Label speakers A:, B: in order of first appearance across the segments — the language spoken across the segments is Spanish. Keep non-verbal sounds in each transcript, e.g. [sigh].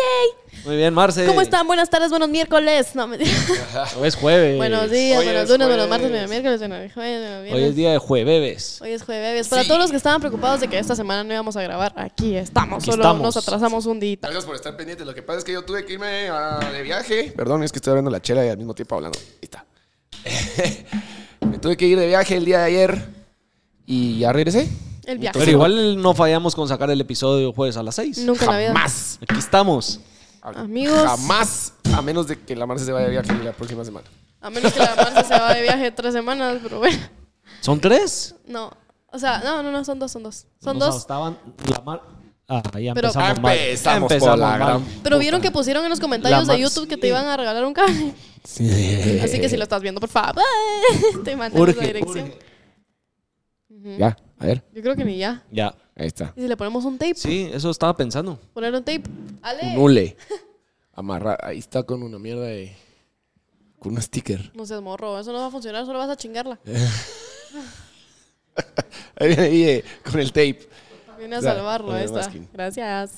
A: ¡Yay!
B: Muy bien, Marce. Ah,
A: ¿Cómo están? Buenas tardes, buenos miércoles. No, me...
B: Hoy es jueves.
A: buenos días,
C: Hoy
A: buenos
C: es
A: lunes, buenos martes,
C: jueves.
A: buenos miércoles, buenos jueves, buenos
B: Hoy es
A: viernes.
B: día de jueves.
A: Hoy es jueves. Para
C: Sí.
A: todos los que estaban preocupados de que esta semana no íbamos a grabar, aquí estamos.
B: Aquí
A: Solo
B: estamos.
A: nos atrasamos un día.
C: Gracias por estar pendiente. Lo que pasa es que yo tuve que irme ah, de viaje. Perdón, es que estoy abriendo la chela y al mismo tiempo hablando. Ahí está. [laughs] Me tuve que ir de viaje el día de ayer y ya regresé.
A: El viaje.
B: Pero igual no fallamos con sacar el episodio jueves a las 6.
A: Nunca en la vida.
C: Jamás.
B: Aquí estamos.
A: Amigos.
C: Jamás. A menos de que la Marce se vaya de viaje la próxima semana.
A: A menos que la Marce se va de viaje tres semanas, pero bueno.
B: ¿Son tres?
A: No. O sea, no, no, no, son dos, son dos. Son
B: Nos
A: dos.
B: Estaban la mar... Ah, ya
A: Pero-
B: empezamos mal.
C: Empezamos por la gran-
A: Pero vieron que pusieron en los comentarios
B: La
A: de
B: Mar-
A: YouTube que te iban a regalar un cable. Así que si lo estás viendo, por favor, [laughs] te mandamos la
B: Urge,
A: dirección.
C: Ya, a ver.
A: Yo creo que ni ya.
B: Ya.
C: Ahí está.
A: ¿Y si le ponemos un tape?
B: Sí, eso estaba pensando.
A: Poner un tape. Ale.
C: Nule. Amarra. Ahí está con una mierda de. Con un sticker.
A: No seas morro, eso no va a funcionar, solo vas a chingarla.
B: Eh,
C: Ahí viene ahí, eh, con el tape.
A: Viene a
C: Ya,
A: salvarlo
C: poner
A: esta.
C: masking.
A: Gracias.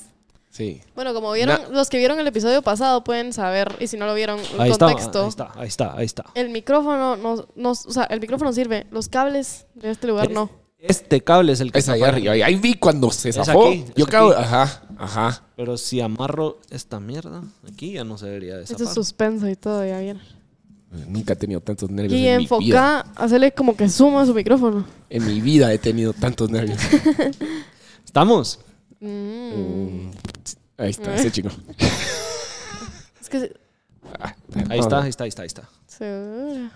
C: Sí.
A: Bueno, como vieron,
C: Na-
A: los que vieron el episodio pasado pueden saber, y si no lo vieron, el
B: Ahí está,
A: contexto.
B: ahí está, ahí está, ahí está.
A: El micrófono nos, nos- o sea, el micrófono sirve, los cables de este lugar no.
B: Este cable es el que
C: Es
B: está
C: allá
B: fuera.
C: arriba. Ahí, ahí vi cuando se
B: Es
C: zafó.
B: aquí, es
C: Yo acabo.
B: aquí.
C: Ajá, ajá.
B: Pero si amarro esta mierda, aquí ya no se debería de
A: Esto es
B: zafar.
A: suspenso y todo, ya bien.
C: Nunca he tenido tantos nervios.
A: Y
C: en mi vida.
A: enfoca, hacerle como que suma a su micrófono.
C: En mi vida he tenido tantos nervios.
B: ¿Estamos?
C: Mm. Ahí está, ese chico.
A: Es que se-
C: Ah,
B: Ahí está, ahí está, ahí está, ahí está.
A: se-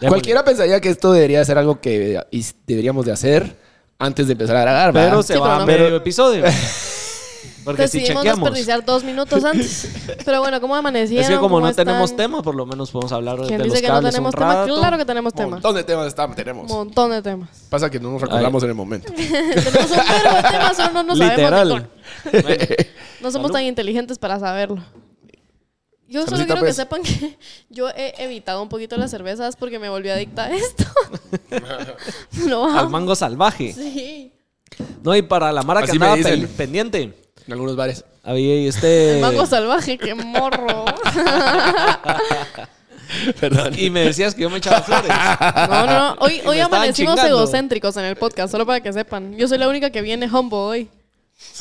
B: Démosle.
C: Cualquiera pensaría que esto debería ser algo que eh, is- deberíamos de hacer antes de empezar a grabar, ¿verdad?
B: Pero se
A: Sí,
B: va
A: pero no.
B: a medio
C: [laughs]
B: episodio. Porque si
A: Decidimos
B: chequeamos.
A: desperdiciar dos minutos
B: [laughs]
A: antes. Pero bueno, ¿cómo amanecieron?
B: Es que como
A: ¿Cómo
B: no
A: están?
B: tenemos tema, por lo menos podemos hablar de
A: ¿Quién
B: los
A: dice que no
B: cables
A: tenemos
B: un
A: tema?
B: rato.
A: Claro que tenemos
C: Un
A: temas.
C: montón de temas está- tenemos.
A: Un montón de temas.
C: Pasa que no nos recordamos en el momento.
A: [laughs] tenemos un verbo de temas, solo no nos sabemos.
B: Literal.
A: ninguno. No somos tan inteligentes para saberlo. Yo solo
C: Saludita,
A: quiero que
C: pues.
A: sepan que [laughs] yo he evitado un poquito las cervezas porque me volví adicta a
B: [laughs]
A: esto.
B: [laughs]
A: no,
B: Al mango salvaje.
A: sí.
B: No, y para la mara que
C: Así me
B: andaba
C: dicen.
B: pen- pendiente.
C: En algunos bares.
B: Había este.
A: El mango salvaje, qué morro.
B: [laughs]
C: Perdón.
B: Y me decías que yo me echaba
C: [laughs]
B: flores.
A: No, no, no. Hoy,
B: Y me
A: hoy
B: estaban
A: amanecimos
B: chingando.
A: egocéntricos en el podcast, solo para que sepan. Yo soy la única que viene humble hoy.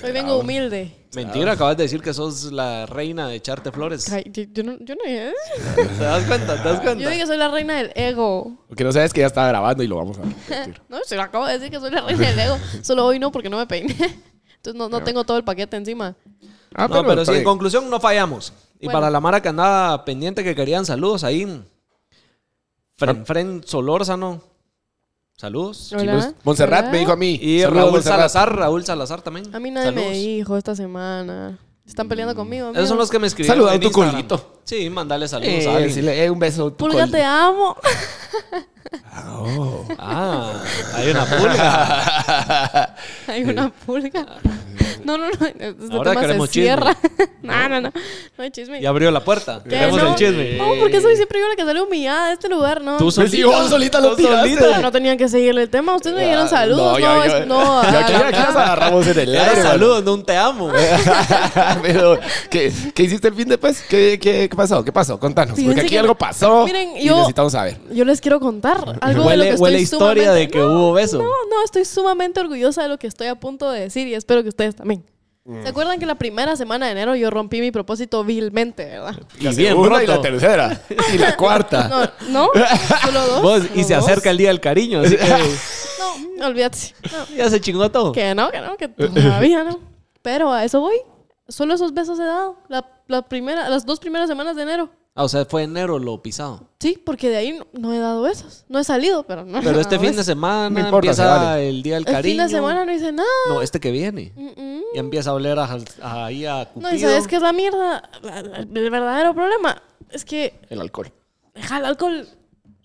A: Hoy vengo humilde.
B: Mentira, acabas de decir que sos la reina de echarte flores.
A: Ay, yo, yo no, yo no ¿eh?
B: ¿Te das cuenta? ¿Te das
A: Yo
B: cuenta?
A: dije que soy la reina del ego.
C: Lo que no sabes es que ya estaba grabando y lo vamos a
B: [laughs]
C: repetir.
A: No, se lo acabo de decir que soy la reina del ego. Solo hoy no, porque no me peiné. Entonces no, no tengo todo el paquete encima.
C: Ah,
B: No, pero
C: está
B: sí, en
C: bien.
B: conclusión no fallamos. Y
A: Bueno.
B: para la Mara que andaba pendiente que querían saludos ahí.
C: Ah.
B: Fren, Fren Solórzano. Saludos.
A: Hola.
C: Montserrat
A: Hola.
C: me dijo a mí.
B: Y
C: saludos,
B: Raúl
C: Montserrat.
B: Salazar, Raúl Salazar también.
A: A mí nadie me
B: Saludos.
A: dijo esta semana. Están peleando conmigo.
B: Esos son
A: amigos.
B: los que me escribieron.
C: Saluda a
B: en
C: tu
B: Instagram.
C: culito.
B: Sí, mandale saludos
C: Eh,
B: a alguien.
C: decirle, eh, un beso. tu
A: Pulga,
C: col-
A: te amo.
B: Ah, hay una
C: [laughs]
B: pulga.
A: [laughs] Hay una pulga. No, no, no. Este
B: Ahora
A: tema
B: queremos
A: se
B: chisme.
A: cierra. no, no, no. No hay chisme.
B: Y abrió la puerta.
A: ¿Qué?
B: Queremos
A: no,
B: el chisme.
A: No, porque soy siempre yo la que sale humillada de este lugar, ¿no?
B: Tú
C: Pues sí,
B: solito,
C: vos solita lo
B: vos
C: tiraste.
A: Pero
B: solita.
A: no tenían que seguirle el tema. Ustedes me dieron saludos. No,
C: Ah, No, ya, ya.
A: es- no. ah,
C: Ya,
A: a
C: aquí-
A: la
C: aquí nos
A: cara.
C: agarramos en el
B: Era
C: aire.
B: saludos, no un te amo.
C: mano. [laughs] Pero, ¿qué, qué hiciste el fin de pues? ¿Qué, qué, qué pasó? ¿Qué pasó? Contanos.
A: Fíjense
C: Porque aquí
A: que-
C: algo pasó
A: Miren,
C: y
A: yo-
C: necesitamos saber.
A: Yo les quiero contar algo de lo
B: Huele-
A: que estoy
B: huele historia de
A: sumamente-
B: que hubo beso.
A: No, no, estoy sumamente orgullosa de lo que estoy a punto de decir y espero que ustedes también.
B: Mm.
A: ¿Se acuerdan que la primera semana de enero yo rompí mi propósito vilmente, verdad?
B: Y bien,
C: segunda y
B: roto.
C: la tercera.
A: [laughs]
C: Y la cuarta.
A: No,
B: [laughs]
A: no, solo dos.
B: Vos, y
A: solo
B: se
A: dos.
B: acerca el día del cariño,
C: [laughs]
B: así que
A: No, mm, olvídate. No,
B: ya se chingó todo.
A: que no, que no,
B: [laughs]
A: que todavía no. Pero a eso voy. Solo esos besos he dado. La, la primera, las dos primeras semanas de enero.
B: Ah, o sea, fue enero lo pisado.
A: Sí, porque de ahí no, no he dado besos. No he salido, pero no. he
B: Pero
A: dado
B: este fin de
A: besos.
B: semana
C: No importa, se
B: empieza
C: vale.
B: el día del
A: El
B: cariño.
A: fin de semana no hice nada. Mm,
B: No, este que viene.
A: Mm-mm.
B: Ya empieza a oler a, a- ahí a Cupido.
A: No, y sabes qué es la mierda. La- la- El verdadero problema es que
C: El alcohol.
A: deja el alcohol,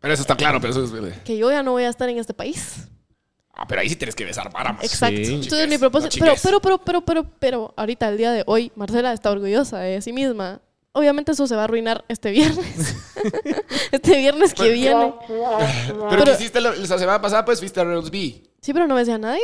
C: Pero eso está claro, pero eso es.
A: que yo ya no voy a estar en este país.
C: Ah, pero ahí sí tienes que besar varas.
A: Exacto.
B: Sí.
A: Entonces, mi
C: Chiques,
A: propósito.
C: Ah, no
A: Pero,
C: chiques.
A: pero, pero, pero, pero, pero, ahorita, el día de hoy, Marcela está orgullosa de sí misma. Obviamente, eso se va a arruinar este viernes. [laughs] este viernes que viene.
C: Pero,
A: Pero-
C: que hiciste la, la semana pasada, pues fuiste a Reynolds B.
A: Sí, pero no me decía nadie.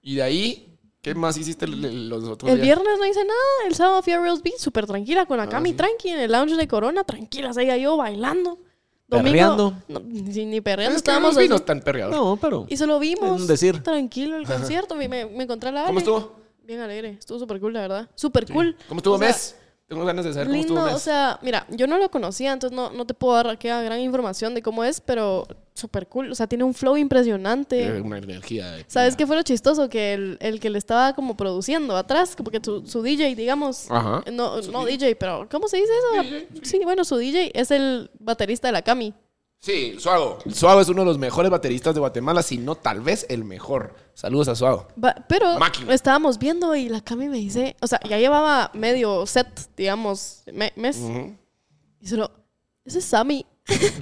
C: Y de ahí ¿Qué más hiciste el- el- los otros
A: El
C: días?
A: viernes no hice nada, el sábado fui a Reels Beach súper tranquila con la
C: Ah,
A: Cami,
C: sí.
A: tranqui, en el lounge de Corona, tranquila, seguía yo bailando.
B: Perreando.
A: No, ni, ni perreando,
C: Es que
A: estábamos
C: no
A: así.
C: vino tan perreador.
B: No, pero.
A: Y solo vimos.
B: Un decir.
A: Tranquilo el concierto. Me, me- me encontré a la Ale.
C: ¿Cómo estuvo?
A: Bien alegre. Estuvo súper cool, la verdad. Súper cool.
C: ¿Cómo estuvo
A: O sea,
C: Mes? Tengo ganas de saber cómo
A: Lindo,
C: estuvo Mes.
A: o sea, mira, yo no lo conocía, entonces no, no te puedo dar aquella gran información de cómo es, pero súper cool. O sea, tiene un flow impresionante.
C: Eh, Una energía. eh,
A: ¿Sabes qué fue lo chistoso? Que el, el que le estaba como produciendo atrás, como que su, su DJ, digamos.
C: Ajá.
A: No, no DJ, pero ¿cómo se dice eso? sí. bueno, su DJ es el baterista de la Cami.
C: Sí, Suago. Suago es uno de los mejores bateristas de Guatemala, si no tal vez el mejor. Saludos a Suago.
A: Ba- pero
C: Máquina.
A: estábamos viendo y la Cami me dice, o sea, ya llevaba medio set, digamos, me- mes. Y solo, ese es Sammy. [laughs]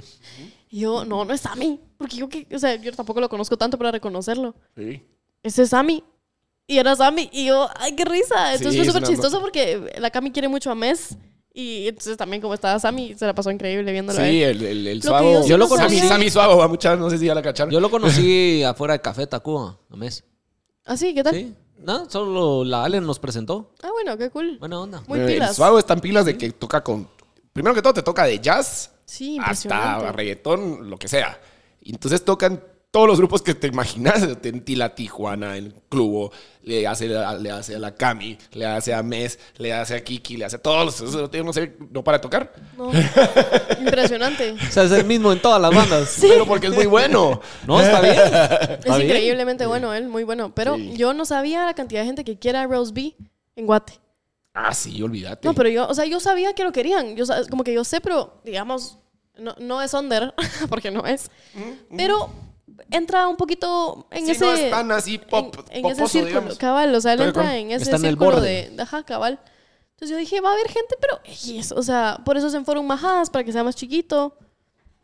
A: y yo, no, no es Sammy. Porque yo, que- o sea, yo tampoco lo conozco tanto para reconocerlo.
C: Sí.
A: Ese es Sammy. Y era Sammy. Y yo, ay, qué risa. Entonces
C: Sí,
A: fue
C: es
A: súper
C: una-
A: chistoso porque la Cami quiere mucho a Mes. Y entonces también como estaba Sammy, se la pasó increíble viéndolo. a
C: Sí,
A: él.
C: el, el, el
A: Lo que
C: Suago.
A: yo
B: Yo lo no
C: Sammy,
B: conocí. sabía.
C: Sammy Suago, va muchas, no sé si ya la cacharon.
B: Yo lo conocí [laughs] afuera de Café Tacuba, a mes.
A: Ah, sí, ¿qué tal?
B: Sí. No, solo la Ale nos presentó.
A: Ah, bueno, qué cool.
B: Buena onda.
A: Muy
C: Eh, El
A: pilas.
C: Suago está en pilas de que toca con. Primero que todo, te toca de jazz
A: Sí, impresionante.
C: hasta reggaetón, lo que sea. Y entonces tocan todos los grupos que te imaginas. En Tila Tijuana, el Clubo, le hace, le hace a la Cami, le hace a Mes, le hace a Kiki, le hace a todos. los- eso no sé, no para de tocar.
A: No.
C: [laughs]
A: Impresionante.
B: O sea, es el mismo en todas las bandas.
C: Pero porque es muy bueno.
A: [laughs]
B: No, está
C: [laughs]
B: bien.
A: Es
B: Está bien.
A: increíblemente bueno él, muy bueno. Pero
C: Sí.
A: yo no sabía la cantidad de gente que quiere a Rose B en Guate.
C: Ah, sí, olvídate.
A: No, pero yo, o sea, yo sabía que lo querían. Yo, sa- como que yo sé, pero digamos, no, no es under, [laughs] porque no es. Pero entra un poquito en
C: Sí,
A: ese.
C: no es tan así pop-
A: en, en ese
C: poposo,
A: círculo,
C: digamos.
A: cabal. O sea, él
C: Pero
A: entra
C: con-
A: en ese
B: está en el
A: círculo
B: borde.
A: de. Ajá, cabal. Entonces yo dije, va a haber gente, pero X. O sea, por eso se fueron majadas, para que sea más chiquito.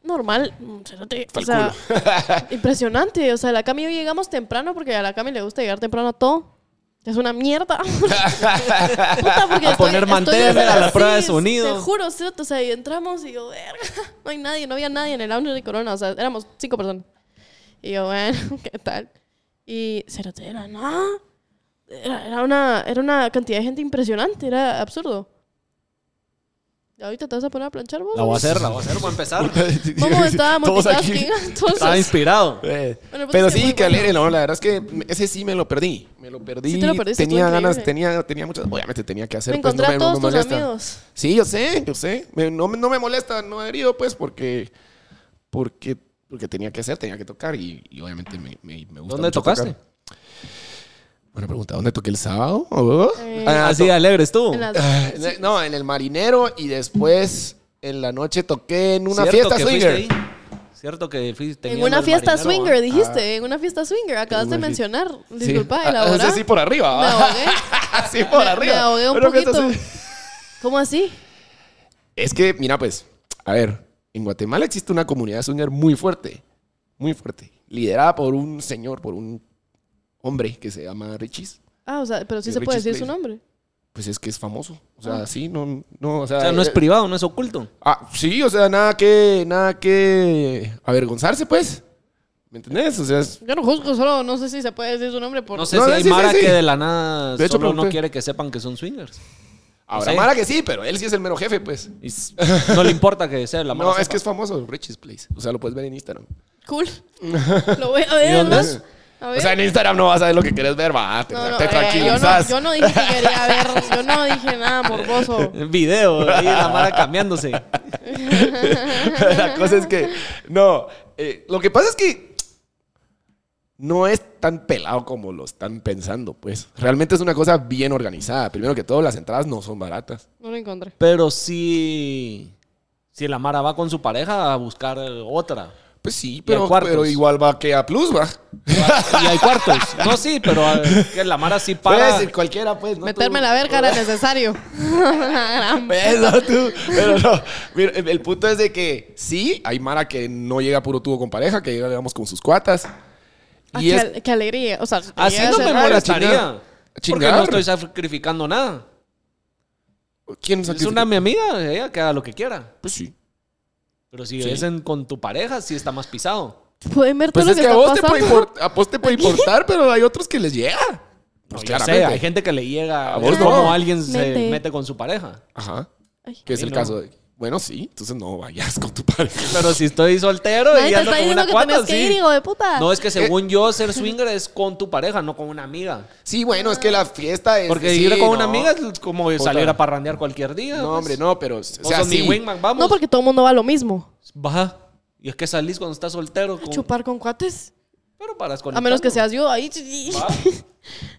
A: Normal, mm, cerote, o sea, [laughs] impresionante. O sea, la Cami y yo llegamos temprano porque a la Cami le gusta llegar temprano a todo. Es una mierda. [laughs] Puta, porque
B: A poner mantera
A: desde
B: a la
A: las
B: prueba de
A: seis,
B: sonido.
A: Te juro, cerote, o sea, y entramos y yo, verga, no hay nadie, no había nadie en el lounge de Corona, o sea, éramos cinco personas. Y yo, bueno, [laughs] ¿qué tal? Y cerote, era nada. Era, era una, era una cantidad de gente impresionante, era absurdo. ¿Y ahorita te vas a poner a planchar vos?
B: La voy a hacer, la voy a hacer, voy a empezar.
C: [laughs]
A: Momo estaba
C: Todos aquí.
A: multitasking, entonces...
B: Estaba inspirado.
C: Eh,
A: Bueno, pues
C: pero
A: es que
C: sí,
A: muy
C: que
A: bueno.
C: alegre, no, la verdad es que ese sí me lo perdí. Me lo perdí.
A: Sí te lo perdiste,
C: tenía
A: estuvo
C: ganas,
A: increíble.
C: tenía, tenía muchas. Obviamente tenía que hacer.
A: Me
C: pues,
A: encontré
C: me-
A: a todos
C: me
A: tus
C: molesta.
A: amigos.
C: Sí, yo sé, yo sé. Me- no, me- no me molesta, no he herido, pues, porque, porque, porque tenía que hacer, tenía que tocar y, y obviamente me, me, me gusta.
B: ¿Dónde
C: mucho
B: tocaste?
C: tocar. Buena pregunta, ¿dónde toqué el sábado? Oh.
A: Eh,
C: Ah,
B: Así de alegre estuvo.
A: [laughs]
C: [laughs]
A: En las-
C: Ah, en el- No, en el marinero y después en la noche toqué en una
B: Cierto
C: fiesta
B: que fuiste
C: swinger.
B: ahí. Cierto que fuiste
A: en
B: yendo
A: una
B: al
A: fiesta
B: marinero,
A: swinger,
B: ¿ah?
A: dijiste, en una fiesta swinger, acabas
C: En
A: de
C: una fiesta-
A: mencionar.
C: Ah, Sí.
A: Disculpa,
C: Ah,
A: elaborá.
C: ese sí por arriba.
A: Me
C: [laughs] ¿va? Ah,
A: ahogué.
C: sí por
A: Me-
C: arriba.
A: Me ahogué un
C: Pero que
A: poquito.
C: esto sí-
A: ¿Cómo así?
C: Es que, mira, pues, a ver, en Guatemala existe una comunidad swinger muy fuerte, muy fuerte, liderada por un señor, por un hombre que se llama Richis.
A: Ah, o sea, pero sí
C: Sí,
A: se puede
C: Richie's
A: decir su
C: Place.
A: nombre.
C: Pues es que es famoso. O sea,
A: Ah.
C: sí, no, no, o sea.
B: O sea, no es
C: eh,
B: privado, no es oculto.
C: Ah, sí, o sea, nada que, nada que avergonzarse, pues. ¿Me entendés? O sea, es-
A: Yo no juzgo, solo no sé si se puede decir su nombre por...
B: No sé
C: No,
B: si
C: no,
B: hay
C: sí, sí,
B: Mara
C: sí.
B: que de la nada
C: De hecho,
B: solo no
C: pregunté.
B: quiere que sepan que son swingers.
C: habrá
B: Sí.
C: Mara que sí, pero él sí es el mero jefe, pues.
B: Y
C: [laughs]
B: s- no le importa que sea de la Mara.
C: No, es
B: sepa.
C: que es famoso, Richie's Place. O sea, lo puedes ver en Instagram. [laughs]
A: Cool. Lo voy a ver.
B: dónde
A: ¿no?
B: es?
A: A ver.
C: O sea, en Instagram no vas a ver lo que quieres ver, va. Te,
A: No, no,
C: te
A: eh,
C: tranquilizas.
A: yo, no, yo no dije que quería ver, yo no dije nada morboso.
B: [laughs] Video, ahí la
C: [laughs]
B: Mara cambiándose.
C: La cosa es que, no, eh, lo que pasa es que no es tan pelado como lo están pensando, pues. Realmente es una cosa bien organizada. Primero que todo, las entradas no son baratas.
A: No lo encontré.
B: Pero si, si la Mara va con su pareja a buscar otra.
C: Pues sí,
B: Y
C: pero,
B: a cuartos.
C: pero igual va que a Plus, va.
B: Y hay cuartos. No, sí, pero a ver, que la Mara sí
C: Puede
B: para.
C: decir cualquiera, pues. No
A: Meterme
C: tú.
A: la verga era necesario. Gran
C: Eso tú. Pero no. Mira, el, el punto es de que sí, hay Mara que no llega puro tubo con pareja, que llega, digamos, con sus cuatas.
A: Ah,
C: [laughs] Y
A: qué,
C: es.
A: al- qué alegría. O sea,
B: Así
A: llegas
B: no
A: a
B: me
A: cerrar.
C: raro,
B: molestaría.
C: chingar.
B: Porque no
C: Chingar.
B: estoy sacrificando nada.
C: ¿Quién
B: Es
C: sacrifica?
B: una mi amiga, ella que haga lo que quiera.
C: Pues sí.
B: Pero si
C: Sí.
B: es en- con tu pareja, sí está más pisado.
A: Pueden ver todo
C: Pues
A: lo
C: es
A: que,
C: que a
A: está
C: vos, te puede
A: pasando.
B: [laughs]
C: import- a vos te puede importar, pero hay otros que les llega.
B: yo
C: Pues
B: sé,
C: claramente.
B: hay gente que le llega
C: A
B: a
C: vos
B: ver
C: no.
B: cómo alguien se
A: Mente.
B: mete con su pareja.
C: Ajá.
A: Ay.
C: Que es
B: Sí,
C: el
B: no.
C: caso de. Bueno, sí, entonces no vayas con tu pareja.
B: Pero si estoy soltero
A: Nadie
B: y
A: te
B: ando
A: está
B: con
A: diciendo
B: una
A: que
B: cuata,
A: tenías que ir,
B: sí.
A: hijo de puta.
B: No, es que según yo, ser swinger es con tu pareja, no con una amiga.
C: [laughs] Sí, bueno, es que la fiesta es.
B: Porque
C: sí,
B: ir con
C: no.
B: una amiga es como salir a parrandear cualquier día.
C: No,
B: pues.
C: hombre, no, pero. O
B: O
C: sea,
B: sos mi
C: sí.
B: wingman, vamos.
A: No, porque todo el mundo va a lo mismo.
B: Baja. Y es que salís cuando estás soltero. con-
A: Chupar con cuates.
B: Pero paras con
A: A menos que seas yo ahí.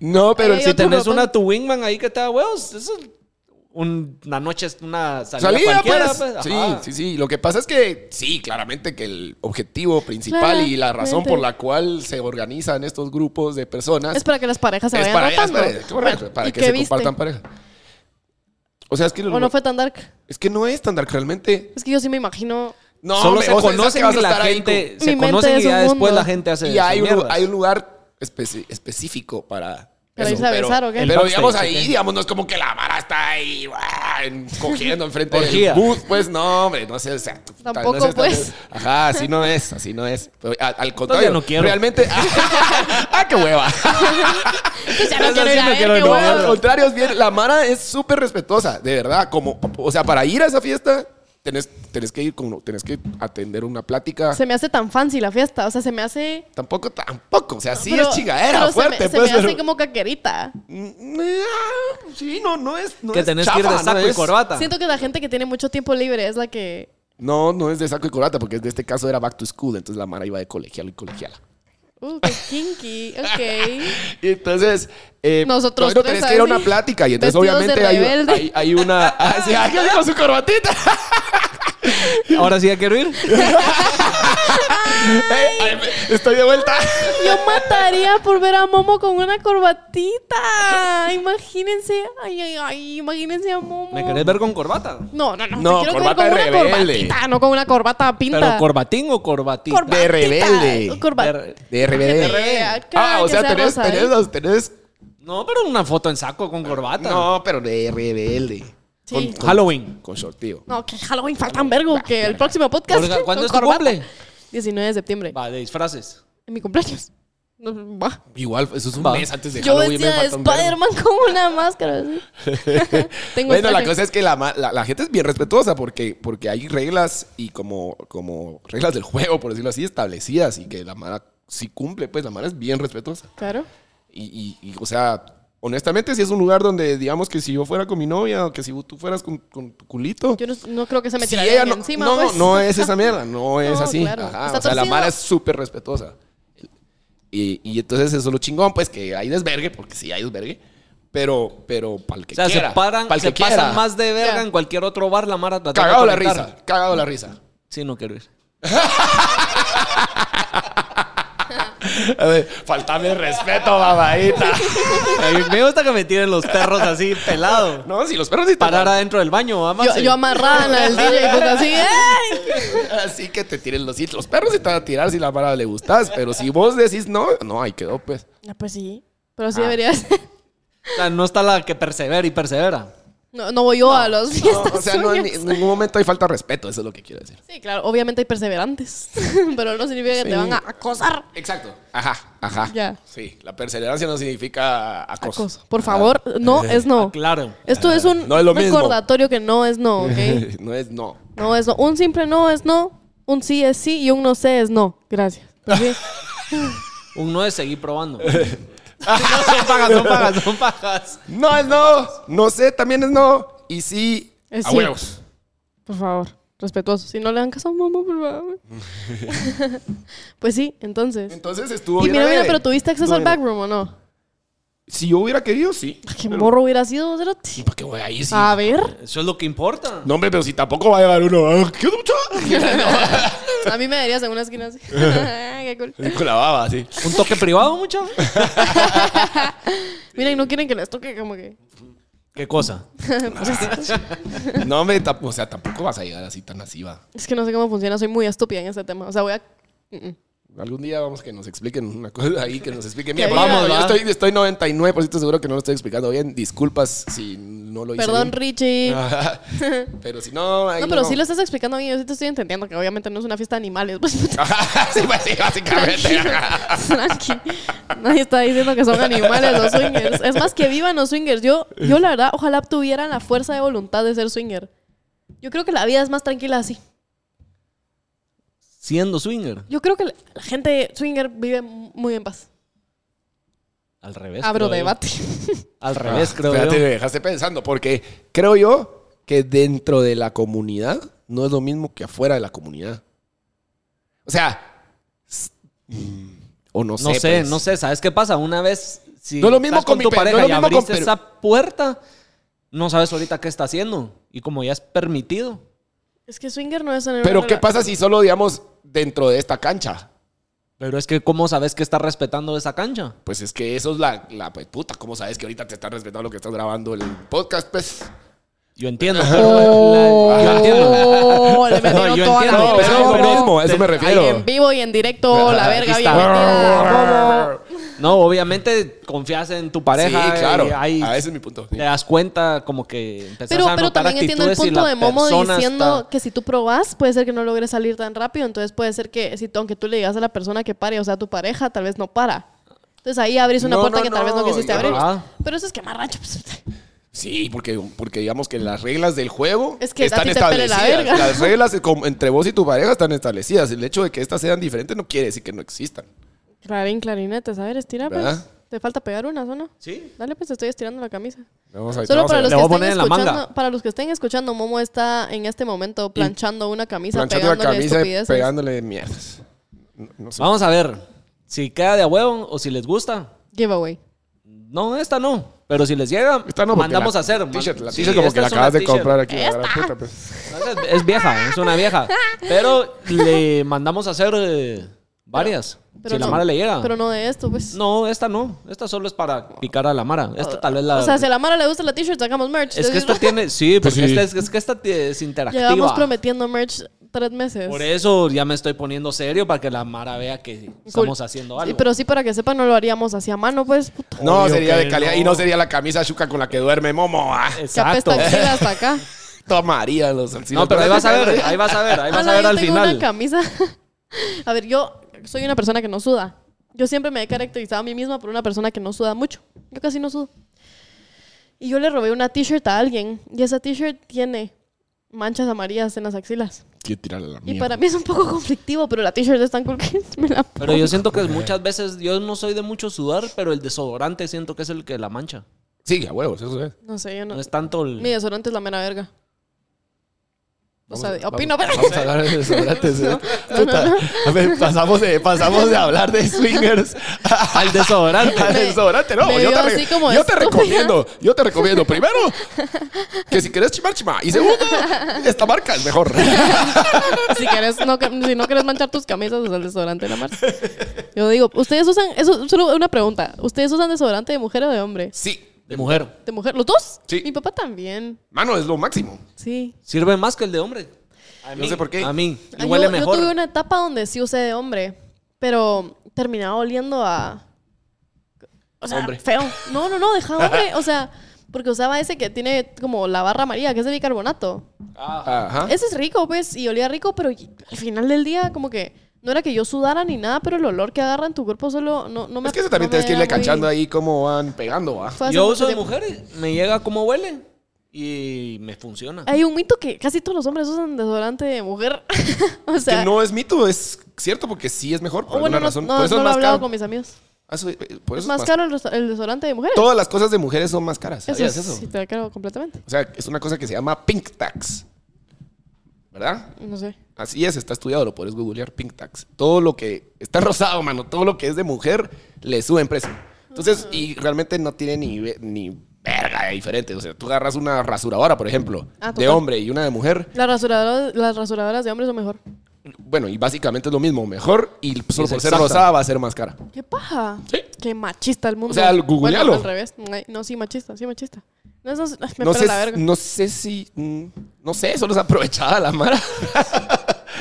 C: No, pero
A: Ay,
C: sí
B: Si
A: yo
C: te-
B: tenés
A: Otro
B: una tu wingman ahí que te da huevos, eso es un- una noche, es una salida,
C: Salida,
B: cualquiera.
C: pues.
B: pues,
C: Sí,
B: ajá.
C: sí, sí. Lo que pasa es que sí, claramente que el objetivo principal y la razón
A: Claramente.
C: por la cual se organizan estos grupos de personas
A: Es para que las parejas se vayan
C: es para, es
A: rotando.
C: para- correcto, para
A: ¿y
C: que
A: qué
C: se
A: viste?
C: compartan pareja. O sea, es que,
A: O no fue tan dark.
C: es que no es tan dark realmente.
A: Es que yo sí me imagino.
C: No,
B: Solo
C: hombre,
B: se
C: o sea,
B: conocen
C: sabes que
B: y
C: vas a
B: la
C: estar ahí
B: gente.
A: Mi
B: Se
A: mente
B: conocen
A: es
B: y
A: un
B: ya después
A: mundo.
B: la gente
C: con-
B: hace.
C: Y hay
B: sus
C: un,
B: mierdas.
C: hay un lugar especi- específico para.
A: Para
C: eso,
A: irse a
C: pero-
A: besar, ¿o qué?
C: Pero,
B: El backstage,
C: digamos
B: ¿o
C: ahí,
B: qué?
C: digamos, no es como que la vara está ahí ¡buah! en- cogiendo enfrente del
B: Orgía.
C: booth. Pues no, hombre, no sé, o sea, tú- no
A: Tampoco,
C: sé, tal
A: pues.
C: vez- Ajá, así no es, así no es. Pero, a- al contrario,
B: no quiero.
C: realmente. [laughs] ¡Ah, qué hueva!
A: Pues
C: [laughs]
A: ya no
B: Eso
A: quiero
B: sí
A: ir a
B: no
A: ver,
B: quiero
A: [laughs] qué
B: ir, no,
A: huevo.
C: al contrario, es bien. La Mara es súper respetuosa, de verdad. Como, o sea, para ir a esa fiesta, tenés, tenés que ir con, tenés que atender una plática.
A: Se me hace tan fancy la fiesta. O sea, se me hace.
C: Tampoco, tampoco. O sea, sí
A: pero-
C: es chingadera,
A: pero se
C: fuerte.
A: me- Se me,
C: pues,
A: hace
C: pero-
A: como caquerita.
C: Mm, ah, Sí, no, no es. No
B: Que
C: es
B: tenés que ir
C: chafa,
B: de saco
C: no
B: y
C: es-
B: corbata.
A: Siento que la gente que tiene mucho tiempo libre es la que.
C: No, no es de saco y corbata, porque de este caso era back to school, entonces la Mara iba de colegial y colegiala.
A: Uh, qué kinky. Ok.
C: Y entonces, eh,
A: Nosotros
C: no, no,
A: tres
C: tenés que ir a una
A: así,
C: plática y entonces
A: vestidos de
C: obviamente hay,
A: rebelde.
C: hay- hay
A: [laughs]
C: una... Ah, sí, ah, que con su corbatita. [laughs]
B: Ahora sí ya quiero ir.
C: Eh, ay, me- estoy de vuelta.
A: Yo mataría por ver a Momo con una corbatita. Imagínense. Ay, ay, ay. Imagínense a Momo.
B: ¿Me querés ver con corbata?
A: No, no, no.
C: No,
A: te quiero ver
C: corbata
A: con una
C: rebelde.
A: corbatita, no con una corbata pinta.
B: ¿Pero corbatín o corbatita?
A: Corbatita,
C: De rebelde.
A: corba-
B: De-
C: De RBD. Ah, o sea, tenés,
A: ¿eh?
C: tenés, los- tenés...
B: No, pero una foto en saco con corbata.
C: No, pero de RBD.
A: Sí.
B: Halloween.
C: Con sorteo.
A: No, que Halloween faltan vergo, que el próximo podcast.
B: Olga, ¿Cuándo
A: con
B: es tu
A: corbata.
B: cumple?
A: 19 de septiembre.
B: Va, de disfraces.
A: En mi cumpleaños. [laughs] No, va.
C: Igual, eso es un
B: Va.
C: mes antes de
A: Yo
C: Halloween. me
A: vestida de
C: falta un verbo.
A: Spider-Man con una máscara.
C: [laughs]
A: así. Tengo
C: Bueno, la
A: traje.
C: cosa es que la, ma- la- la gente es bien respetuosa porque, porque hay reglas y como, como reglas del juego, por decirlo así, establecidas y que la Mara sí cumple, pues la Mara es bien respetuosa.
A: Claro.
C: Y, y- y, o sea, honestamente, si es un lugar donde, digamos, que si yo fuera con mi novia o que si tú fueras con, con tu culito.
A: Yo no, no creo que se me
C: si
A: tiraría
C: ella
A: ni
C: no,
A: encima.
C: no,
A: pues.
C: no es esa
A: [laughs]
C: mierda, no es así.
A: claro.
C: Ajá,
A: Está
C: o sea, la
A: torcido.
C: Mara es súper respetuosa. Y, y entonces eso es lo chingón, pues que hay desvergue, porque sí hay desvergue, pero, pero para el que
B: O sea,
C: quiera.
B: se paran,
C: pa'l
B: se
C: que quiera.
B: pasan más de verga
A: Ya.
B: en cualquier otro bar, la Mara tratando de
C: Cagado la
B: conectar.
C: risa, cagado la risa.
B: Sí, no quiero ir.
C: A ver, faltame el respeto, babaita.
B: A mí me gusta que me tiren los perros así pelado.
C: No, si los perros sí te
B: Parar adentro del baño,
A: Yo,
B: amarse.
A: yo amarrada
C: [laughs]
A: en la del DJ, pues así.
C: Ah.
A: ¡Ay!
C: Así que te tiren los sí, Los perros sí te van a tirar si la mara le gustas, pero si vos decís no, no, ahí quedó, pues.
A: No, pues sí. Pero
C: Ah.
A: sí deberías.
B: O sea, no está la que persevera y persevera.
A: No, no voy yo a los
C: No,
A: fiestas.
C: o sea, no, en,
A: suyas.
C: en ningún momento hay falta de respeto, eso es lo que quiero decir.
A: Sí, claro, obviamente hay perseverantes, [laughs] pero no significa que
C: Sí.
A: te van a acosar.
C: Exacto. Ajá, ajá.
A: Ya.
C: Sí, la perseverancia no significa acoso. Ah.
A: Acoso. Por favor, no es no.
B: Claro.
A: Esto es un
C: No es lo mismo.
A: recordatorio que no es no,
C: [laughs]
A: ¿ok?
C: [laughs] no es no.
A: No es no. Un simple no es no, un sí es sí y un no sé es no. Gracias. ¿Sí?
B: Un no es seguir
C: [laughs]
B: probando. no, son pajas, son pajas, son pajas.
C: No es no. No sé, también es no. Y sí,
A: Es
C: a
A: sí.
C: huevos.
A: Por favor, respetuoso. Si no le dan caso a mamá, por favor. pues sí, entonces.
C: Entonces estuvo
A: Y
C: bien
A: mira, mira,
C: leve.
A: pero ¿tuviste acceso
C: Estuvo
A: al
C: bien.
A: backroom o no?
C: Si yo hubiera querido, sí.
A: ¿Qué morro hubiera sido,
C: Sí,
A: Cerote?
C: ¿para qué voy a ir? Sí.
A: A ver,
B: Eso es lo que importa.
C: No, hombre, pero si tampoco va a llevar uno. ah, ¿Qué mucho?
A: a mí me darías en una esquina así. Qué cool.
C: Con la baba, así.
B: Un toque privado, mucho.
A: Mira, y no quieren que les toque como que. [laughs] Pues
B: ¿Qué cosa?
C: No, hombre, tam- o sea, tampoco vas a llegar así tan así, va.
A: Es que no sé cómo funciona, soy muy estúpida en este tema. O sea, voy a. Mm, mm.
C: Algún día vamos que nos expliquen una cosa ahí, que nos expliquen
A: Que
C: bien.
A: diga,
C: Vamos, yo
B: ¿verdad?
C: estoy, estoy 99% seguro que no lo estoy explicando bien. Disculpas si no lo hice
A: Perdón,
C: bien.
A: Richie.
C: [laughs] pero si no... ahí
A: no, pero sí lo estás explicando bien. Yo sí te estoy entendiendo que obviamente no es una fiesta de animales. Pues, [laughs]
C: [laughs] sí, pues sí, básicamente.
A: Tranqui. Nadie está diciendo que son animales los swingers. Es más, que vivan los swingers. Yo, yo la verdad, ojalá tuvieran la fuerza de voluntad de ser swinger. Yo creo que la vida es más tranquila así.
B: Siendo swinger.
A: Yo creo que la la gente swinger vive muy en paz.
B: Al revés.
A: Abro
B: creo yo.
A: debate.
B: Al revés,
C: Ah,
B: creo
C: espérate,
B: yo.
C: me dejaste pensando, porque creo yo que dentro de la comunidad no es lo mismo que afuera de la comunidad. O sea, s- mm, o no sé.
B: No sé,
C: pues.
B: no sé, ¿sabes qué pasa? Una vez, si
C: No lo mismo
B: estás
C: con
B: con,
C: mi
B: tu
C: pe-
B: pareja
C: no lo
B: y
C: mismo con
B: abriste
C: Perú.
B: esa puerta, no sabes ahorita qué está haciendo. Y como ya es permitido.
A: Es que swinger no es en
C: Pero ¿qué
B: [laughs]
C: pasa si solo, digamos, dentro de esta cancha?
B: Pero es que, ¿cómo sabes que está respetando esa cancha?
C: Pues es que eso es la, la pues, puta, ¿cómo sabes que ahorita te están respetando lo que estás grabando el podcast? Pues
B: Yo
A: [laughs]
B: entiendo. pero la- la- yo entiendo.
A: Oh, le metieron
B: No, yo
A: Oh. toda la
B: entiendo,
A: verga.
C: Ah. pero- es lo mismo, a eso me
B: te-
C: refiero.
B: ahí
A: En vivo y
B: [laughs]
A: en directo, Oh, la verga
B: Aquí
A: bien
B: está.
A: metida.
B: No, obviamente confías en tu pareja. eh,
C: sí, claro.
B: y ahí
C: Ah, ese es mi punto. sí.
B: te das cuenta como que empezás
A: Pero,
B: a
A: pero
B: notar
A: también entiendo el
B: actitudes y
A: punto
B: la
A: de Momo
B: persona
A: diciendo
B: está-
A: que si tú probas, puede ser que no logres salir tan rápido. Entonces puede ser que, si, tú- aunque tú le digas a la persona que pare, o sea, a tu pareja, tal vez no para. Entonces ahí abrís una
C: No,
A: puerta
C: no,
A: que tal vez no
C: no,
A: quisiste
C: yo
A: abrir.
B: no.
A: Pero eso es que rancho. pues. [laughs]
C: Sí, porque, porque digamos que las reglas del juego
A: Es que a
C: están
A: ti te pele la
C: establecidas.
A: verga.
C: Las reglas como entre vos y tu pareja están establecidas. El hecho de que estas sean diferentes no quiere decir que no existan.
A: Clarín, clarinetes. A ver, estira, pues.
C: ¿Verdad?
A: Te falta pegar unas, ¿o no?
B: Sí.
A: Dale, pues te estoy estirando la camisa.
C: Vamos a,
A: Solo
C: vamos a
A: para
C: ver.
B: Le
A: los, que
B: voy a
A: estén
B: poner en la
A: escuchando,
B: manga.
A: para los que estén escuchando, Momo está en este momento planchando una camisa,
C: Planchando la
A: pegándole
C: camisa y
A: estupideces.
C: pegándole mierdas. No, no sé.
B: Vamos a ver si queda de a huevo o si les gusta.
A: Giveaway.
B: No, esta no. Pero si les llega,
C: Esta no, porque
B: Ah, mandamos a
C: la
B: hacer.
C: T-shirt, la
B: Sí,
C: t-shirt como
B: esta
C: que la
B: es una
C: acabas de
B: t-shirt.
C: comprar aquí. la gran puta,
B: [laughs]
C: pues.
B: Esta Es, es vieja, es una vieja.
A: [laughs]
B: Pero le mandamos a hacer eh, varias.
A: Pero
B: si
A: no,
B: la Mara le llega.
A: Pero no de esto, pues.
B: No, esta no. Esta solo es para picar a la Mara. Esta tal vez la.
A: O sea, si a la Mara le gusta la t-shirt, sacamos merch.
B: Es que esta tiene. Sí, porque
C: sí.
B: esta es, es que esta es interactiva.
A: [laughs] Llevamos prometiendo merch tres meses.
B: Por eso ya me estoy poniendo serio para que la Mara vea que estamos
A: Cool.
B: haciendo
A: Sí,
B: algo.
A: pero sí, para que sepan, no lo haríamos así a mano, pues. Puta,
C: No,
B: Obvio
C: sería
B: que
C: de calidad.
B: no.
C: Y no sería la camisa chuca con la que duerme Momo. ah.
A: que apesta
B: Exacto.
A: axila hasta acá.
C: Tomaría los
B: No, pero ahí vas a ver, ahí vas a ver, [laughs]
A: [laughs]
B: ahí vas
A: Ala,
B: a ver
A: Ah, yo
B: al
A: tengo una
B: final.
A: camisa. [laughs] a ver, yo soy una persona que no suda. Yo siempre me he caracterizado a mí misma por una persona que no suda mucho. Yo casi no sudo. Y yo le robé una t-shirt a alguien. Y esa t-shirt tiene manchas amarillas en las axilas.
C: Quiero tirarle la
A: Y
C: mierda.
A: para mí es un poco conflictivo, pero la t-shirt es tan cool que [laughs] me la
B: Pero yo siento que muchas veces yo no soy de mucho sudar, pero el desodorante siento que es el que la mancha.
C: Sí, a huevos, eso es.
A: No sé, yo no.
B: No es tanto el.
A: Mi desodorante es la mera verga. O
C: Vamos
A: sea,
C: a-
A: opino, pero.
C: Vamos a hablar de desodorantes. eh. Puta, a ver, pasamos de, pasamos de hablar de swingers
B: Al desodorante.
C: [laughs] al
A: Me-
C: desodorante. No,
A: me
C: yo te,
A: vio
C: re-
A: así como
C: yo te
A: estúpida.
C: recomiendo. Yo te recomiendo. Primero, que si querés chimar, chima. Y segundo, esta marca es mejor.
A: [laughs] si, quieres, no, que- si no quieres manchar tus camisas, usa el desodorante de la marca. Yo digo, ¿ustedes usan. Eso, solo una pregunta. ¿Ustedes usan desodorante de mujer o de hombre?
C: Sí,
B: De mujer.
A: ¿De mujer? ¿Los dos?
C: Sí.
A: Mi papá también.
C: mano, es lo máximo.
A: Sí.
B: Sirve más que el de hombre. A
C: No sé por qué.
B: A mí. Y
A: Ah,
B: huele
A: yo, yo
B: mejor.
A: tuve una etapa donde sí usé de hombre, pero terminaba oliendo a. O sea,
B: Hombre.
A: feo. No, no, no, deja hombre. O sea, porque usaba ese que tiene como la barra amarilla, que es de bicarbonato.
C: Ajá.
A: Ese es rico, pues, y olía rico, pero y- al final del día, como que no era que yo sudara ni nada, pero el olor que agarra en tu cuerpo solo no, no me
C: Es que eso también
A: no
C: tienes
A: me
C: que irle
A: era muy-
C: cachando ahí cómo van pegando, ¿va?
A: Fue hace
B: Yo
A: mucho
B: uso de
A: tiempo.
B: mujer, y me llega como huele y me funciona.
A: Hay un mito que casi todos los hombres usan desodorante de mujer. [laughs] o sea,
C: que no es mito, es cierto porque sí es mejor. Por
A: o bueno,
C: alguna
A: no,
C: razón.
A: no-
C: por eso
A: no lo
C: es
A: he
C: más
A: hablado
C: caro.
A: con mis amigos.
C: Ah, eso- eh, por eso
A: Es más caro el, resto- el desodorante de mujeres.
C: Todas las cosas de mujeres son más caras.
A: Eso
C: ¿sabías
A: es, sí, te la creo completamente.
C: O sea, es una cosa que se llama pink tax. ¿Verdad?
A: No sé.
C: Así es, está estudiado, lo puedes googlear pink tax. Todo lo que está [laughs] rosado, mano, todo lo que es de mujer, le suben precio. Entonces, y realmente no tiene ni, ve- ni verga de diferente. O sea, tú agarras una rasuradora, por ejemplo,
A: Ah,
C: de
A: total.
C: hombre y una de mujer.
A: Las rasuradoras, las rasuradoras de hombres son mejor.
C: Bueno, y básicamente es lo mismo, mejor y solo
B: Es
C: por ser
B: exacta.
C: rosada va a ser más cara.
A: ¿Qué paja?
C: Sí.
A: Qué machista el mundo.
C: O sea, el- googlealo.
A: Bueno, al revés. Ay, No, sí, machista, sí, machista. No, eso es- me
C: No
A: pela
C: sé,
A: la verga.
C: no sé si. mm, No sé, solo es aprovechada la mara.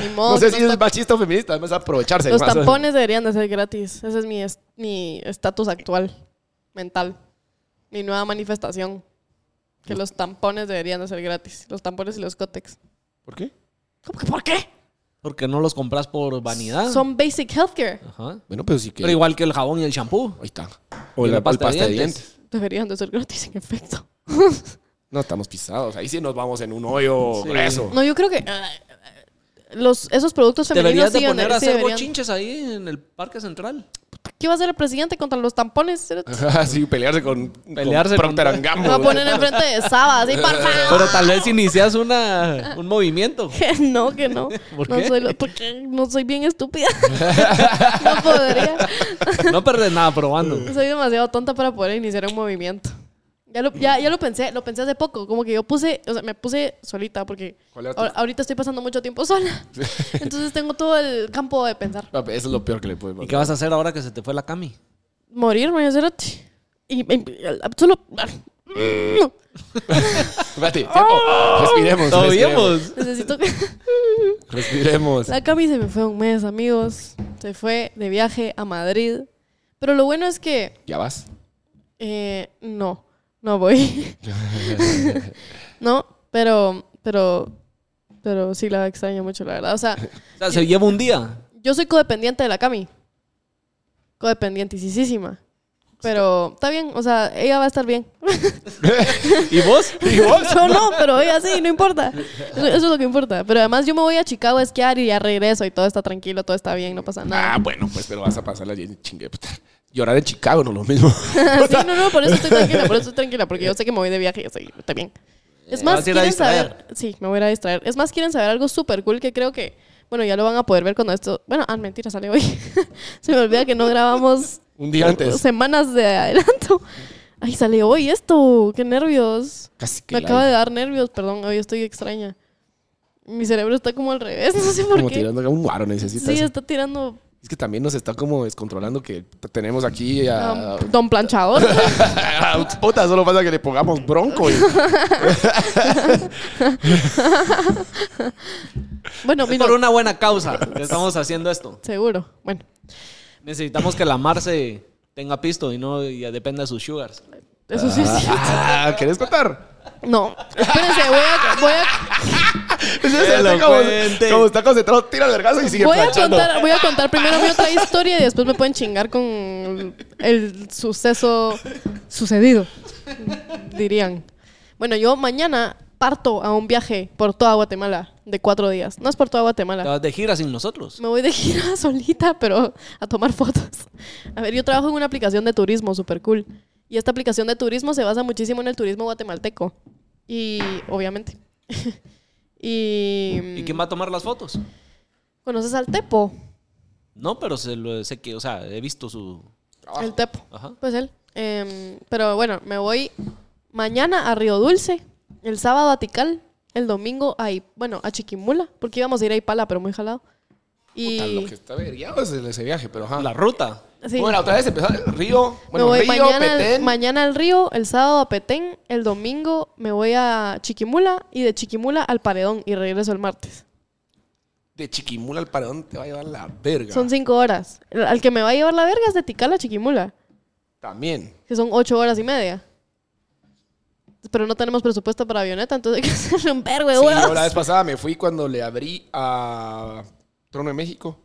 A: Ni modo,
C: No sé
A: que
C: si
A: los
C: es machista o feminista, además aprovecharse.
A: Oh, Los
C: más.
A: tampones deberían de ser gratis. Ese es mi est- mi estatus actual mental. Mi nueva manifestación. Que los tampones deberían de ser gratis. Los tampones y los cótex.
C: ¿Por qué?
A: ¿Cómo que por qué?
B: Porque no los compras por vanidad.
A: Son basic healthcare.
B: Ajá.
C: Bueno, pero sí que.
B: Pero igual que el jabón y el champú.
C: Ahí está. O
B: Y
C: la, o el pasta, de dientes.
A: Deberían de ser gratis, en efecto.
C: No, estamos pisados. Ahí sí nos vamos en un hoyo
B: Sí.
C: grueso. [laughs]
A: No, yo creo que ah, los, esos productos femeninos
B: Deberías de
A: siguen
B: poner a
A: sí,
B: hacer
A: deberían.
B: bochinches ahí en el Parque Central.
A: ¿Qué va a hacer el presidente contra los tampones?
B: Ah,
C: Ajá, sí, pelearse con,
B: Pelearse
C: con Procter
B: con-
C: and
A: Me va a
C: Gamble.
A: poner enfrente de Saba, así, por favor.
B: Pero tal vez inicias una, un movimiento.
A: [laughs] Que no, que no.
B: ¿Por
A: no
B: qué?
A: Soy lo- porque no soy bien estúpida. [laughs] no podría. [laughs]
B: No perdes nada probando.
A: Soy demasiado tonta para poder iniciar un movimiento. Ya lo, ya, ya lo pensé, lo pensé hace poco. Como que yo puse, o sea, me puse solita porque
C: ¿Cuál era tu-
A: ahor- ahorita estoy pasando mucho tiempo sola. Entonces tengo todo el campo de pensar.
C: Papi, Eso es lo peor que le puede
B: ¿Y qué
C: pasar.
B: vas a hacer ahora que se te fue la cami?
A: Morirme, yo cerote. Y, y- y- solo. ah,
C: Espérate, tiempo. Respiremos.
B: Lo
C: respiremos.
B: vimos.
A: Necesito que. [laughs]
C: Respiremos.
A: La Cami se me fue un mes, amigos. Se fue de viaje a Madrid. Pero lo bueno es que
C: ¿Ya vas?
A: Eh, no, no voy. [laughs] no, pero, pero, pero sí la extraño mucho, la verdad. O sea,
B: O sea, se lleva un día.
A: yo soy codependiente de la Cami. Codependientisísima. Pero está bien, o sea, ella va a estar bien. [laughs]
B: ¿Y vos?
C: ¿Y vos?
A: Yo no, pero ella sí, no importa. Eso, eso es lo que importa. Pero además yo me voy a Chicago a esquiar y ya regreso y todo está tranquilo, todo está bien, no pasa nada.
C: Ah, bueno, pues, pero vas a pasar la chingue. puta. Llorar en Chicago no es lo mismo. [laughs]
A: Sí, no, no, por eso estoy tranquila, por eso estoy tranquila, porque yo sé que me voy de viaje y yo sé, está bien. Es más,
B: vas a ir a
A: quieren saber.
B: distraer.
A: Sí, me voy a ir a distraer. Es más, quieren saber algo súper cool que creo que. Bueno, ya lo van a poder ver cuando esto. Bueno, ah, mentira, sale hoy. [laughs] Se me olvida que no grabamos
C: Un día antes.
A: semanas de adelanto. Ay, sale hoy esto. Qué nervios.
C: Casi que
A: Me
C: la-
A: acaba de dar nervios, perdón. Hoy estoy extraña. Mi cerebro está como al revés, [laughs] no sé por
C: Como
A: qué.
C: tirando a un guaro necesitas.
A: Sí, está tirando um,
C: Es que también nos está como descontrolando que t- tenemos aquí a...
A: um, don planchador.
C: [laughs] Puta, solo pasa que le pongamos bronco. y-
A: [laughs] bueno,
B: Es
A: vino.
B: por una buena causa que estamos haciendo esto.
A: Seguro. Bueno.
B: Necesitamos que la Marce tenga pisto y no y dependa de sus sugars.
A: Eso sí es cierto.
C: [laughs] Ah, ¿Querés contar?
A: No, espérense, voy a, voy a,
C: Es ese, está como,
B: Elocuente.
C: como está concentrado, tira el vergazo y sigue
A: voy a
C: planchando.
A: contar, voy a contar primero mi otra historia y después me pueden chingar con el, el suceso sucedido, dirían. Bueno, yo mañana parto a un viaje por toda Guatemala de cuatro días. No es por toda
B: Te
A: Guatemala.
B: vas de gira sin nosotros.
A: Me voy de gira [laughs] solita, pero a tomar fotos. A ver, yo trabajo en una aplicación de turismo súper cool. Y esta aplicación de turismo se basa muchísimo en el turismo guatemalteco. Y obviamente. [laughs] y,
B: ¿Y quién va a tomar las fotos?
A: ¿Conoces al Tepo?
B: No, pero se lo sé que, o sea, he visto su.
C: Ah,
A: El Tepo.
B: Ajá.
A: Pues él. Em, pero bueno, me voy mañana a Río Dulce, el sábado a Tical, el domingo a, I- bueno, a Chiquimula, porque íbamos a ir a Ipala, pero muy jalado.
C: Puta,
A: Y
C: Lo que está averiado es ese viaje, pero ajá.
B: La ruta.
A: sí,
C: Bueno, otra vez empezó el río. Bueno,
A: me voy
C: río,
A: mañana, al,
C: Petén.
A: mañana al Río, el sábado a Petén, el domingo me voy a Chiquimula y de Chiquimula al Paredón y regreso el martes.
C: De Chiquimula al Paredón te va a llevar la verga.
A: Son cinco horas. El- Al que me va a llevar la verga es de Tikal a Chiquimula.
C: También.
A: que son ocho horas y media. Pero no tenemos presupuesto para avioneta, entonces hay que [laughs] hacer un vergo de
C: Sí, yo
A: huevos.
C: la vez pasada me fui cuando le abrí a Trono de México.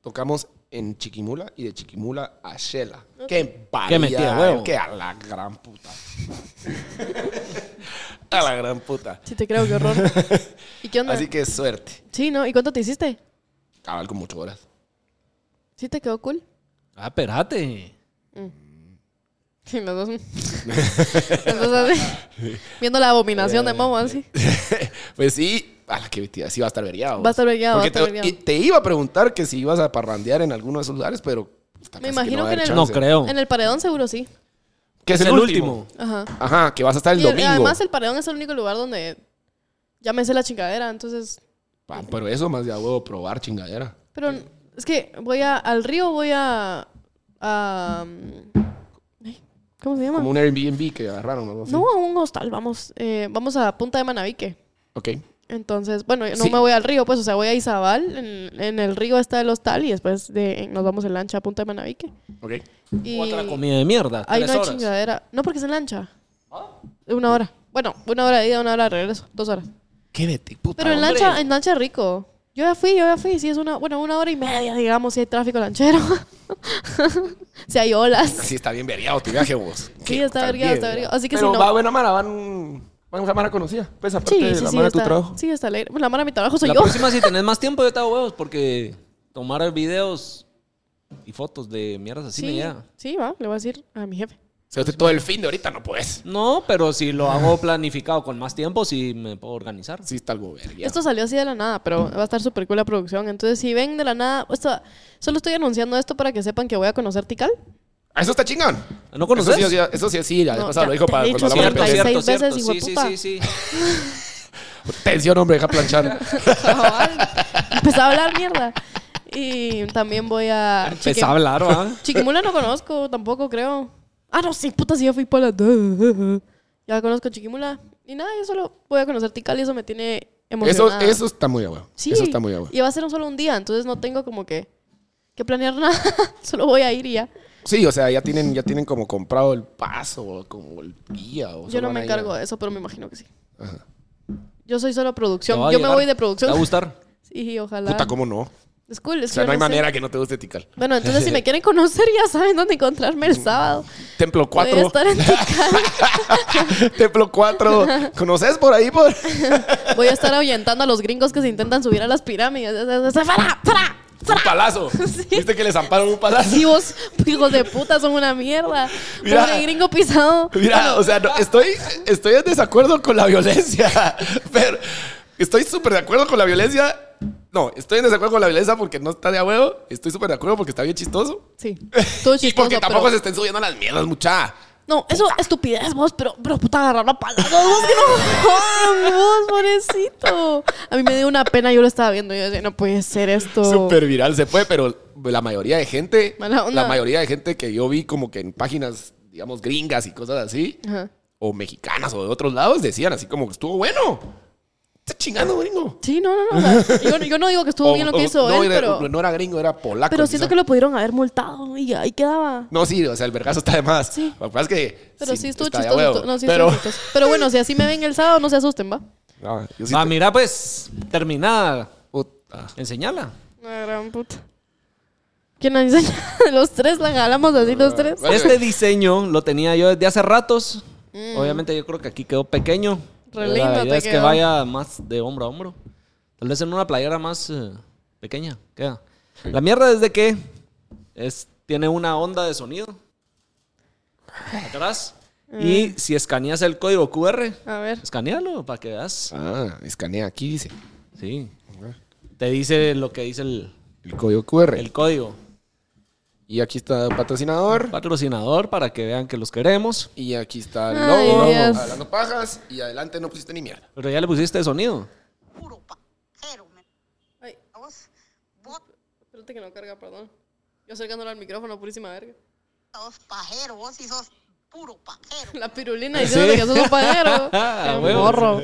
C: Tocamos en Chiquimula y de Chiquimula a Shela. Qué parida,
B: metida, huevo.
C: Qué a la gran puta. [laughs] a la gran puta.
A: Sí, te creo, qué
C: [laughs]
A: horror. ¿Y qué onda?
C: Así que suerte.
A: Sí, ¿no? ¿Y cuánto te hiciste?
C: Cabal con muchas horas.
A: ¿Sí te quedó
C: [laughs]
A: cool?
B: Ah, espérate.
A: Sí, los dos. los dos así. Viendo la abominación
C: Eh,
A: de Momo, así.
C: Pues sí, a la que metida, sí va a estar veriado.
A: Va a estar vergueado, va a
C: Porque
A: estar
C: te,
A: vergueado.
C: y te iba a preguntar que si ibas a parrandear en alguno de esos lugares, pero. puta,
A: Me
C: casi va
A: imagino que
C: a haber
A: en el-
B: No
C: chance.
B: creo.
A: En el paredón seguro sí.
C: Que es el, último.
A: Ajá.
C: Ajá, que vas a estar el
A: y el-
C: domingo.
A: además el paredón es el últico lugar donde ya me sé la chingadera, entonces...
C: Ah, pero eso más de a huevo probar chingadera.
A: Pero es que voy a, al río, voy a... a ay, ¿Cómo se llama?
C: Como un Airbnb que agarraron, ¿no?
A: No, a un hostal, vamos. Eh, vamos a Punta de Manabique.
C: Ok.
A: Entonces, bueno, no
C: Sí.
A: me voy al río, pues, o sea, voy a Izabal, en, en el río está el hostal y después de, nos vamos en lancha a Punta de Manabique.
C: Ok.
A: Y
B: Otra comida de mierda.
A: ahí
B: tres
A: no hay
B: horas. ¿Ah?
A: chingadera. No, porque es en lancha. Una hora. Bueno, una hora de ida, una hora de regreso, dos horas.
C: Qué vete, puta.
A: Pero en
B: hombre.
A: lancha, en lancha es rico. Yo ya fui, yo ya fui, sí es una, bueno, una hora y media, digamos, si hay tráfico lanchero. [laughs] si hay olas.
C: Así está bien veriado tu viaje, vos.
A: Sí, está vergueado, está vergueado. Así que
C: Pero
A: si no.
C: va buena mara, van... Van una mara conocida. Pues aparte
A: Sí,
C: de
A: sí,
C: la
A: sí,
C: mara de tu
A: está,
C: trabajo.
A: sí, está alegre. La mara de mi trabajo soy
B: La
A: yo.
B: próxima, si tenés más tiempo, yo te hago huevos porque tomar videos y fotos de mierdas así me
A: Sí,
B: llega.
A: sí, va, le voy a decir a mi jefe.
C: Se hace todo el fin de ahorita, no puedes.
B: No, pero si lo hago planificado con más tiempo, Ah. sí me puedo organizar.
C: Sí, está algo vergueado.
A: Esto salió así de la nada, pero va a estar súper cool la producción. Entonces, si ven de la nada, esto- solo estoy anunciando esto para que sepan que voy a conocer Tikal. [laughs]
C: Ah, Eso está chingón.
B: ¿No conoces?
C: Eso sí, eso sí, sí, la vez
A: No,
C: pasada
A: ya
C: lo dijo
A: te
C: para
A: he dicho,
C: cuando hablamos
B: Cierto,
C: de
A: Seis
B: cierto,
A: veces,
B: cierto.
A: hijo
B: Sí,
A: de
B: sí,
A: puta.
B: sí,
A: [laughs]
B: sí.
C: pensión. Tensión, hombre, deja planchar.
A: Cabal. Empezaba a hablar mierda. Y también voy a.
B: [laughs] Empezá a hablar, ¿va?
A: Chiquimula no conozco, tampoco creo. Ah, no, sí, puta, sí, ya fui para la. Ya conozco Chiquimula. Y nada, yo solo voy a conocer Tikal y eso me tiene
C: Eso,
A: emocionada.
C: eso está muy a huevo.
A: Sí.
C: Eso está muy a huevo.
A: Y va a ser un solo un día, entonces no tengo como que, que planear [laughs] nada. solo voy a ir y ya.
C: Sí, o sea, ya tienen, ya tienen como comprado el paso o como el guía. O
A: Yo
C: solo
A: no
C: van
A: me
C: a ir
A: encargo
C: a-
A: de eso, pero me imagino que sí.
C: Ajá.
A: Yo soy solo
B: Te
A: producción.
B: va a
A: Yo me
B: llegar.
A: voy de
B: Te va a
A: producción.
B: gustar.
A: Sí, ojalá.
C: Puta, ¿cómo no?
A: Es cool,
C: O
A: es que
C: sea,
A: yo
C: no hay
A: sé.
C: manera que no te guste Tikal.
A: Bueno, entonces
C: [laughs]
A: si me quieren conocer ya saben dónde encontrarme el sábado.
C: Templo
A: Voy a
C: 4.
A: estar en
C: [laughs]
A: Tikal.
C: Templo
A: [laughs]
C: 4. ¿Conoces por ahí? Por?
A: Voy a estar ahuyentando a los gringos que se intentan subir a las pirámides. ¡Fuera! ¡Fuera!
C: Un palazo. ¿Viste que les zamparon un palazo?
A: Sí, vos, hijos de puta, son una mierda.
C: Mira.
A: Pobre gringo pisado.
C: Mira, o sea, no, estoy, estoy en desacuerdo con la violencia, [laughs] pero estoy súper de acuerdo con la violencia. No, estoy en desacuerdo con la violencia porque no está de a huevo. Estoy súper de acuerdo porque está bien chistoso.
A: Sí. Todo
C: [laughs] y
A: chistoso,
C: porque tampoco
A: pero-
C: se estén subiendo a las mierdas, mucha.
A: No, eso estupidez, vos, pero, pero puta, agarrar la palabra, vos, que no jodan, vos, pobrecito. A mí me dio una pena, yo lo estaba viendo, yo decía, no puede ser esto.
C: Súper viral se fue, pero la mayoría de gente,
A: Oh. Mala onda.
C: la mayoría de gente que yo vi como que en páginas, digamos, gringas y cosas así,
A: Ajá.
C: o mexicanas o de otros lados, decían así como que estuvo bueno. Está chingando, gringo.
A: Sí, no, no, no. o sea, yo, yo no digo que estuvo
C: O-
A: bien lo que
C: o-
A: hizo
C: no,
A: él,
C: era-
A: pero,
C: no era gringo, era polaco.
A: pero siento
C: quizá.
A: que lo pudieron haber multado y ahí quedaba.
C: No, sí, o sea, el vergazo está de más.
A: Sí.
C: Lo que pasa es que.
A: Pero sí, estuvo
C: está de a
A: chistoso.
C: huevo.
A: estuvo- No, sí,
C: pero,
A: estuvo chistoso. Pero bueno, si así me ven el sábado, no se asusten, ¿va?
C: No, yo sí
B: Ah,
C: te-
B: mira, pues, terminada.
C: Puta.
B: Enseñala.
A: La gran puta. ¿Quién la enseña? [laughs] los tres la jalamos así, los tres.
C: Vale.
B: Este diseño lo tenía yo desde hace ratos. Obviamente yo creo que aquí quedó pequeño.
A: Mm. Re
B: Pero
A: lindo
B: La idea
A: te
B: es que
A: quedó.
B: vaya más de hombro a hombro. Tal vez en una playera más eh, pequeña. Queda. La mierda es de que es, tiene una onda de sonido atrás.
A: Mm.
B: Y si escaneas el código QR,
A: A ver.
B: escanealo para que veas.
C: Ah, escanea aquí, dice.
B: Sí. Te dice lo que dice el,
C: El código QR.
B: el código.
C: Y aquí está el patrocinador.
B: Patrocinador para que vean que los queremos.
C: Y aquí está el
A: Ay,
C: logo.
A: Dios.
C: Hablando pajas. Y adelante no pusiste ni mierda.
B: Pero ya le pusiste sonido.
D: puro pajero, men.
A: Ay,
D: A vos, vos
A: espérate que no carga, perdón. Yo acercándolo al micrófono, purísima verga. [laughs]
D: sos pajero, vos sí sos puro pajero.
A: La pirulina diciéndole que sos un paguero.
B: Ah,
A: Qué
B: huevos.
A: morro.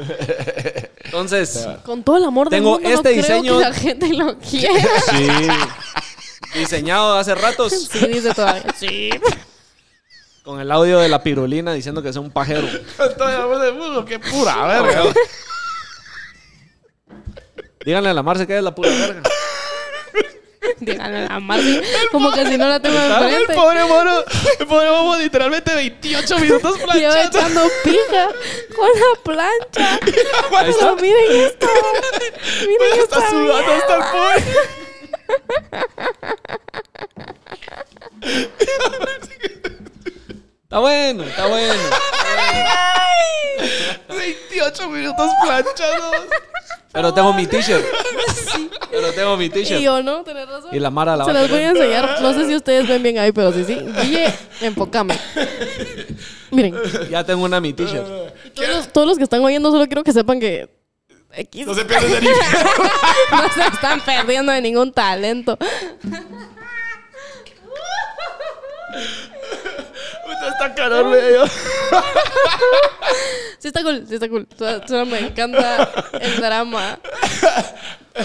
B: Entonces,
A: Con todo el amor del
B: Tengo
A: mundo,
B: este
A: no creo
B: diseño.
A: que la gente
B: [laughs]
A: lo quiera.
B: Sí. Diseñado hace ratos
A: Sí, dice [laughs] todavía. Sí.
B: con el audio de la pirulina diciendo que es un pajero.
C: [laughs] Estoy hablando de burro, qué pura [laughs] verga.
B: Díganle a la Marce que es la pura verga.
A: Díganle a la madre. Como que si no la tengo
C: Ah, El
A: enfrente.
C: pobre mono, el pobre mono literalmente [laughs] 28 minutos
A: Lleva
C: planchando.
A: echando pija con la plancha.
B: Ahí está. Pues
A: Pero miren
B: [laughs]
A: esto. Miren esta
C: Está sudando
A: mierda.
C: hasta el pobre.
B: Está bueno, está bueno.
C: 28 minutos planchados.
B: Pero tengo mi t-shirt. Pero tengo mi
A: Y
B: t-shirt.
A: yo no, tenés razón.
B: Y la Mara la va
A: Se
B: a
A: las voy a
B: tener.
A: enseñar. No sé si ustedes ven bien ahí, pero sí, sí. Guille, enfócame. Miren,
B: Ya tengo una mi t-shirt.
A: todos los, todos los que están oyendo, solo quiero que sepan que. X.
C: No se pierden de ni
A: [laughs] No se están perdiendo de ningún talento.
C: Puta, [laughs] está caro, güey.
A: Sí está cool, sí está cool. Solo, solo me encanta el drama.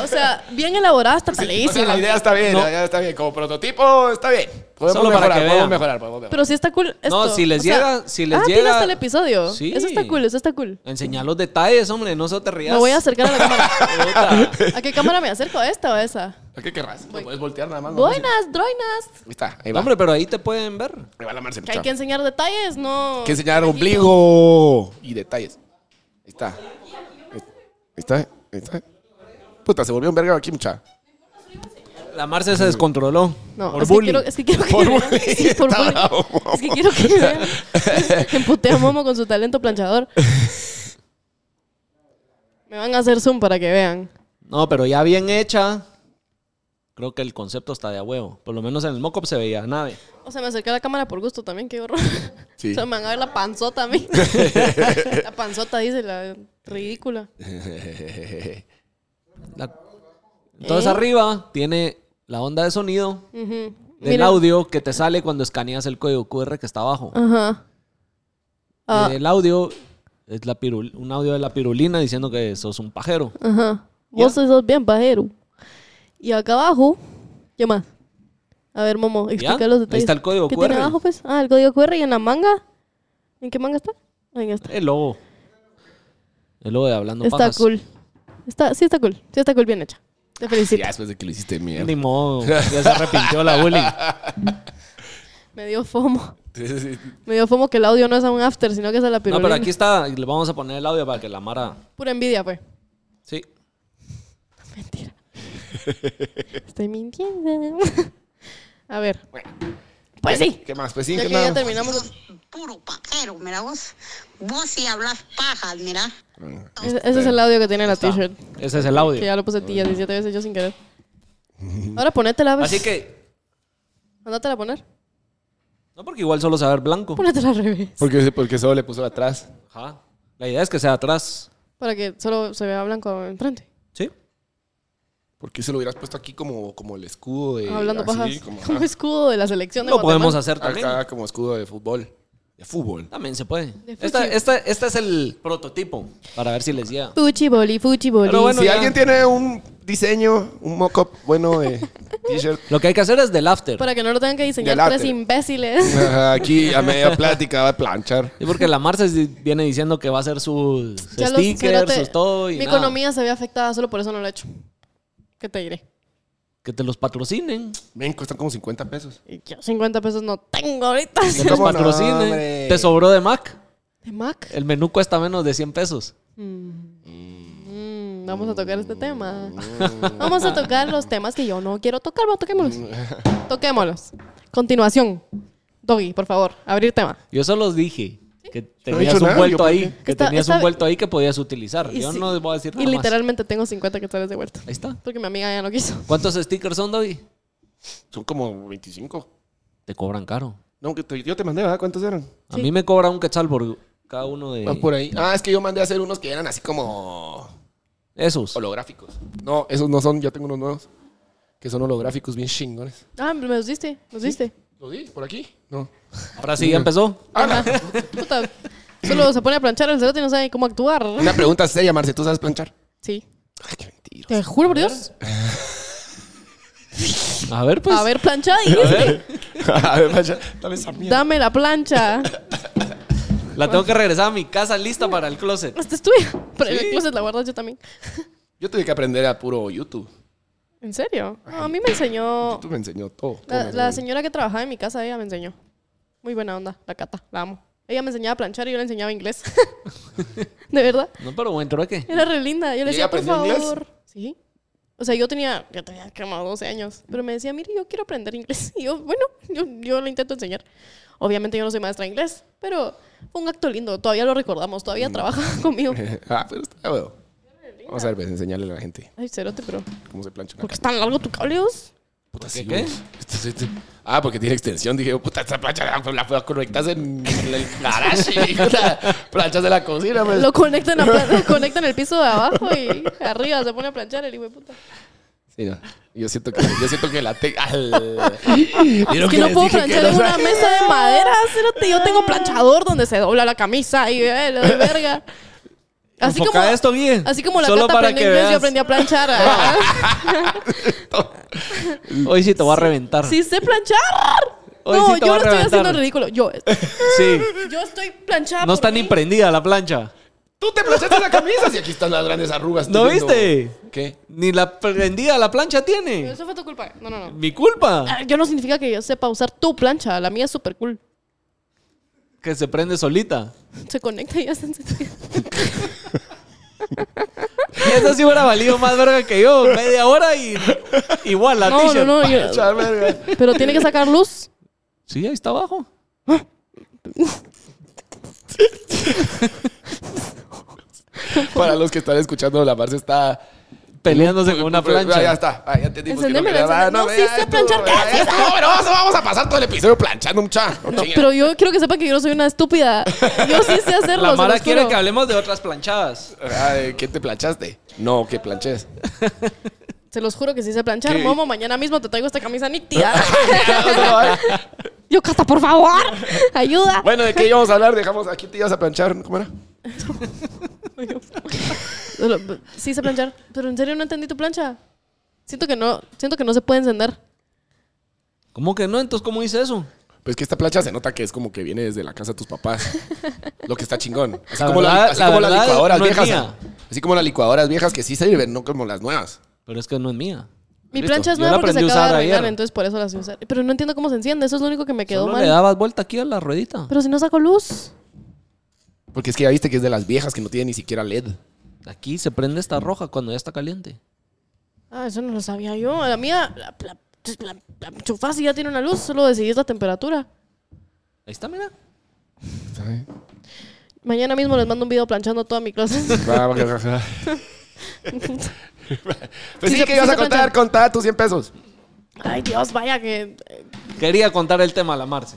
A: O sea, bien elaborada hasta
C: O sea,
A: peleísima.
C: la idea está bien,
B: No.
C: la idea está bien. Como prototipo, está bien. Podemos
B: Solo para
C: mejorar,
B: que
C: podemos
B: vean.
C: mejorar, podemos mejorar.
A: Pero sí está cool esto.
B: No, si les
A: O sea,
B: llega- si les
A: ah, tiene
B: llega-
A: hasta el episodio.
B: Sí.
A: Eso está cool, eso está cool.
B: Enseñar los detalles, hombre, no se te rías.
A: Me voy a acercar a la cámara.
B: [laughs] Puta.
A: ¿A qué cámara me acerco? ¿A esta o a esa?
C: ¿A qué querrás? Lo puedes voltear nada más. ¿no?
A: Buenas, droinas.
C: Ahí está, ahí
B: No,
C: va.
B: hombre, pero ahí te pueden ver.
C: Ahí va la Marcel.
A: Que hay
C: chao.
A: que enseñar detalles, no.
C: Hay que enseñar ombligo y detalles. Ahí está. Ahí está, ahí está. Puta, se volvió un verga aquí, mucha.
B: La Marce se descontroló.
A: No,
B: Por
A: es que,
B: bullying.
A: quiero, es que quiero que
C: Por
A: vean-
C: bullying,
A: [laughs] sí, por
C: está [laughs]
A: bullying.
C: bravo.
A: Es que quiero
B: [laughs]
A: que vean que emputé a Momo con su talento planchador. Me van a hacer zoom para que vean.
B: No, pero ya bien hecha. Creo que el concepto está de a huevo. Por lo menos en el mock se veía nave.
A: O sea, me acerqué a la cámara por gusto también, qué horror. [laughs]
C: Sí.
A: O sea, me van a ver la panzota a mí. la panzota, dice, la ridícula.
B: La- Entonces
A: ¿Eh?
B: arriba tiene la onda de sonido
A: Ujú.
B: del
A: Mira.
B: audio que te sale cuando escaneas el código QR que está abajo. Eh,
A: Ajá. Ah,
B: El audio es la pirul- un audio de la pirulina diciendo que sos un pajero.
A: Ajá. Vos sos bien pajero. Y acá abajo, ¿qué más? A ver, Momo, explica
B: Ahí
A: los detalles.
B: está el código
A: ¿Qué
B: QR.
A: tiene abajo, pues? Ah, el código QR y en la manga. ¿En qué manga está? Ahí está.
B: El lobo. El lobo de hablando
A: Está
B: pajas.
A: cool. Está, sí está cool. Sí está cool, bien hecha.
B: Ah,
A: Te felicito.
C: Ya después de que lo hiciste mierda.
B: Ni modo. Ya se arrepintió la bullying.
A: Me dio fomo.
C: Sí, sí, sí.
A: Me dio fomo que el audio no es a un after, sino que es a la
B: No,
A: pirulina.
B: pero aquí está. Le vamos a poner el audio para que la Mara.
A: Pura envidia, pues. [laughs]
B: Sí.
C: [laughs]
A: Mentira. Estoy mintiendo. a ver. Pues sí.
C: ¿Qué más? Pues sí,
A: Ya
C: que
A: que ya
C: nada.
A: terminamos.
D: Sos puro pajero, mira vos. Vos sí hablas pajas, mira.
C: Ah.
A: Ese, ese es el audio que tiene la
B: Está.
A: t-shirt.
B: Ese es el
A: Que
B: audio.
A: ya lo puse a ti ya 17 veces yo sin querer. Ahora ponétela, ¿ves?
B: Así que.
A: Mándatela a poner.
B: No, porque igual solo saber blanco.
A: Ponétela al revés.
C: Porque, porque solo le puso atrás.
B: Ajá. La idea es que sea atrás.
A: Para que solo se vea blanco enfrente.
B: Sí.
C: Porque se lo hubieras puesto aquí como, como el escudo de.
A: Hablando
C: así,
A: pajas.
C: Como,
A: Como, [laughs]
C: ajá.
A: escudo de la selección de
B: Lo podemos
A: Guatemala.
B: hacer también.
C: Acá, como escudo de fútbol. De fútbol.
B: También se puede.
A: De
B: Esta,
A: fuchi.
B: esta, esta es el prototipo. Para ver si les llega.
A: Fuchi boli, fuchi boli.
B: Pero bueno,
C: si
B: ya.
C: alguien tiene un diseño, un mock-up bueno
A: [laughs]
C: de t-shirt.
B: Lo que hay que hacer es del after.
A: Para que no lo tengan que diseñar
C: Del
A: tres
C: arte.
A: imbéciles.
C: ajá, Aquí a media plática va a planchar.
B: Sí, porque la Marce sí viene diciendo que va a hacer sus
A: Ya los-
B: stickers,
A: espérate,
B: sus todo y
A: Mi
B: nada.
A: economía se ve afectada, solo por eso no lo he hecho. ¿Qué te diré?
B: Que te los
A: [laughs]
B: patrocinen.
C: Ven, cuestan como 50 pesos.
A: Y Yo 50 pesos no tengo ahorita.
B: Que los
C: ¿Cómo no,
B: patrocinen.
C: hombre?
B: te sobró de Mac.
A: ¿De Mac?
B: El menú cuesta menos de 100 pesos.
A: Mm, vamos a tocar este tema. Vamos a tocar los temas que yo no quiero tocar. Vamos, toquémoslos. Toquémoslos. Continuación. Doggy, por favor, abrir tema.
B: Yo solo os dije que
C: he
B: tenías
C: dicho
B: un
C: nada,
B: vuelto
C: yo
B: ahí,
C: porque-
B: que
A: Está-
B: tenías
A: está-
B: un vuelto ahí que podías utilizar.
A: Y
B: Yo
A: sí.
B: no les voy a decir nada
A: Y
B: más.
A: literalmente tengo 50 quetzales de vuelta.
B: Ahí está.
A: Porque mi amiga ya no quiso.
B: ¿Cuántos stickers son, David?
C: Son como 25.
B: Te cobran caro.
C: No, que te- yo te mandé, ¿verdad? ¿Cuántos eran?
B: A mí me cobra un quetzal por cada uno de
C: Van por ahí. Ah, es que yo mandé a hacer unos que eran así como
B: esos.
C: holográficos. No, esos no son. Yo tengo unos nuevos que son holográficos bien chingones.
A: Ah, me los diste, los diste.
C: ¿Lo di? ¿Por aquí? No.
B: Ahora sí, ya
C: Mm.
B: empezó.
A: Puta, solo se pone a planchar el cerote y no sabe cómo actuar.
C: Una pregunta seria, Marce. ¿Tú sabes planchar?
A: Sí.
C: Ay, qué [laughs] mentira.
A: Te juro por Dios.
B: A ver, pues.
A: A ver, plancha, dijiste.
C: a ver, planchar. Dame esa mierda.
A: Dame la
C: [laughs]
A: plancha.
B: La tengo que regresar a mi casa lista para el closet.
A: Esta es tuya. Pero en
B: Sí.
A: el closet la guardas yo también.
C: Yo tuve que aprender a puro YouTube.
A: ¿En serio? No, a mí me enseñó.
C: YouTube me enseñó todo. todo me
A: La, la
C: enseñó.
A: señora que trabajaba en mi casa, ella me enseñó. Muy buena onda, la cata, la amo. Ella me enseñaba a planchar y yo le enseñaba
C: [laughs]
A: inglés. de verdad.
B: No, pero buen trueque.
A: Era re linda. Yo le
C: ¿Y ella
A: decía, por
C: aprendió inglés?
A: favor. Sí. O sea, yo tenía, yo tenía como 12 años, pero me decía, mire, yo quiero aprender inglés. [laughs] Y yo, bueno, yo, yo le intento enseñar. Obviamente yo no soy maestra de inglés, pero fue un acto lindo. Todavía lo recordamos, todavía
C: Mm.
A: trabaja [laughs] conmigo.
C: [laughs] ah, pero está huevo. Vamos a ver, pues, enseñarle a la gente
A: Ay, cerote, pero
C: cómo se plancha una
A: ¿por qué es tan largo tu cableos?
C: Puta,
B: ¿Por qué
C: sí,
B: qué?
C: güey. Este- este- este- Ah, porque tiene extensión. Dije, puta, esta plancha la, la puedo conectar en el [laughs] garage. puta, planchas de la cocina, pues.
A: Lo conectan, a pla- lo conectan el piso de abajo y arriba se pone a planchar el hijo de puta.
C: Sí, Mira, yo siento que, yo siento que la te... ¡Al!
A: Es
C: ¿Vieron
A: que no
C: les
A: puedo
C: dije que
A: planchar
C: no
A: en una
C: sabe?
A: mesa de madera, cerote. Yo tengo planchador donde se dobla la camisa y eh, lo de
B: [laughs]
A: verga. Así
B: Enfoca
A: como,
B: esto bien.
A: así como la
B: Solo
A: cata
B: para
A: aprendió
B: que
A: inglés,
B: veas.
A: yo aprendí a
B: [laughs]
A: planchar. ah.
B: Hoy sí te voy a reventar.
A: sí sé planchar.
B: Hoy
A: no,
B: sí te
A: yo
B: va a
A: no estoy
B: reventar.
A: haciendo ridículo. Yo, eh,
B: [laughs] Sí.
A: yo estoy planchada.
B: No
A: por
B: está
A: mí.
B: ni prendida la plancha.
C: Tú te planchaste la camisa y aquí están las grandes arrugas.
B: ¿No
C: tú viendo-
B: viste?
C: ¿Qué?
B: Ni la prendida la plancha tiene.
A: Eso fue tu culpa. No, no, no.
B: Mi culpa.
A: Ah, Yo no significa que yo sepa usar tu plancha. La mía es súper cool.
B: Que se prende solita.
A: Se conecta y ya está encendida.
B: Y eso sí hubiera valido más verga que yo. Media hora y igual la
A: No, no,
B: t-shirt.
A: no. yo-
C: Planchar, verga.
A: pero tiene que sacar luz.
B: Sí, ahí está abajo.
C: Para los que están escuchando, la Marce está...
B: Peleándose con una
C: Ah, ya
B: plancha.
C: está. Ah, ya entendimos. que
A: Encendémela,
C: quería-
A: encendémela. No,
C: ya
A: sí sé
C: estuvo,
A: planchar,
C: ya estuvo, pero vamos, vamos a pasar todo el episodio planchando, mucha. No
A: No,
C: chinguen.
A: pero yo quiero que sepan que yo no soy una estúpida. Yo sí sé hacerlo.
B: La
A: se
B: Mara
A: los
B: quiere
A: juro.
B: que hablemos de otras planchadas.
C: Ah, ¿de ¿Qué te planchaste? No,
B: [laughs]
C: que planches.
A: Se los juro que sí sé planchar.
C: ¿Qué?
A: Momo, mañana mismo te traigo esta camisa
B: [laughs]
A: nítida. yo, Cata, por favor. Ayuda.
C: bueno, ¿de qué íbamos a hablar? Dejamos aquí te ibas a planchar. ¿Cómo era?
A: [laughs] Sí sé planchar. Pero en serio no entendí tu plancha. Siento que no, siento que no se puede encender.
B: ¿Cómo que no? Entonces, ¿cómo hice eso?
C: Pues que esta plancha se nota que es como que viene desde la casa de tus papás. Lo que está chingón. Así
B: La
C: como, la,
B: verdad-
C: así
B: la
C: como las
B: verdad
C: licuadoras
B: no es
C: viejas.
B: mía.
C: Así como las licuadoras viejas que sí sirven, no como las nuevas.
B: Pero es que no es mía.
A: Mi
C: Listo,
A: plancha es
B: yo la
A: nueva porque se
B: aprendí a
A: acaba de
B: usar
A: arreglar,
B: ayer.
A: entonces por eso la sé usar. Pero no entiendo cómo se enciende, eso es lo único que me quedó
B: Solo
A: mal.
B: le dabas vuelta aquí a la ruedita.
A: Pero si no saco luz.
C: Porque es que ya viste que es de las viejas que no tiene ni siquiera E LED.
B: Aquí se prende esta roja cuando ya está caliente.
A: Ah, eso no lo sabía yo. La mía, la, la, la, la enchufás y ya tiene una luz, solo decidís la temperatura.
B: Ahí está, mira.
C: ¿Sabe?
A: Mañana mismo les mando un video planchando toda mi
C: [laughs]
A: closet.
C: Va, va, va, va. pues
A: Sí
C: sí,
A: se-
C: que
A: sí
C: ibas
A: se
C: a contar,
A: plancha.
C: contá tus 100 pesos.
A: Ay, Dios, vaya que. eh,
B: Quería contar el tema a la Marce.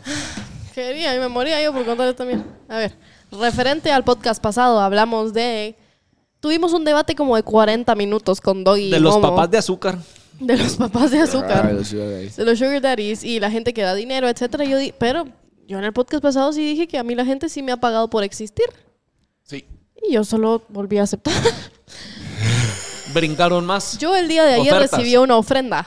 A: Quería y me moría yo por contar esto también. A ver, referente al podcast pasado, hablamos de. Tuvimos un debate como de 40 minutos con Doggy. y
B: De los
A: Momo.
B: papás de azúcar.
A: [laughs] De los papás de azúcar.
C: Ah, los sugar daddies.
A: de los sugar daddies y la gente que da dinero, etcétera. Yo di- pero yo en el podcast pasado sí dije que a mí la gente sí me ha pagado por existir
C: Sí.
A: y yo solo volví a aceptar. [laughs]
B: Brincaron más.
A: Yo el día de ayer
B: Ofertas.
A: recibí una ofrenda,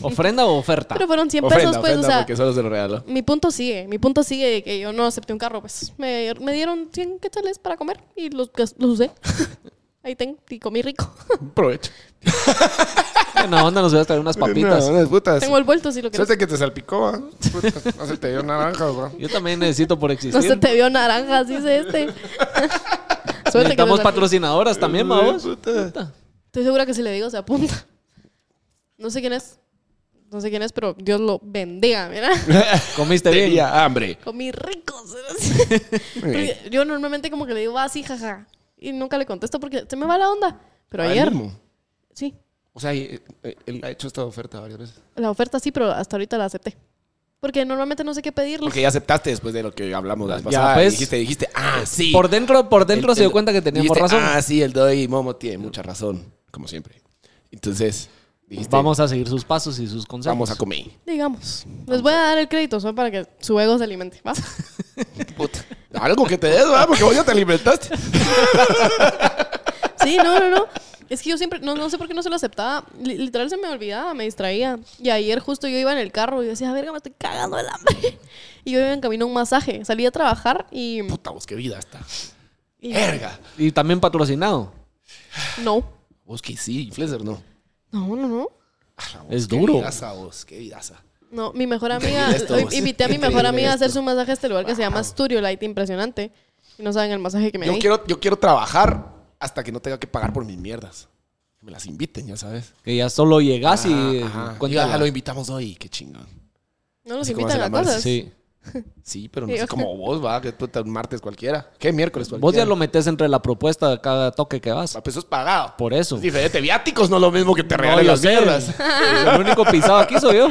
B: ¿Ofrenda o oferta?
A: pero fueron 100
C: Ofrenda,
A: pesos, pues,
C: ofrenda,
A: o sea,
C: porque solo se lo
B: [laughs]
C: regaló.
A: mi punto sigue, mi punto sigue de que yo no acepté un carro, pues me, me dieron 100 quetzales para comer y los, gas- los usé. [laughs] Ahí tengo, y comí rico. [laughs]
C: Provecho.
B: No, onda nos voy a traer unas papitas.
C: No, unas putas.
A: tengo el vuelto, si lo quieres.
C: Suerte que te salpicó, ¿ah? Puta, No se te dio naranja, bro.
B: Yo también necesito por
A: No se
B: existir.
A: te vio naranja, dice
C: [laughs]
A: este. Suerte que no
B: Necesitamos
A: es así.
B: patrocinadoras también, vamos.
A: Estoy segura que si le digo se apunta. No sé quién es. No sé quién es, pero Dios lo bendiga,
C: [laughs]
A: mira.
B: Comiste bien.
C: Tenía hambre.
A: Comí ricos.
C: [laughs] Muy bien.
A: yo normalmente como que le digo, ah, sí, jaja. Y nunca le contesto porque se me va la onda. Pero
C: Al
A: ayer,
C: mismo.
A: sí.
C: O sea, eh, eh, él ha hecho esta oferta varias veces.
A: La oferta sí, pero hasta ahorita la acepté. Porque normalmente no sé qué pedirle.
C: Porque ya aceptaste después de lo que hablamos las
B: Ya,
C: pasadas.
B: pues.
C: dijiste, dijiste, ah, sí.
B: Por dentro, por dentro
C: El-
B: se dio
C: el-
B: cuenta que teníamos
C: dijiste,
B: razón.
C: Ah, sí, el Doy Momo tiene mucha razón, como siempre. Entonces, dijiste, vamos,
B: Vamos a seguir sus pasos y sus consejos.
C: a comer.
A: Digamos. Les voy a dar el crédito solo para que su ego se alimente. ¿va? [laughs]
C: Puta. Algo que te des, ¿verdad? Porque vos ya te alimentaste.
A: Sí, no, no, no. Es que yo siempre, no, no sé por qué no se lo aceptaba. Li- Literal se me olvidaba, me distraía. Y ayer justo yo iba en el carro y yo decía, verga, me estoy cagando el hambre. [laughs] Y yo iba en camino a un masaje. Salí a trabajar y...
C: Puta, vos, qué vida está.
A: y-
C: Verga.
B: Y también patrocinado.
A: no.
C: Vos que sí, influencer, no.
A: No, no, no.
C: Ah, vos,
B: Es
C: qué
B: duro.
C: Vidaza, vos, qué vidaza.
A: No, mi mejor amiga,
C: Increíble esto,
A: hoy invité a mi mejor
C: increíble
A: amiga a
C: esto.
A: hacerse un masaje a este lugar que se llama Studio Light, impresionante. Y no saben el masaje que me
C: Yo
A: di.
C: quiero, yo quiero trabajar hasta que no tenga que pagar por mis mierdas. Que me las inviten, ya sabes.
B: Que ya solo
C: Ah,
B: llegas y
C: Ajá, ajá.
B: cuéntala.
C: Ya "Ah, lo invitamos hoy, qué chingón.
A: No los
C: Así como
A: invitan
C: hace
A: a
C: la Marce,
A: cosas.
B: Sí.
C: Sí, pero no
A: Sí,
C: sé
A: ojo.
C: como vos, va, que puta, un martes cualquiera. ¿Qué miércoles cualquiera?
B: Vos ya lo metes entre la propuesta de cada toque que vas.
C: A pesos pagado.
B: Por eso.
C: Es diferente. Viáticos no es lo mismo que te regalen
B: yo
C: las
B: sé.
C: mierdas.
B: [laughs] El único pisado aquí soy yo.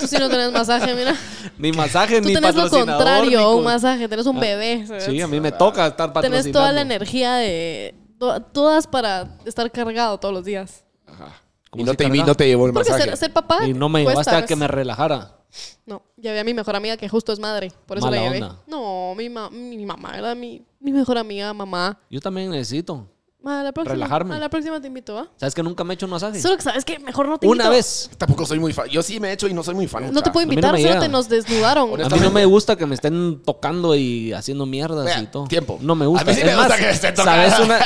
A: Tú sí no tenés masaje,
B: [laughs]
A: mira.
B: Ni masaje,
A: Tú
B: ni
A: tenés lo
B: patrocinador,
A: contrario
B: ni
A: a un
B: co-
A: masaje. Tenés un bebé.
B: Sí, a mí me toca estar patrocinando.
A: Tenés toda la energía de. to- todas para estar cargado todos los días.
C: Ajá. Y
B: como
C: no
B: si
C: te, y
B: cargaba.
C: no te llevó el
A: Porque
C: masaje.
A: ser, ser papá.
B: Y no me
A: cuesta,
B: llevaste a
A: pues.
B: que me relajara.
A: No, ya había mi mejor amiga que justo es madre. Por eso
B: Mala
A: la llevé.
B: onda.
A: No, mi, ma- mi mamá era mi, mi mejor amiga, mamá.
B: Yo también necesito.
A: A la próxima,
B: Relajarme.
A: A la próxima te invito, ¿va?
B: ¿Sabes que nunca me he hecho un masaje?
A: Solo que sabes que mejor no te
B: Una
A: invito.
B: vez.
C: Tampoco soy muy fan. Yo sí me he hecho y no soy muy fan.
A: No te
C: mucha.
A: puedo
B: A mí no
A: invitar,
B: me
A: solo
B: llega.
A: te nos desnudaron.
B: A
C: Honesta-
B: mí no me gusta que me estén tocando y haciendo mierdas
C: Vea,
B: y todo.
C: tiempo.
B: No me gusta.
C: A mí
B: Es
C: sí me gusta
B: más,
C: que me estén tocando.
B: ¿Sabes
C: [laughs]
B: una?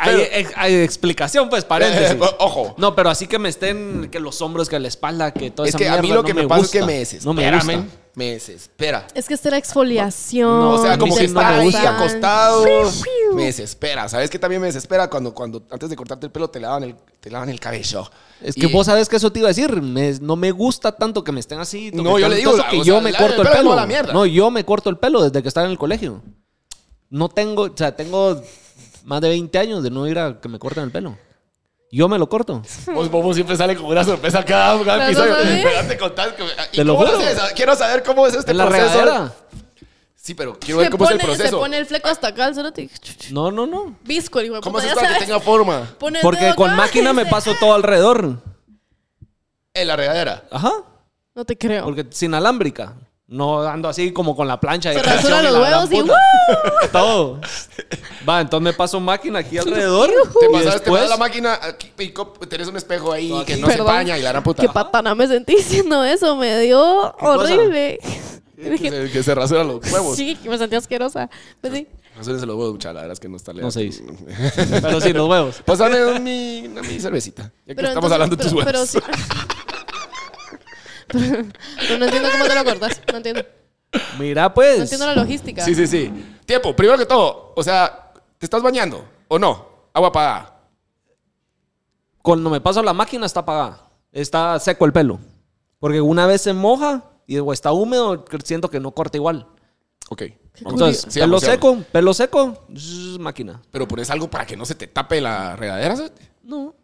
B: hay, ex- hay explicación, pues, paréntesis.
C: Eh, ojo.
B: No, pero así que me estén, que los hombros, que la espalda, que toda
C: Es
B: esa
C: que a mí
B: mierda,
C: lo
B: no
C: que me, pasa es
B: gusta.
C: que me desespera.
B: No me gusta.
C: men. Me desespera.
A: Es que esta era exfoliación.
B: No,
C: O sea,
B: a mí
C: como
B: sí
C: que
B: no
C: está
B: me
C: ahí
B: gusta.
C: acostado. Me desespera. ¿Sabes qué también me desespera? Cuando, cuando antes de cortarte el pelo te lavan el, te lavan el cabello.
B: Es
C: Y-
B: que vos sabes que eso te iba a decir. me- no me gusta tanto que me estén así.
C: No,
B: toqueteando
C: yo le digo,
B: todo eso, que
C: o
B: yo
C: sea,
B: me
C: la- el
B: corto el
C: pelo es
B: pelo.
C: mala mierda.
B: No, yo me corto el pelo desde que estaba en el colegio. No tengo, o sea, tengo más de 20 años de no ir a que me corten el pelo. Yo me lo corto.
C: Vos, Bobo siempre sale con una sorpresa cada, cada
A: ¿Pero
C: episodio.
A: sabes?
C: Pero ya te contás que- ¿y
B: Te lo
C: cómo
B: juro.
C: haces? Ah, Quiero saber cómo es este
B: en la
C: proceso.
B: regadera.
C: Sí, pero quiero
A: se
C: ver cómo
A: pone,
C: es el
A: se
C: proceso.
A: pone el fleco hasta acá, el cerote.
B: No, no, no.
A: Visco, el hijo de
C: ¿Cómo
A: puta, ya
C: haces para que
A: sabes.
C: tenga forma?
A: Pone el
B: Porque
A: dedo
B: con
A: acá y
B: máquina me
A: dice,
B: paso todo alrededor.
C: En la regadera.
B: Ajá.
A: No te creo.
B: Porque es inalámbrica. No ando así como con la plancha. [laughs] de
A: Se
B: tracción
A: rasura
B: y la
A: los
B: gran
A: huevos y "Uh,
B: puta.
A: ¡woo!
B: Todo. Va, entonces me paso máquina aquí alrededor.
C: Te
B: y
C: pasas, te
B: después-
C: vas a la máquina aquí, y co- tenés un espejo ahí
B: Todo
C: que
B: aquí.
C: no
A: Perdón.
C: se empaña y la gran puta.
A: Qué patana me sentí diciendo eso. Me dio
C: [laughs]
A: horrible.
C: Que se, que se rasuran los huevos.
A: Sí, que me sentí asqueroso. Pues sí.
C: Rasúrense los huevos, mucha, la verdad es que no está legal.
B: No se dice. Pero sí, los huevos.
C: Pásame un- mi, una- mi cervecita. Ya que
A: Pero
C: estamos
A: entonces-
C: hablando de tus
A: pero-
C: huevos.
A: pero sí. [laughs] Pero no entiendo cómo te lo cortas. No entiendo.
B: Mira,
A: No
B: pues.
A: entiendo la logística.
C: Sí, sí, sí. Tiempo, primero que todo, o sea, ¿te estás bañando o no? Agua apagada.
B: Cuando me paso la máquina está apagada. Está seco el pelo. Porque una vez se moja y o está húmedo, siento que no corta igual.
C: Ok.
B: Entonces,
C: Sí,
B: pelo
C: vamos, sí,
B: seco, pelo seco, zzz, máquina.
C: Pero pones algo para que no se te tape la regadera. ¿sabes?
B: No.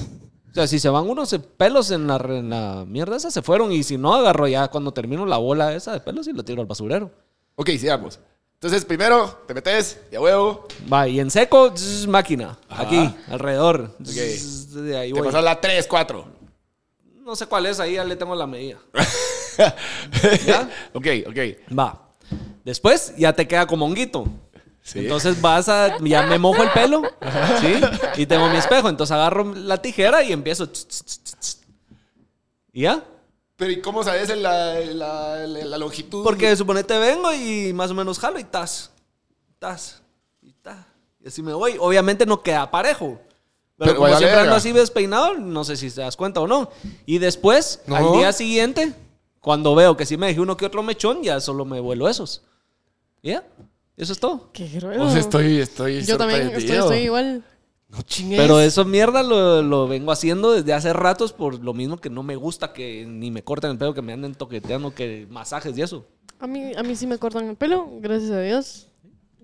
B: O sea, si se van unos pelos en la, re- en la mierda esa, se fueron. Y si no, agarro ya cuando termino la bola esa de pelos y la tiro al basurero.
C: Ok, sigamos. Entonces, primero te metes y a huevo,
B: Va, y en seco, zzz, máquina. Aquí, alrededor.
C: Ok.
B: De ahí
C: te
B: voy.
C: pasas la 3, 4.
B: No sé cuál es, ahí ya le tengo la
C: [laughs]
B: medida. ¿Ya?
C: ok, ok.
B: Va. Después ya te queda como honguito.
C: Sí.
B: Entonces vas a. Ya me mojo el pelo. ¿Sí? Y tengo mi espejo. Entonces agarro la tijera y empiezo. tss, tss, tss, tss. ¿Y ya?
C: Pero ¿y cómo sabes en la, en la, en la longitud?
B: Porque suponete vengo y más o menos jalo y tas. Tas. Y tas. Y así me voy. Obviamente no queda parejo. Pero,
C: Pero
B: como
C: vale
B: siempre
C: verga.
B: ando así despeinado, no sé si te das cuenta o no. Y después,
C: No.
B: al día siguiente, cuando veo que sí me dejé uno que otro mechón, ya solo me vuelo esos. ¿Ya? Eso es todo.
A: Qué grueso.
C: Pues estoy, estoy
A: Yo también estoy,
C: sorprendido.
A: estoy igual.
C: No chingues.
B: Pero eso mierda lo, lo vengo haciendo desde hace ratos por lo mismo que no me gusta que ni me corten el pelo, que me anden toqueteando, que masajes y eso.
A: A mí, a mí sí me cortan el pelo, gracias a Dios.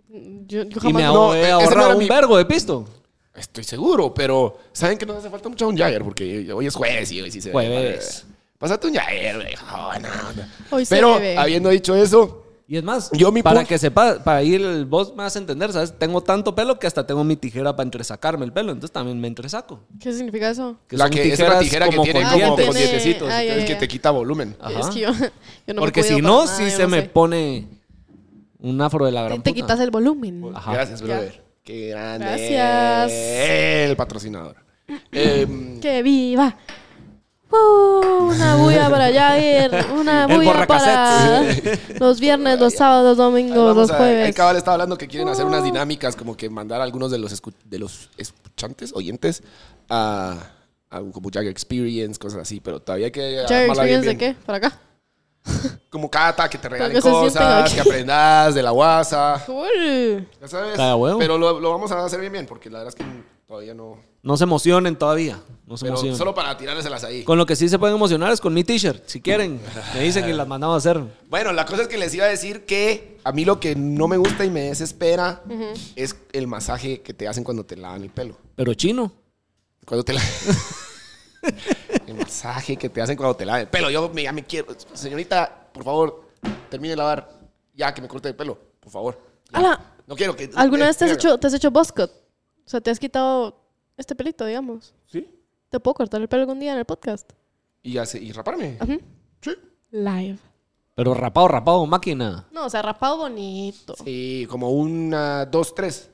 A: Yo, yo
B: Y
A: jamás.
B: me
A: no-
C: No, eh,
B: ahor- he
C: ese no
B: ahorrado
C: era
B: un
C: mi-
B: vergo de pisto.
C: Estoy seguro, pero ¿saben que no hace falta mucho un Jagger? Porque hoy es jueves y hoy sí se
B: Jueves.
C: Pásate un Jagger, güey. Oh, no, no.
A: Hoy se
C: Pero
A: bebe.
C: habiendo dicho eso,
B: Y es más,
C: Yo mi
B: para
C: punto-
B: que sepa, para ir, el- vos me vas a entender, ¿sabes? Tengo tanto pelo que hasta tengo mi tijera para entresacarme el pelo, entonces también me entresaco.
A: ¿Qué significa eso?
C: la que es una tijera que tiene
A: con
C: como con
A: dientes.
C: dientecitos,
A: Ay, ay,
C: es que
A: ay.
C: te quita volumen.
B: Ajá.
A: Es que yo, [laughs] yo no me
B: Porque
A: cuido
B: si
A: para
B: no,
A: nada,
B: sí
A: yo
B: se
A: no
B: me
A: sé.
B: pone un afro de la
A: Te,
B: gran
A: te
B: puta.
A: quitas el volumen. Ah,
B: Ajá.
C: Gracias,
A: Ya.
C: brother. Qué grande.
A: Gracias.
C: El patrocinador. Em,
A: ¡Que viva! ¡Uh!
B: [laughs]
A: una bulla para Jagger, una
B: El
A: bulla para
B: [laughs]
A: los viernes, los sábados,
C: ahí
A: domingos,
C: vamos
A: los
C: a- ahí
A: jueves. Uh.
C: Cabal estaba hablando que quieren hacer unas dinámicas, como que mandar a algunos de los, escu- de los escuchantes, oyentes, a, a un- como Jagger Experience, cosas así, pero todavía hay que...
A: ¿Jagger
C: armarla bien,
A: Experience de
C: bien.
A: qué? ¿Para acá?
C: Como cata, que te regalen
A: que se sienten
C: cosas,
A: aquí.
C: que aprendas de la guasa.
A: ¡Cool!
C: Ya sabes.
B: Cada huevo.
C: Pero lo, lo vamos a hacer bien bien, porque la verdad es que todavía no.
B: No se emocionen todavía. No se
C: Pero
B: emocionen.
C: solo para tirárselas ahí.
B: Con lo que sí se pueden emocionar es con mi t-shirt, si quieren. Me dicen que las mandaba a hacer.
C: Bueno, la cosa es que les iba a decir que a mí lo que no me gusta y me desespera es el masaje que te hacen cuando te lavan el pelo.
B: Pero chino.
C: Cuando
B: [laughs]
C: te la... el masaje que te hacen cuando te lavan el pelo. Yo me, ya me quiero. Señorita, por favor, termine de lavar. Ya que me corte el pelo, por favor. Ya.
A: Ala,
C: No quiero que.
A: ¿Alguna
C: eh,
A: vez te has
C: verga.
A: hecho, te has hecho buzz cut? O sea, te has quitado este pelito, digamos.
C: Sí.
A: ¿Te ¿Te puedo cortar el pelo algún día en el podcast?
C: Y, hace, y raparme.
A: Ujú.
C: Sí.
A: Live.
B: Pero rapado, rapado, máquina.
A: No, o sea, rapado bonito. Sí.
C: Sí, como una, dos, tres.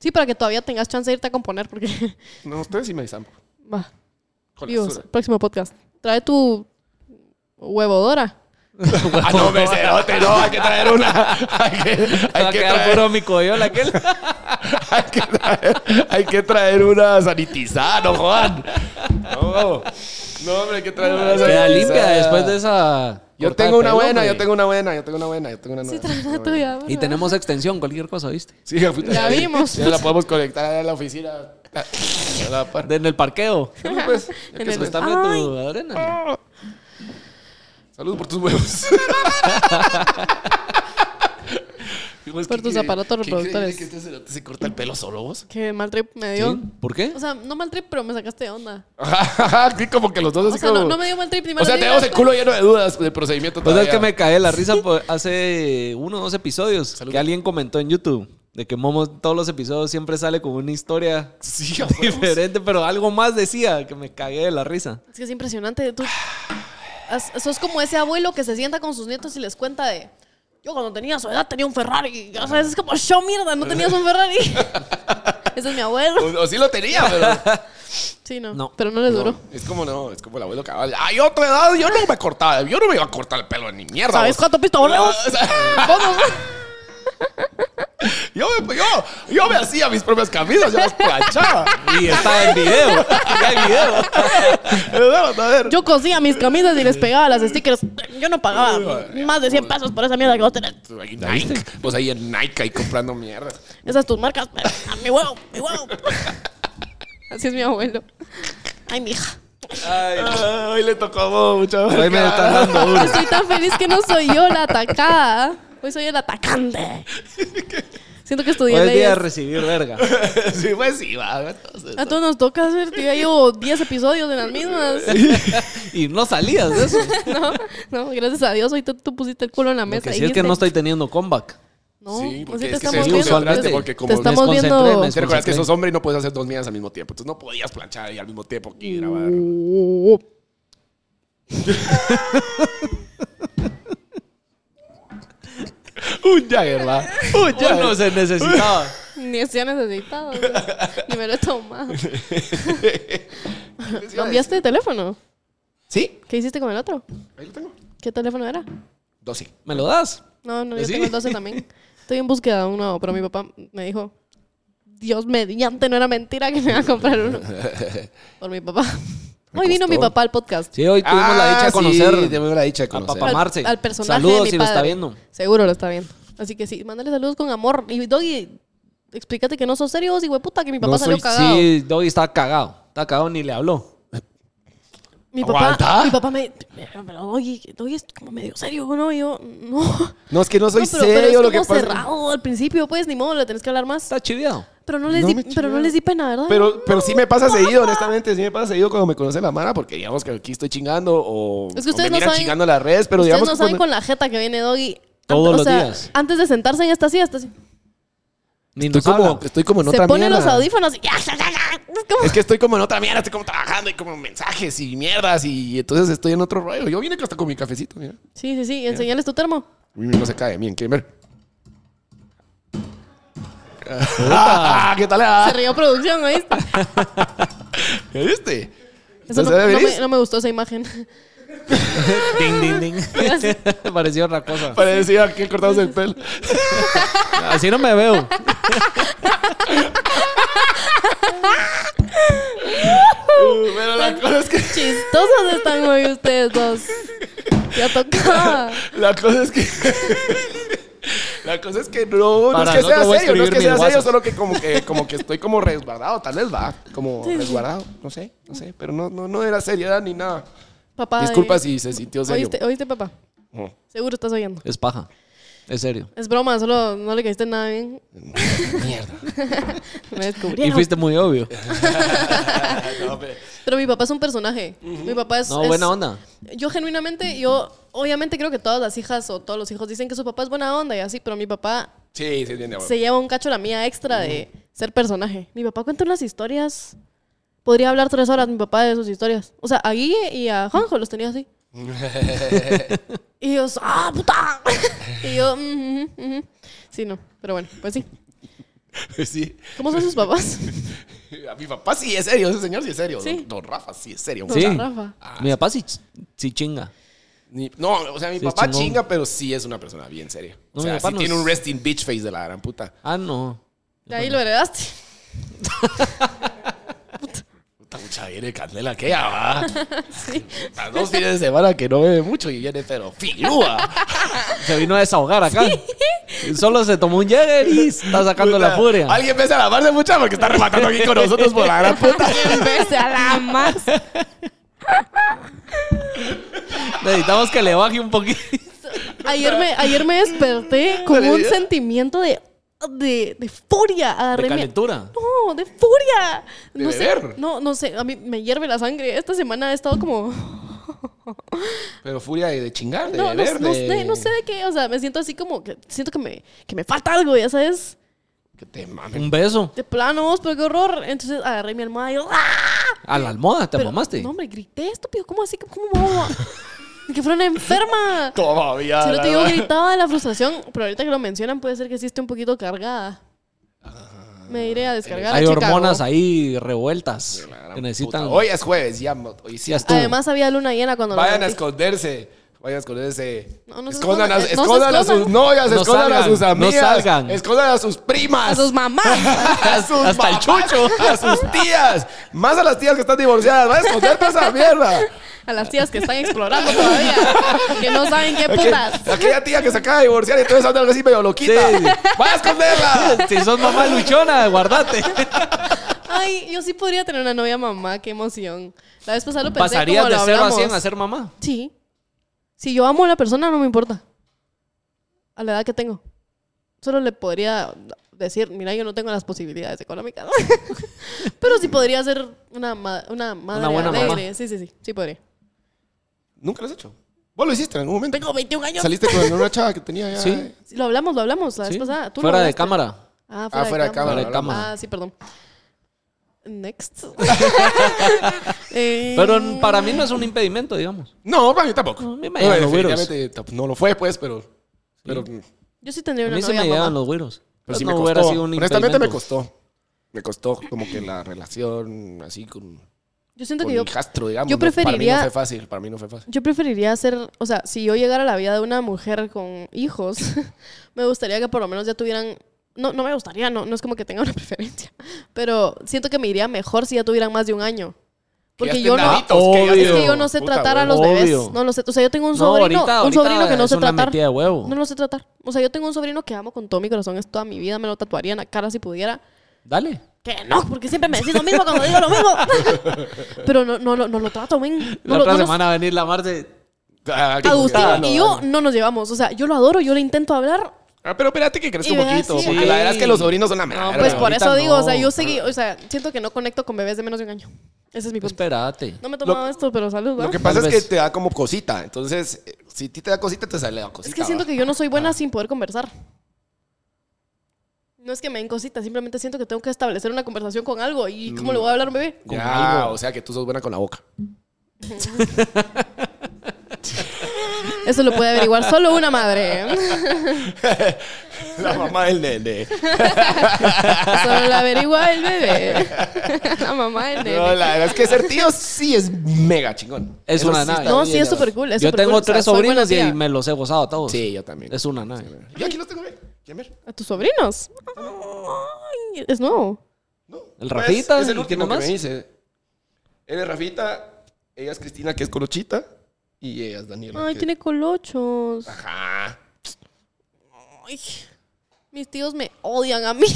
A: Sí, para que todavía tengas chance de irte a componer porque... [laughs]
C: No, tres y me zampo.
A: Va,
C: Con la
A: vivos,
C: basura.
A: próximo podcast. Trae tu huevodora.
C: Ah, no, becerote, no, hay que traer una. Hay que,
B: Va
C: [laughs] hay
B: a
C: que
B: quedar
C: traer,
B: puro mi coyola
C: [laughs]
B: aquel.
C: hay que traer, hay que traer una sanitizada, no jodan. No, no, hombre, hay que traer una sanitizada.
B: Queda limpia después de esa.
C: Yo
B: cortada
C: tengo
B: de
C: una
B: pelo,
C: buena,
B: hombre.
C: yo tengo una buena, yo tengo una buena, yo tengo una
A: Sí,
C: nueva.
A: trae
C: una
A: la
C: buena.
A: tuya.
B: Y tenemos extensión, cualquier cosa, ¿viste?
C: Sí, ya, puta,
A: Ya
C: ya
A: vimos.
C: Ya la podemos conectar allá en la oficina. A la par.
B: De- En el parqueo.
C: Salud, pues. Ya que
A: En el-
C: soy.
B: Préstame tu arena.
C: Salud por tus
A: [laughs]
C: huevos.
A: Por tus aparatos reproductores.
C: Que este cerote se corta el pelo solo vos.
A: Qué mal trip me dio.
B: ¿Sí? ¿Por qué?
A: O sea, no mal trip, pero me sacaste de onda.
C: Ajá, [laughs] sí, como que los dos
A: O
C: así
A: sea,
C: como...
A: no, no me dio mal trip ni mal
C: o sea, tenemos el culo lleno de dudas del procedimiento
B: Pues
C: todavía.
B: es que me cae la risa por- hace uno o dos episodios
C: Salud.
B: que alguien comentó en YouTube de que Momo todos los episodios siempre sale con una historia
C: Sí, [laughs] a huevos.
B: diferente, pero algo más decía que me cagué de la risa.
A: Es que es impresionante. Tú has- sos como ese abuelo que se sienta con sus nietos y les cuenta de. Yo cuando tenía su edad tenía un Ferrari. O sea, es como, yo mierda, no tenías un
C: [laughs]
A: Ferrari. Ese es mi abuelo.
C: O, o sí lo tenía, pero...
A: Sí, no.
B: No.
A: Pero no les duró. [laughs]
C: No, es como no, es como el abuelo cabal. Ay, otra edad, yo no me cortaba, yo no me iba a cortar el pelo ni mierda.
A: ¿Sabes
C: vos.
A: cuánto pistoleos?
C: [laughs] O sea,
A: Vamos.
C: yo, me, yo, yo me hacía mis propias camisas, yo las planchaba.
B: [laughs] Y está el video. Ya el video.
C: Pero vamos a ver.
A: Yo cosía mis camisas y les pegaba las stickers. Yo no pagaba más de 100 pesos por esa mierda que vos tenés.
C: Ahí Nike, pues ahí en Nike ahí comprando mierda.
A: Esas tus marcas. pero, a mi huevo, mi huevo. Así es mi abuelo. Ay, mija.
C: Ah, hoy le tocó a vos, muchachos.
B: Ahí me están dando duro.
A: Estoy tan feliz que no soy yo la atacada. Hoy soy el atacante. Siento que
B: Hoy
A: estudié
B: es día de
A: leyes.
B: recibir verga.
C: [laughs] Sí, pues sí, va. entonces.
A: A todos nos toca hacer, tío. Ya llevo 10 episodios de las mismas. [laughs]
B: [laughs] Y no salías de eso.
A: No, no, gracias a Dios. Hoy tú, tú pusiste el culo en la
B: Lo que
A: mesa. y
B: sí es que
A: dijiste,
B: no estoy teniendo comeback.
A: No, pues
C: Sí,
A: sí,
C: porque
A: te
C: es que
A: estamos
C: se
A: viendo.
C: desconcentraste
A: te-
C: porque como
A: te
C: me
A: estamos
B: desconcentré,
A: viendo.
B: me
C: ¿Te recuerdas que
B: Concentré.
C: sos hombre y no puedes hacer dos mías al mismo tiempo? Entonces no podías planchar y al mismo tiempo
A: Mm,
C: y grabar.
A: Uh,
C: Un Jagger, va. Un
B: Ya
C: Jagger.
B: no se necesitaba.
A: Ni se ha necesitado.
B: [laughs]
A: o sea, Ni me lo he tomado.
C: Les iba a
A: ¿Cambiaste de teléfono?
C: decir. Sí,
A: ¿Qué hiciste con el otro?
C: ahí lo tengo.
A: ¿Qué teléfono era?
C: 12.
B: ¿Me lo das?
A: No, no, yo
B: ¿Ah, ¿Sí?
A: tengo el 12 también. Estoy en búsqueda de uno, pero mi papá me dijo, Dios mediante, no era mentira que me iba a
B: [laughs]
A: comprar uno. Por mi papá. Hoy vino mi
C: costó.
A: papá al podcast.
B: Ah, Sí, hoy tuvimos la dicha de conocer.
C: Ah, Sí, Ah, tuvimos la dicha de
B: a
C: conocer.
B: papá.
A: Al,
B: Marce.
A: al personaje
B: Saludos
A: de mi
B: si lo está
A: padre.
B: viendo.
A: Seguro lo está viendo. Así que sí, mándale saludos con amor. Y Doggy, explícate que no sos serio vos, puta, que mi papá
B: No
A: salió
B: soy-
A: cagado.
B: Sí, Doggy está cagado. Está cagado, ni le habló.
A: Mi papá,
C: ¿Aguanta?
A: mi papá me... Pero, pero Doggy, Doggy es como medio serio, ¿no? Y yo, no.
C: No, es que no soy
A: no, pero,
C: serio
A: pero es como
C: lo que pasa.
A: cerrado al principio, pues, ni modo, le tenés que hablar más.
B: Está chiviado.
A: Pero no les,
C: No
A: di,
C: me
A: pero no les di pena, ¿verdad?
C: Pero, pero sí me pasa seguido, honestamente, sí me pasa seguido cuando me conoce la mara, porque digamos que aquí estoy chingando o,
A: Es que
C: o me
A: ustedes no
C: miran
A: saben-
C: chingando las redes, pero
A: Ustedes
C: digamos
A: no
C: que
A: saben
C: cuando-
A: con la jeta que viene Doggy.
B: Todos
A: Ant-
B: los días.
A: Antes de sentarse en esta silla, está así.
B: Ni
C: estoy,
B: nos
C: como,
B: habla. [laughs]
C: estoy como en
A: se
C: otra
A: pone
C: mierda.
A: los audífonos y... Es como-
C: Es que estoy como en otra mierda, estoy como trabajando y como mensajes y mierdas y entonces estoy en otro rollo. Yo vine hasta con mi cafecito, mira.
A: Sí, sí, sí. Enseñales tu termo.
C: Uy, No se cae, miren, quieren ver. Ah, [laughs] ¿Qué tal?
A: Se
C: Ah,
A: rió producción, ¿oíste?
C: ¿Viste?
A: Eso
C: ¿No
A: no,
C: se ve
A: no me,
C: venir?
A: no me gustó esa imagen. [laughs]
B: Ding, ding, ding. Pareció otra cosa.
C: Parecía que cortamos
A: [laughs]
C: el pelo.
B: Así no me veo.
C: Pero la cosa es que...
A: Chistosos están hoy ustedes dos. Ya tocaba.
C: La cosa es que. [laughs] La cosa es que no, no
B: Para,
C: es que
B: no te
C: sea
B: voy a
C: serio, no es
B: escribir
C: que
B: mi
C: sea
B: WhatsApp.
C: serio, solo que como que, como que estoy como resguardado, tal vez va, como resguardado, no sé, no sé, pero no, no, no era seriedad ni nada.
A: Papá.
C: Disculpa
A: eh,
C: si se sintió serio.
A: ¿Oíste, ¿Oíste, papá?
C: Mm.
A: Seguro estás oyendo.
B: Es paja. Es serio.
A: Es broma, solo no le caíste nada bien.
B: [laughs]
C: Mierda.
A: [laughs] Me
B: Y
A: descubrieron.
B: fuiste muy obvio.
A: Pero mi papá es un personaje. Mi papá es...
B: No,
A: es-
B: buena onda.
A: Yo genuinamente, yo obviamente creo que todas las hijas o todos los hijos dicen que su papá es buena onda y así, pero mi papá
C: Sí, se entiende. bueno.
A: se lleva un cacho la mía extra de ser personaje. Mi papá cuenta unas historias Podría hablar tres horas mi papá de sus historias. O sea, a Guille y a Juanjo los
B: [laughs]
A: tenía así. y ellos, ¡ah, puta! [laughs] y yo, "Mm, ujú, ujú". sí, no, pero bueno, pues sí.
C: [laughs] sí.
A: ¿Cómo son sus papás?
C: [laughs] A mi papá sí es serio, ese señor sí es serio.
A: Sí.
C: Don, don Rafa sí es serio.
A: Don
C: O
B: Sí.
C: sea,
A: Rafa.
B: Mi papá sí, sí chinga.
C: ni- no, o sea, mi
B: Sí,
C: papá
B: chingón.
C: chinga, pero sí es una persona bien seria. O
B: No, mi
C: sea, sí
B: papá no
C: tiene
B: es-
C: un resting bitch face de la gran puta.
B: Ah, no.
A: De [laughs] ahí lo heredaste.
C: Puta, mucha viene candela que ya va.
A: [laughs] Sí.
C: Las dos fines de semana que no bebe mucho y viene, pero filúa.
B: Se vino a desahogar acá. Solo se tomó un Jäger y está sacando la
C: Puta,
B: furia.
C: Alguien empieza a lavarse mucha porque está rematando aquí con nosotros por la gran puta.
A: Empecé a la más.
B: Necesitamos que le baje un poquito.
A: Ayer me, ayer me desperté con un
C: ¿Realidad?
A: sentimiento de, de, de furia.
B: De
A: Agarré mi-
B: calentura.
A: No, de furia.
C: De
A: no sé.
C: beber.
A: No, no sé. A mí me hierve la sangre. Esta semana he estado como.
C: Pero furia de, de chingar, de
A: No, no,
C: beber,
A: no
C: de-
A: sé, no sé de qué. O sea, me siento así como que siento que me, que me falta algo, ya sabes.
C: Que te mamen.
B: Un beso.
A: De planos, pero qué horror. Entonces agarré mi almohada y yo. ¡ah!
B: A la almohada, te
A: Pero,
B: mamaste.
A: No, hombre, grité, estúpido. ¿Cómo así? ¿Cómo [laughs] me voy a- Que fuera una enferma.
C: Todavía.
A: Si no
C: la
A: te digo,
C: verdad.
A: gritaba de la frustración, pero ahorita que lo mencionan puede ser que sí esté un poquito cargada. Me iré a descargar. a
B: Hay
A: Chicago.
B: hormonas ahí revueltas
C: La gran
B: que necesitan.
C: puta. Hoy es jueves, ya. mo- Hoy sí
B: Ya
C: es-
B: estuvo.
A: Además había luna llena cuando lo
C: Vayan a
A: sentí.
C: esconderse. Vayan a esconderse.
A: No, no se
C: escondan a,
A: escondan, eh, no se
C: escondan a
A: escondan.
C: sus novias,
B: No
C: escondan a
B: salgan,
C: sus
B: no
C: amigas.
B: salgan.
C: Escondan a sus primas.
A: a
B: [laughs]
A: sus mamás.
C: a sus
B: [laughs] Hasta el
C: mamás,
B: chucho.
C: A [laughs] sus tías. Más a las tías que están divorciadas. Vayan a esconderte esa
A: [laughs]
C: mierda.
A: A las tías que están
B: [laughs]
A: explorando todavía. Que no saben qué
C: Aquel-
A: putas.
C: aquella tía que se acaba de divorciar y entonces anda algo así medio loquita.
B: Sí.
C: ¡Vaya
B: [laughs]
C: a esconderla!
B: Si sos mamá luchona, guardate.
A: Ay, yo sí podría tener una novia mamá, qué emoción. La vez pasada lo pensé
B: Pasarías
A: como
B: de
A: lo
B: 0 a
A: hablamos.
B: 100 a ser mamá.
A: Sí. Si yo amo a la persona, no me importa. A la edad que tengo. Solo le podría decir, mira, yo no tengo las posibilidades económicas. [laughs] Pero sí podría ser una, ma- una madre
B: buena mamá.
A: alegre. Sí, sí, sí. Sí podría.
C: Nunca lo has hecho. Vos lo hiciste en algún momento.
A: Tengo 21 años.
C: Saliste con una chava que tenía ya.
B: Sí.
A: Sí, Lo hablamos, lo hablamos la vez
B: Sí.
A: pasada. ¿Tú lo
B: Fuera de
A: hablaste?
B: cámara.
A: Ah,
C: Ah, fuera de cámara.
B: Fuera de
C: hablamos.
B: cámara.
A: Ah, sí, perdón.
B: [laughs]
A: Next. [laughs] Eh,
B: Pero para mí no es un impedimento, digamos.
C: No, para mí tampoco.
B: No, a mí me
C: No,
B: llegan los güiros.
C: definitivamente tamp- no lo fue, pues, pero. Pero,
A: Yo sí tendría
B: A
A: una
B: mí se me
A: novia
B: llevan
A: mamá.
B: los güiros.
C: pero
B: Pues
C: sí
B: no
C: me
B: hubiera
C: costó.
B: sido un
C: Honestamente me
B: impedimento.
C: costó. Me costó como que la relación así con,
A: Yo siento
C: con
A: que
C: mi
A: yo,
C: hijastro, digamos.
A: yo
C: no,
A: preferiría-
C: Para mí no fue fácil. Para mí no fue fácil.
A: yo preferiría ser, o sea, si yo llegara a la vida de una mujer con hijos, [laughs] me gustaría que por lo menos ya tuvieran, no, no me gustaría, no, no es como que tenga una [laughs] preferencia, pero siento que me iría mejor si ya tuvieran más de un año. Porque yo no,
B: naditos, que ya
A: es que
B: obvio.
A: yo no sé tratar a los
B: obvio.
A: bebés, no lo sé, o sea, yo tengo un
B: No,
A: sobrino,
B: ahorita-
A: un sobrino
B: ahorita
A: que no
B: es
A: sé
B: una
A: tratar.
B: metida de huevo.
A: No lo sé tratar. O sea, yo tengo un sobrino que amo con todo mi corazón, es toda mi vida, me lo tatuaría en la cara si pudiera.
B: Dale.
A: Que no, porque siempre me decís lo mismo cuando digo lo mismo. [laughs] Pero no, no, lo- no lo trato, men. No
B: la
A: lo-
B: otra
A: no lo-
B: semana va a venir la Marce.
C: Ah, qué
A: Agustín
C: cuidado.
A: y yo no nos llevamos. O sea, yo lo adoro, yo le intento hablar.
C: Ah, pero espérate que crezca un
A: Y ve
C: poquito.
A: así.
C: Porque la verdad es que los sobrinos son la mierda.
A: pues por
B: ahorita
A: eso digo, o sea,
B: no.
A: yo seguí, o sea, siento que no conecto con bebés de menos de un año. Ese es mi
C: pues,
A: punto.
B: Espérate.
A: No me he tomado esto, pero salud, ¿va?
C: Lo que pasa
B: Tal
C: es que
B: vez.
C: te da como cosita. Entonces, eh, si a ti te da cosita, te sale la cosita.
A: Es que siento
C: ¿va?
A: que yo no soy buena sin poder conversar. No es que me den cositas, simplemente siento que tengo que establecer una conversación con algo. ¿Y cómo le voy a hablar a un bebé?
B: con
C: ya,
B: algo.
C: o sea que tú sos buena con la boca. [laughs]
A: Eso lo puede averiguar solo una madre. [laughs]
C: La mamá del nene.
A: Solo lo averigua el bebé. [laughs] La mamá del nene.
C: No, la verdad es que ser tío sí es mega chingón.
B: Es
C: Eso
B: una
C: sí
B: nave.
C: está
A: No,
C: bien,
A: sí, es
C: la verdad.
A: súper cool. es
B: Yo
A: súper
B: tengo
A: cool. O sea,
B: tres
A: soy buena
B: sobrinos y
A: tía.
B: me los he gozado a todos.
C: Sí, yo también.
B: Es una nave.
C: Yo aquí los tengo, ve. ¿Quieren ver?
A: ¿A tus sobrinos? Ay, es nuevo.
C: No.
B: El Rafita,
C: Es, es el
B: ¿y
C: último
B: quién
C: que
B: más?
C: me hice. Él es Rafita, ella es Cristina, que es Colochita, y ella es Daniela.
A: Ay,
C: que-
A: tiene colochos.
C: Ajá.
A: Ay, mis tíos me
B: [laughs]
A: odian a mí.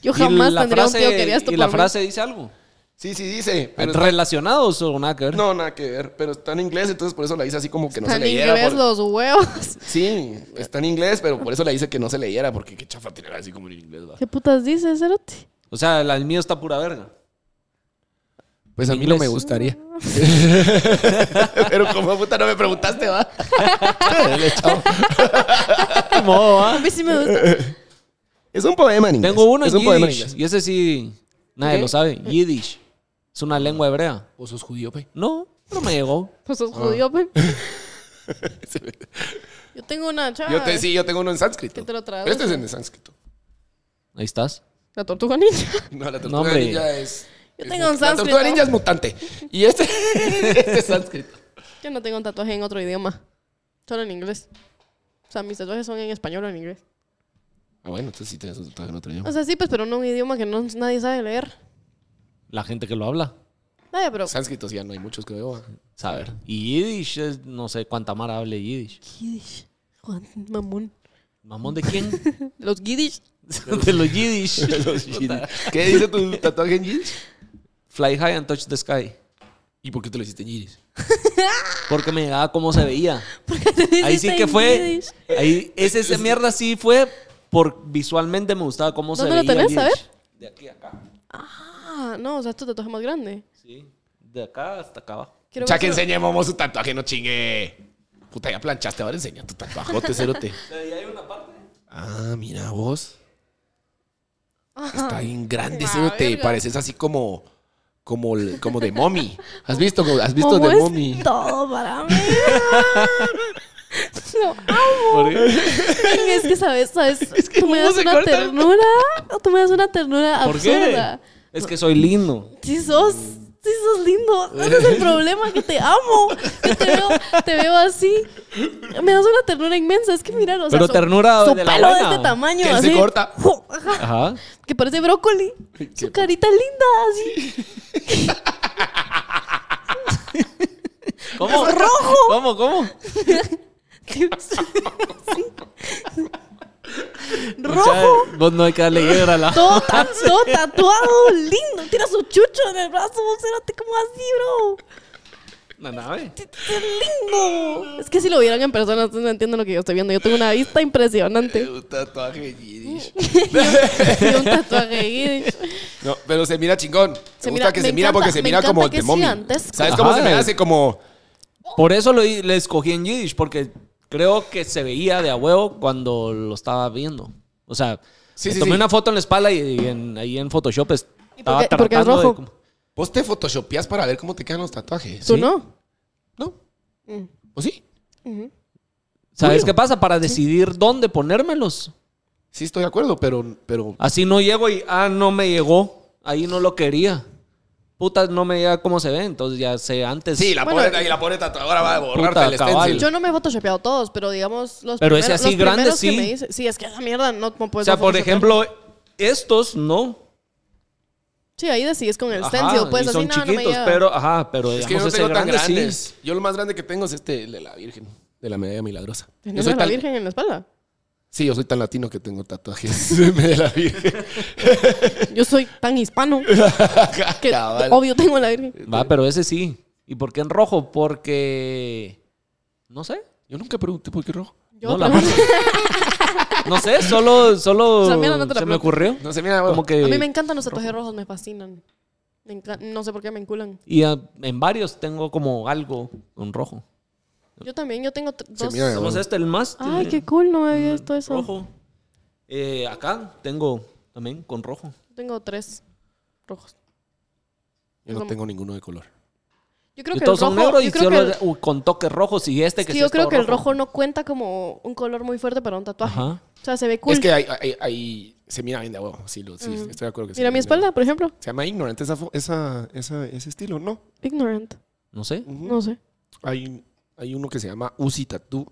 A: Yo
B: Y
A: jamás
B: la
A: tendría un
B: frase-
A: tío que haría esto
B: Y
A: por
B: la
A: mí.
B: frase dice algo.
C: Sí, sí, dice. Pero
B: ¿Relacionados o nada que ver?
C: no, nada que ver. Pero está en inglés, entonces por eso la hice así como que no se
A: Tan
C: leyera.
A: inglés
C: por-
A: los
B: [laughs]
A: huevos.
C: Sí, está en inglés, pero por eso la hice que no se leyera, porque qué chafa tirar así como en inglés. ¿va?
A: ¿Qué putas dices, Cerote?
B: O sea, el- el mío está pura verga.
C: Pues a mí no
B: Inglés.
C: me gustaría. [laughs] pero como puta no me preguntaste, va. Dale, chao.
A: A mí sí me gusta.
C: Es un poema en ¿ah? [laughs] inglés.
B: Tengo uno
C: es
B: en
C: un poema en
B: Yiddish.
C: inglés.
B: Y ese sí, nadie
C: ¿Qué?
B: lo sabe. Yiddish. Es una lengua hebrea.
C: ¿Vos sos judío, [laughs] pe?
B: No, pero me llegó.
A: Pues sos judío, pe. Yo tengo una chava.
C: Yo te, sí, yo tengo uno en sánscrito.
A: Que te lo
C: Pero este es en sánscrito.
B: Ahí estás.
A: La tortuga ninja. [laughs]
C: No, la
B: No,
C: tortuga
B: hombre.
C: ninja es...
A: Yo
C: es
A: tengo un
C: mut- La
A: sánscrito.
C: tortuga ninja es mutante. Y este, [laughs] este es sánscrito.
A: Yo no tengo un tatuaje en otro idioma. Solo en inglés. O sea, mis tatuajes son en español o en inglés.
C: Ah, bueno, entonces sí tienes un tatuaje en otro
A: O
C: idioma.
A: sea, sí, pues, pero no un idioma que no, nadie sabe leer.
B: La gente que lo habla.
A: Nadie, pero.
C: Sánscritos ya no hay muchos, creo. ah.
B: Saber. Y Yiddish, es- no sé cuánta mara hable Yiddish.
A: Yiddish. Juan, mamón.
B: ¿Mamón de
C: [laughs]
B: quién? [laughs]
A: Los Yiddish. [laughs]
B: de los Yiddish.
C: [laughs] ¿Qué dice tu tatuaje en yiddish?
B: Fly high and touch the sky.
C: ¿Y por qué te lo hiciste en yiddish?
B: Porque me llegaba cómo se veía. Ahí sí
A: Hiciste
B: que
A: en
B: fue.
A: Yiddish.
B: Ahí, ese, esa mierda sí fue por visualmente me gustaba cómo se
A: ¿Dónde
B: veía.
A: lo tenés?
B: el
A: A ver.
B: Yiddish. De aquí a acá.
A: Ah, no, o sea, tu tatuaje más grande.
B: Sí. De acá hasta acá abajo.
A: Quiero
C: Cha,
A: ver
C: que
A: si-
C: enseñe Momo su tatuaje, no chingue. Puta, ya planchaste, ahora enseña tu tatuajote, cerote. Ah, mira vos. Está bien grande,
A: Ah,
C: cerote.
A: verga.
C: Pareces así como, como, el- como de mommy. ¿Has visto, has visto
A: Momo
C: de
A: es [laughs]
C: mommy?
A: Todo para mí. Lo amo. Men, Es que sabes, sabes, tú me
C: ¿cómo
A: das
C: se
A: una
C: corta?
A: ternura, tú me das una ternura
B: ¿Por qué?
A: absurda.
B: Es que soy lindo.
A: Sí sos, sí sos lindo. Ese es el problema, que te amo. Yo te veo, te veo así. Me das una ternura inmensa. Es que mirar, o sea,
B: Pero
A: su-
B: ternura
A: su
B: de la
A: pelo de
B: buena.
A: este tamaño,
C: Que se
A: así.
C: corta.
A: Ju- [laughs] ajá,
B: Ajá.
A: Que parece brócoli. Su carita linda, así.
B: ¿Cómo?
A: rojo.
B: ¿Cómo? ¿Cómo?
A: [laughs] Rojo.
B: Mucha- Vos no hay que darle guerra a la.
A: Todo, ta- todo tatuado, lindo. Tira su chucho en el brazo, cérate como así, bro.
B: [laughs] La nave.
A: ¡Qué qué lindo! Es que si lo vieran en persona, ustedes no entienden lo que yo estoy viendo. Yo tengo una vista
B: [laughs]
A: impresionante.
C: Un tatuaje en yiddish.
A: Y un tatuaje yiddish.
C: No, pero se mira chingón.
A: Se
C: Se
A: mira-
C: gusta que
A: me
C: se mira
A: encanta-
C: porque se
A: me
C: mira como
A: encanta que
C: de
A: es
C: mommy.
A: gigantesco.
C: ¿Sabes cómo
B: Ajá.
C: se me hace? Como...
B: Por eso lo, le escogí en Yiddish, porque creo que se veía de a huevo cuando lo estaba viendo. O sea,
C: Sí,
B: me
C: sí,
B: tomé
C: sí.
B: una foto en la espalda y, en- ahí en Photoshop estaba
A: por qué- por qué es
B: tratando de
A: rojo?
B: como-
C: Vos te photoshopeas para ver cómo te quedan los tatuajes.
A: ¿Tú
B: ¿Sí?
A: no?
C: ¿No?
A: Mm.
C: ¿O sí?
B: ¿Sabes qué pasa? Para decidir dónde ponérmelos.
C: Sí estoy de acuerdo, pero... pero
B: Así no llego y, ah, no me llegó. Ahí no lo quería. Puta, no me llega cómo se ve. Entonces ya sé antes.
C: Sí, la
A: Bueno,
C: pobre, y la pobre tatuadora va a borrarte
B: Puta,
C: el
B: cabal.
C: stencil.
A: Yo no me he photoshopeado todos, pero digamos los
B: Pero
A: primeros,
B: ese así
A: los primeros
B: grande,
A: que
B: sí.
A: me hice- Sí, es que esa mierda no me
B: o
A: puedes
B: sea, por
A: photoshopear.
B: ejemplo, estos no.
A: Sí, ahí decides con el
B: Ajá,
A: stencil. Pues
B: y
A: así
B: son
A: no, no me
B: chiquitos,
A: llega.
B: pero, ajá, pero
C: Es
B: digamos
C: que yo no
B: ese
C: tengo tan
B: grande sí.
C: grandes. Yo lo más grande que tengo es este, el de la Virgen, de la medalla milagrosa. Yo
A: ¿Tenés
C: soy
A: a la
C: tan-
A: virgen en la espalda?
C: Sí, yo soy tan latino que tengo tatuajes [laughs] de la Virgen.
A: Yo soy tan hispano
C: [laughs]
A: que
C: Cabal.
A: obvio tengo a la virgen.
B: Va, pero ese sí. ¿Y por qué en rojo? Porque. No sé.
C: Yo nunca pregunté por qué rojo.
A: Yo
B: no, la
A: también.
B: verdad. No
C: [laughs]
B: sé, solo, solo
A: O sea, mira, no te la
B: se me
A: pregunto.
B: ocurrió.
C: No sé, mira,
B: Como
C: bueno,
B: que.
A: [laughs] A mí me encantan los tatuajes rojos, me fascinan. Me encan- No sé por qué me enculan.
B: Y ah, en varios tengo como algo con rojo.
A: Yo también, yo tengo tr-
C: Se
A: dos.
C: mira de
B: Tenemos
C: bueno.
B: este, el más.
A: Ay, qué cool, no me había visto eso.
B: Mm, Rojo. Eh, acá tengo también con rojo.
A: Tengo tres rojos.
C: Yo no tengo ninguno de color.
A: Yo creo
B: Y
A: que
B: todos
A: el
B: son
A: rojo-
B: negros
A: yo
B: y
A: creo
B: solo
A: que el-
B: uh, con toques rojos. Y este
A: es
B: que
A: que
B: sí
A: yo
B: es
A: creo
B: todo
A: que el rojo no cuenta como un color muy fuerte para un tatuaje.
B: Ajá.
A: O sea, se ve cool.
C: Es que ahí, ahí- ahí se mira bien de huevo. Sí, lo- sí, estoy de acuerdo que sí.
A: Mira mi espalda, por ejemplo.
C: Se llama ignorant esa, fo- esa, esa- ese estilo, ¿no?
A: Ignorant.
B: No sé.
A: No sé.
C: Hay, hay uno que se llama Uzi Tattoo,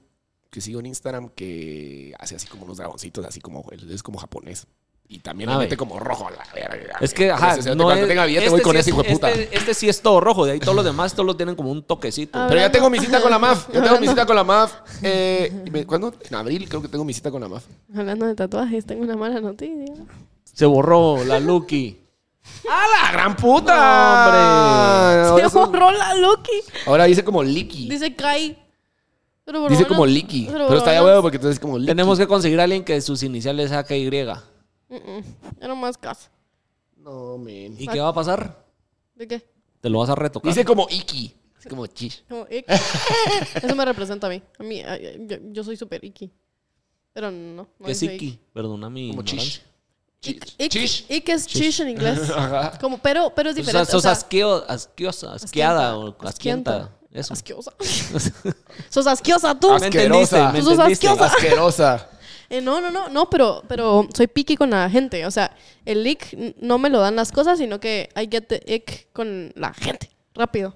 C: que sigo en Instagram, que hace así como unos dragoncitos, así como, es como japonés. Y también
B: Ah,
C: le mete
B: ve.
C: como rojo a la verga.
B: Es que,
C: Por
B: ajá,
C: eso, cerote,
B: no
C: cuando
B: es-
C: tenga billete voy con
B: sí
C: ese
B: es-
C: hijo de puta.
B: Este, este sí es todo rojo, de ahí todos los demás todos lo tienen como un toquecito.
A: Ah,
C: Pero ya
A: Hablando-
C: tengo mi cita con la MAF. Ya tengo mi
A: Hablando-
C: cita con la MAF. Eh, y me- ¿Cuándo? En abril creo que tengo mi cita con la MAF.
A: Hablando de tatuajes, tengo una mala noticia.
B: Se borró la Lucky.
C: ¡A
B: ¡Ah,
C: la gran
A: [laughs]
C: puta!
A: Se
C: Ahora, son-
A: borró la Loki.
C: ahora dice como Licky.
A: Dice Kai. Pero por lo
C: Dice
A: menos-
C: como Licky.
A: pero por
C: Pero
A: lo
C: está de
A: menos-
C: huevo porque entonces es como Licky.
B: Tenemos que conseguir a alguien que sus iniciales sea KY.
A: Mm, mm. Era más caso.
C: No, men.
B: ¿Y qué va a pasar?
A: ¿De qué?
B: Te lo vas a retocar.
C: Dice como Iki. Es como Chish.
A: Como ick. Eso me representa a mí. A mí, a- yo, yo soy súper icky. Pero no. no
B: que es
A: soy icky.
B: Iki. Perdona mi
C: Como
B: ignorancia.
C: Chish.
A: Ick,
C: Chis-
A: ick-
C: chish.
A: ick es chish en inglés.
C: Ajá.
A: Como, pero, pero es
B: O sea,
A: diferente.
B: sos
A: o sea,
B: asqueo, asquiosa, asqueada o asquienta.
A: asquienta,
B: Eso.
A: Asquiosa. [laughs] sos asquiosa
B: [laughs]
A: tú.
B: Asque- entendiste,
C: Asquerosa.
B: me
A: Tú sos
B: entendiste.
A: asquiosa. [laughs]
C: Asquerosa.
A: Eh, no, no, no, no, pero, pero soy picky con la gente. O sea, el ick n- no me lo dan las cosas, sino que I get the ick con la gente. Rápido.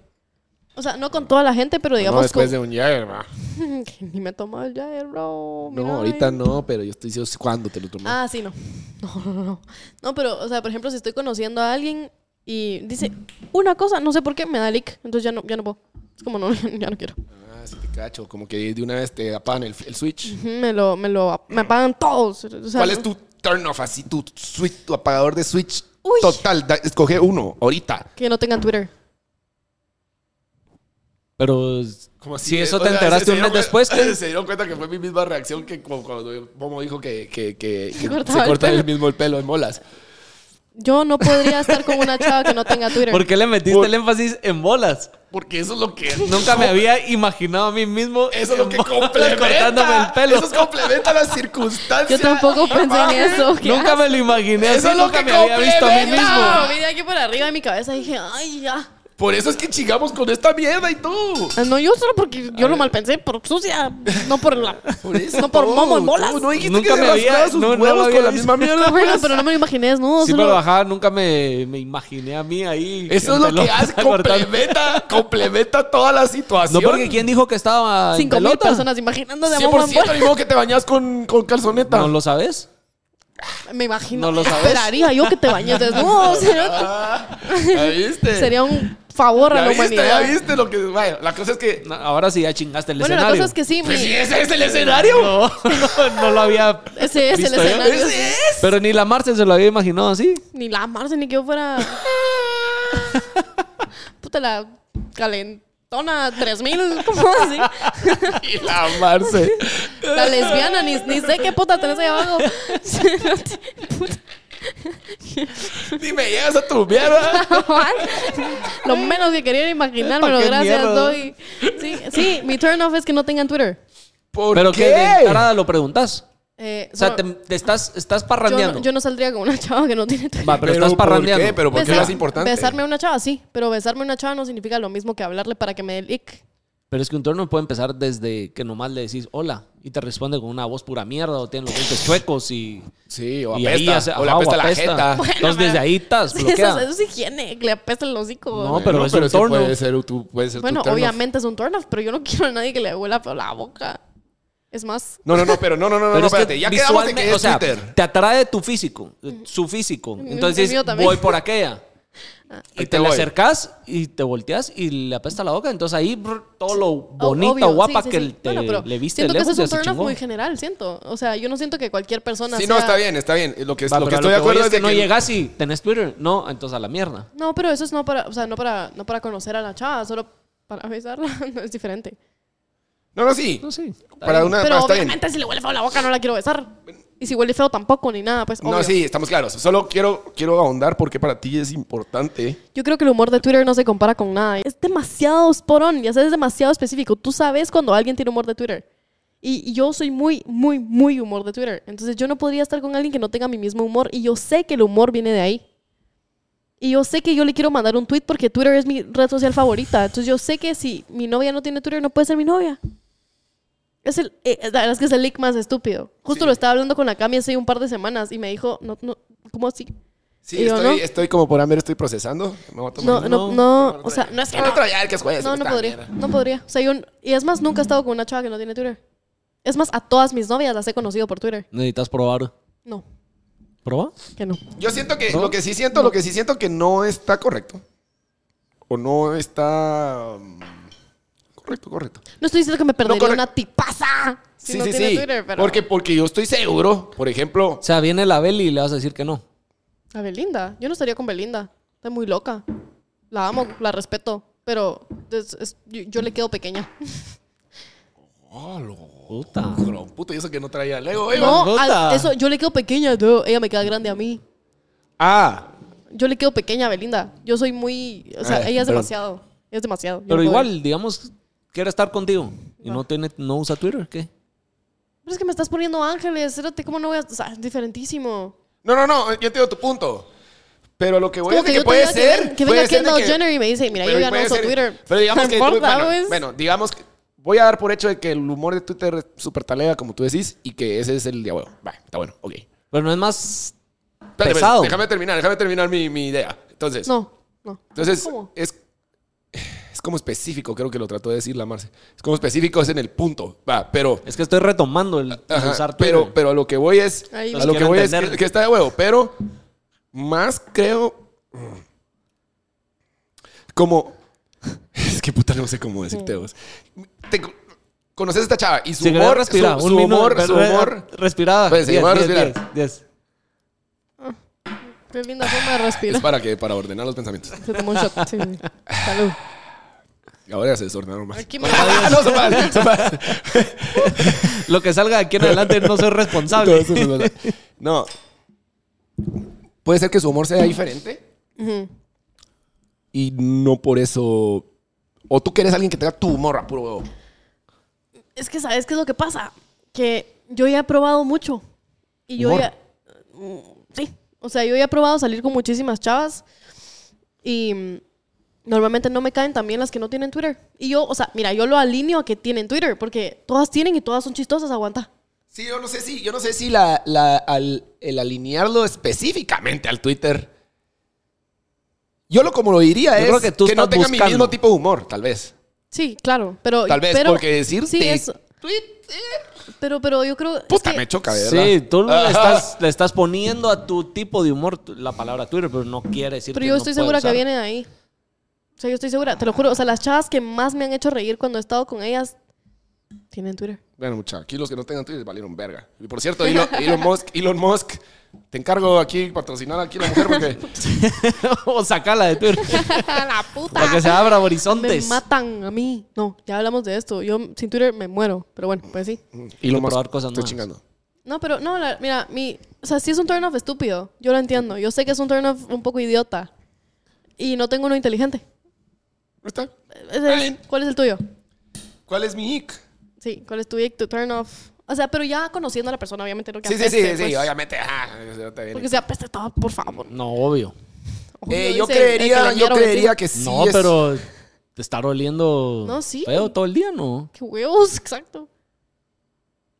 A: O sea, no con toda la gente, pero
C: No,
A: digamos
C: después
A: con-
C: de un Jagger, ma.
A: [laughs] Que Ni me he tomado el Jair, bro.
C: No,
A: Mira,
C: ahorita
A: ay.
C: no, pero yo estoy diciendo cuándo te lo tomé.
A: eh. Ah, sí, no. [laughs] No, no, no. No, pero, o sea, por ejemplo, si estoy conociendo a alguien y dice una cosa, no sé por qué, me da lick. Entonces ya no, ya no puedo. Es como, no, [laughs] ya no quiero.
C: Ah, sí te cacho. Como que de una vez te apagan el, el switch.
A: Ujú, Me lo, me lo, me apagan todos. O sea,
C: ¿Cuál es tu turn off? Así tu switch, tu apagador de switch
A: Uy.
C: total. Da- escoge uno, ahorita.
A: Que no tengan Twitter.
B: Pero
C: Como
B: si eso te enteraste un mes después,
A: [laughs]
B: ¿qué?
C: [laughs] Se dieron cuenta que fue mi misma reacción que como cuando Momo dijo que, que, que, que
A: cortaba
C: se
A: el
C: corta el,
A: pelo.
C: mismo el pelo en molas.
A: Yo no podría estar con una chava que no tenga Twitter.
B: ¿por qué le metiste
C: Por-
B: el énfasis en bolas?
C: Porque eso es lo que.
B: [laughs] Nunca me había imaginado a mí mismo
C: [laughs] Eso es lo
B: en
C: que
B: bolas
C: complementa.
B: [laughs] cortándome el pelo.
C: Eso es
A: [laughs]
C: complementa las circunstancias.
A: Yo tampoco pensé en eso. ¿qué
B: Nunca me lo imaginé. así,
C: Eso es lo
B: nunca
C: que
B: me había visto a mí
C: complementa.
B: mismo.
A: hago? Vi de aquí por arriba de mi cabeza y dije, ay, ya.
C: Por eso es que chingamos con esta mierda y todo.
A: Ah, No, yo solo porque yo lo malpensé por sucia, no por la.
C: Por eso.
A: no por
C: todo,
A: momo en bolas.
C: todo. No dijiste
B: Nunca
C: que
B: me
C: me
B: había-
C: había sus
B: no, no lo
C: huevos
B: había
C: con la
B: visto. [laughs]
C: misma mierda.
A: Bueno,
C: pues.
A: pero no me lo imaginé desnudo.
B: Sí,
A: solo-
B: pero ajá, nunca me, me imaginé a mí ahí.
C: Eso
B: en
C: es lo que
B: pelotas [laughs]
C: hace,
B: cortando.
C: complementa, complementa toda la
B: No,
C: situación.
B: porque ¿quién dijo que estaba en
A: Cinco mil
B: pelota?
A: personas imaginando de amor
C: 100% ni modo que te bañas con, con calzoneta.
B: ¿No lo sabes?
A: Me imagino.
B: No lo sabes.
A: Esperaría yo que te bañes desnudo. Sería,
C: Ah, ¿Ya viste?
A: sería un favor a
C: ¿Ya
A: la
C: viste?
A: humanidad.
C: ¿Ya viste lo que...? Bueno, la cosa es que...
B: No, Ahora sí ya chingaste el
A: Bueno, la
B: escenario.
A: cosa es que sí, mi-
C: Pues sí, ese es el escenario.
B: [laughs] No, no, no lo había
A: ese es el
B: visto yo.
A: escenario. sí.
C: Ese es.
B: Pero ni la Marcel se lo había imaginado así.
A: Ni la Marce ni que
B: [laughs]
A: yo fuera. Puta la calentona 3000, ¿cómo así?
C: Y la Marce.
A: La lesbiana, ni, ni sé qué puta tenés ahí abajo. [laughs] Puta.
C: Ni me llegas a tu mierda.
A: Lo menos que quería era imaginármelo,
B: ¿Pa' qué
A: gracias,
B: mierda?
A: doy. Sí, sí, mi turn off es que no tengan Twitter.
C: ¿Por
B: Pero que
C: qué?
B: de entrada lo preguntas.
A: Eh,
B: O sea,
A: solo-
B: te, te estás, estás
A: yo,
B: parrandeando.
A: no, yo no saldría con una chava que no tiene Twitter.
B: Va, pero, estás parrandeando.
C: ¿Por qué? ¿Pero por qué
A: Besar-
C: lo hace importante?
A: Besarme a una chava, sí, pero besarme a una chava no significa lo mismo que hablarle para que me dé el ick.
B: Pero es que un turno puede empezar desde que nomás le decís hola y te responde con una voz pura mierda o tiene los dientes chuecos y,
C: Sí, o
B: y ahí
C: apesta.
B: hace-
C: o le
B: ajá,
C: apesta la
B: apesta.
C: jeta. [laughs]
A: Bueno,
B: Entonces
A: pero-
B: desde ahí estás
A: Sí, [laughs] eso,
B: bloqueada.
A: eso es higiene, que le apesta el hocico.
B: No, pero es un
C: sí
B: turn
C: puede
B: off.
C: ser tu, puede ser tu
A: bueno,
C: turn off.
A: obviamente es un turn off, pero yo no [laughs] quiero a nadie que le huela feo la boca. Es más,
C: No, no, no, pero no, no, no, no,
B: Pero es que
C: espérate. Ya quedamos de que
B: visualmente,
C: es
B: o sea,
C: Twitter.
B: te atrae tu físico, eh, su físico. Entonces
A: Mm. mío
B: dices,
A: también. Ah.
B: voy por
A: [laughs]
B: aquella. Y
C: Ahí
B: te
C: te
B: le
C: voy.
B: acercas y te volteas y le apesta la boca. Entonces ahí brr, todo lo bonito,
A: obvio, sí,
B: guapa
A: sí,
B: que
A: sí.
B: te
A: Bueno, pero
B: le viste
A: Siento que
B: lejos
A: eso es
B: ya
A: un
B: se
A: turn off
B: chingó.
A: muy general, siento. O sea, yo no siento que cualquier persona.
C: Sí, no,
A: sea-
C: está bien, está bien. Lo que,
B: Va,
C: lo
B: pero
C: que
B: a lo
C: estoy de
B: que voy
C: acuerdo
B: es
C: es de
B: que no
C: que
B: llegas y tenés Twitter. No, entonces a la mierda.
A: No, pero eso es no para, o sea, no para, no para conocer a la chava, solo para besarla. [laughs] No, es diferente.
C: No, no, sí.
B: No,
A: Pues
B: sí.
C: Para una,
A: Pero
C: para- está bien.
A: obviamente si le huele feo la boca no la quiero besar. Y si huele feo tampoco ni nada, pues
C: No,
A: obvio.
C: sí, estamos claros. Solo quiero, quiero ahondar porque para ti es importante.
A: Yo creo que el humor de Twitter no se compara con nada. Es demasiado sporón, ya sabes, es demasiado específico. Tú sabes cuando alguien tiene humor de Twitter. Y, y yo soy muy, muy, muy humor de Twitter. Entonces yo no podría estar con alguien que no tenga mi mismo humor. Y yo sé que el humor viene de ahí. Y yo sé que yo le quiero mandar un tweet porque Twitter es mi red social favorita. Entonces yo sé que si mi novia no tiene Twitter, no puede ser mi novia. Es el, eh, la verdad es que es el leak más estúpido. Justo lo estaba hablando con la Cami hace un par de semanas y me dijo, no, no, ¿cómo así?
C: Sí,
A: Y yo,
C: estoy,
A: ¿no?
C: estoy como por hambre, estoy procesando. Me voy a tomar
A: No,
C: un-
A: no, no, o sea, no es que
C: Bueno,
A: no.
C: otra ya, que es jueves,
A: No, no
C: esta
A: podría.
C: mierda.
A: No podría. O sea, yo, y es más, nunca he estado con una chava que no tiene Twitter. Es más, a todas mis novias las he conocido por Twitter.
B: Necesitas probar.
A: No,
B: ¿Proba?
A: que no.
C: Yo siento que lo que sí siento, lo que sí siento que no está correcto. O no está mm, correcto, correcto.
A: No estoy diciendo que me perdería
C: corre-
A: una tipaza si no tiene Twitter, pero...
C: Porque, porque yo estoy seguro, por ejemplo,
B: O sea, viene la Beli y le vas a decir que no.
A: A Belinda. Yo no estaría con Belinda. Está muy loca. La amo, la respeto, pero es- es- yo, yo le quedo pequeña.
B: Puta.
C: Pero, puto, y eso que no traía Lego, eh, man.
A: No,
B: Bandota.
A: a- eso, yo le quedo pequeña. no, ella me queda grande a mí.
C: Ah,
A: Yo le quedo pequeña a Belinda. Yo soy muy... O sea,
C: Ah,
A: ella es
C: pero-
A: demasiado. Ella es demasiado. Yo
B: Pero
A: no podría.
B: igual, digamos, quiere estar contigo y
A: Ah.
B: no, tiene, no usa Twitter, ¿qué?
A: Pero es que me estás poniendo ángeles, espérate, ¿cómo no voy a...? O sea, es diferentísimo.
C: No, no, no, yo entiendo tu punto. Pero lo que voy a
A: Como
C: decir
A: que
C: que,
A: yo te
C: puede
A: diga que
C: ser.
A: ven- que
C: puede
A: venga
C: ser de
A: Kendall Jenner y me dice, mira, yo ya no
C: puede
A: uso
C: ser-
A: Twitter. [laughs]
C: Pero digamos
A: No
C: que.
A: importa,
C: bueno,
A: pues.
C: bueno, digamos que. Voy a dar por hecho de que el humor de Twitter es súper talega, como tú decís, y que ese es el de huevo. Va, está bueno, ok.
B: Pero no es más
C: Espérate,
B: pesado.
C: Déjame terminar, déjame terminar mi, mi idea. Entonces,
A: No, no.
C: entonces
A: ¿Cómo?
C: es es como específico, creo que lo trató de decir la Marce. Es como específico, es en el punto. Va, pero
B: Es que estoy retomando el, el
C: Ajá,
B: Pues, usar
C: pero,
B: Twitter.
C: pero a lo que voy es.
A: Ahí
C: a
A: va.
C: lo que voy es
B: Quiero
C: que,
B: entender.
C: que está de huevo. Pero más creo. Como. [laughs] Es que puta, no sé cómo decirte vos. Te- conoces a esta chava y su
B: Si querés
C: humor.
B: respirar,
C: su,
B: un
C: su
B: minuto,
C: humor.
B: pero
C: Su
B: re- ah,
C: humor.
B: Respirada.
C: Pues, sí,
B: Diez,
C: vamos a
B: diez,
C: respirar.
B: diez, diez.
A: Qué linda forma de
C: Es
A: respirar.
C: para que para ordenar los pensamientos.
A: Se tomó un shot. Sí,
C: [laughs]
A: sí. Salud.
C: Ahora ya se desordenaron más.
A: Aquí me-
C: Ah, [laughs] no, son más, son más.
B: Lo que salga de aquí
C: [laughs]
B: en adelante no soy
C: Todo
B: responsable. [laughs]
C: eso son más. No. Puede ser que su humor sea diferente.
A: Ujú.
C: Y no por eso. O tú quieres alguien que tenga tu humor a puro huevo.
A: Es que, ¿sabes qué es lo que pasa? Que yo ya he probado mucho. Y yo
C: Humor.
A: ya. Mm, Sí. O sea, yo ya he probado salir con muchísimas chavas. Y mm, normalmente no me caen también las que no tienen Twitter. Y yo, o sea, mira, yo lo alineo a que tienen Twitter. Porque todas tienen y todas son chistosas, aguanta.
C: Sí, yo no sé si, yo no sé si la, la- al- el alinearlo específicamente al Twitter. Yo lo como lo diría
B: Yo
C: es
B: creo que tú
C: no
B: estás
C: tenga mi
B: buscando.
C: mismo tipo de humor, tal vez.
A: Sí, claro. Pero,
C: Tal vez,
A: pero-
C: porque decirte-
A: Sí, es- Pero, pero yo creo. es
C: Puta,
A: que-
C: me choca, ¿verdad?
B: Sí, tú le
C: Ajá.
B: estás, le estás poniendo a tu tipo de humor tu- la palabra Twitter, pero no quiere decir
A: Pero
B: que
A: yo
B: no
A: estoy
B: puede
A: segura que
B: usar.
A: viene de ahí. O sea, yo estoy segura, te lo juro. O sea, las chavas que más me han hecho reír cuando he estado con ellas tienen Twitter.
C: Bueno, muchachos, aquí los que no tengan Twitter valieron verga. Y por cierto, Elon, Elon Musk, Elon Musk, te encargo aquí patrocinar aquí a la mujer porque
B: [laughs] o sacala de Twitter.
A: la puta!
B: Para que se abra
A: [laughs] Me
B: horizontes.
A: matan a mí. No, ya hablamos de esto. Yo sin Twitter me muero. Pero bueno, pues sí.
C: Elon
B: probar cosas
C: estoy
B: nuevas.
C: chingando.
A: No, pero no, la- mira, mi. O sea, sí es un turn off estúpido. Yo lo entiendo. Yo sé que es un turn off un poco idiota. Y no tengo uno inteligente.
C: ¿No está?
A: Ese es-
C: Bien.
A: ¿Cuál es el tuyo?
C: ¿Cuál es mi hic?
A: Sí, ¿cuál es tu ick, tu turn off? O sea, pero ya conociendo a la persona, obviamente no que
C: Sí, sí,
A: apeste,
C: sí,
A: pues.
C: sí, obviamente. ah, se te viene.
A: Porque se apeste todo, por favor.
B: No, obvio.
A: Obvio,
C: Eh, yo
A: dice el- el que
C: creería,
A: le
C: yo
A: enviaron
C: creería
A: encima.
C: que sí.
B: no,
C: es-
B: pero te estar oliendo
A: No, sí.
B: feo todo el día, ¿no?
A: ¡Qué huevos! [laughs] Exacto.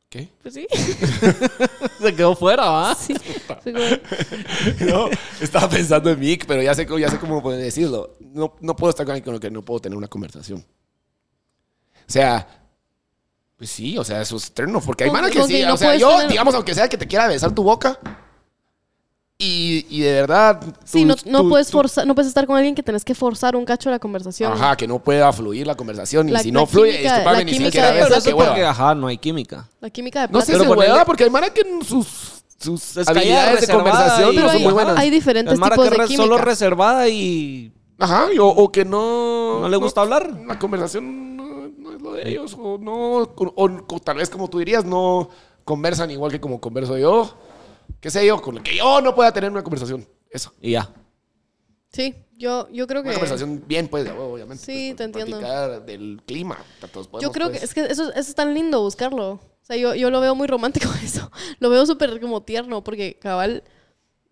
C: ¿Qué? [laughs]
A: Pues sí.
B: [laughs] Se quedó fuera, ¿va?
A: [laughs] sí. Sí, güey.
C: No, estaba pensando en Mick, pero ya sé, cómo- ya sé cómo poder decirlo. No, no puedo estar con alguien con el que no puedo tener una conversación. O sea, pues sí, o sea, eso es turn off, porque hay
A: Con-
C: manos que
A: con
C: sí.
A: quien no
C: o sea,
A: puedes
C: yo,
A: tener-
C: digamos, aunque sea que te quiera besar tu boca y, y de verdad.
A: [laughs] Sí,
C: tu-
A: no, no
C: tu-
A: puedes
C: tu-
A: forzar, no puedes estar con alguien que tenés que forzar un cacho la conversación.
C: Ajá, que no pueda fluir la conversación
A: La-
C: y si
A: la
C: no fluye,
A: química- la
C: disculpame, ni
A: química
C: siquiera
A: de-
B: Pero
A: Esa
C: besas,
B: eso
C: qué
B: es porque,
C: hueva.
B: ajá, no hay química.
A: La química de
C: No
A: plata.
C: sé
B: Pero
C: si es
B: ponerle-
C: hueva, porque hay manas que sus, sus
B: Es
C: habilidades de
B: callada,
C: conversación
B: reservada
C: no
B: y-
C: son muy buenas.
A: hay diferentes
B: La Mara
A: tipos
B: que
A: de
B: re- solo
A: química.
B: reservada y
C: Ajá, y o, o que no.
B: no le gusta hablar.
C: La conversación no, no es lo de ellos, o no, o, o tal vez como tú dirías, no conversan igual que como converso yo. ¿Qué sé yo? Con lo que yo no pueda tener una conversación. Eso.
B: Y ya.
A: Sí, yo, yo creo
C: Una
A: que.
C: conversación bien, pues, de huevo, obviamente.
A: Sí,
C: pues,
A: te entiendo.
C: platicar del clima. que todos podemos,
A: Yo creo
C: pues.
A: que es que eso, eso es tan lindo buscarlo. O sea, yo, yo lo veo muy romántico [laughs] eso. Lo veo súper como tierno porque cabal,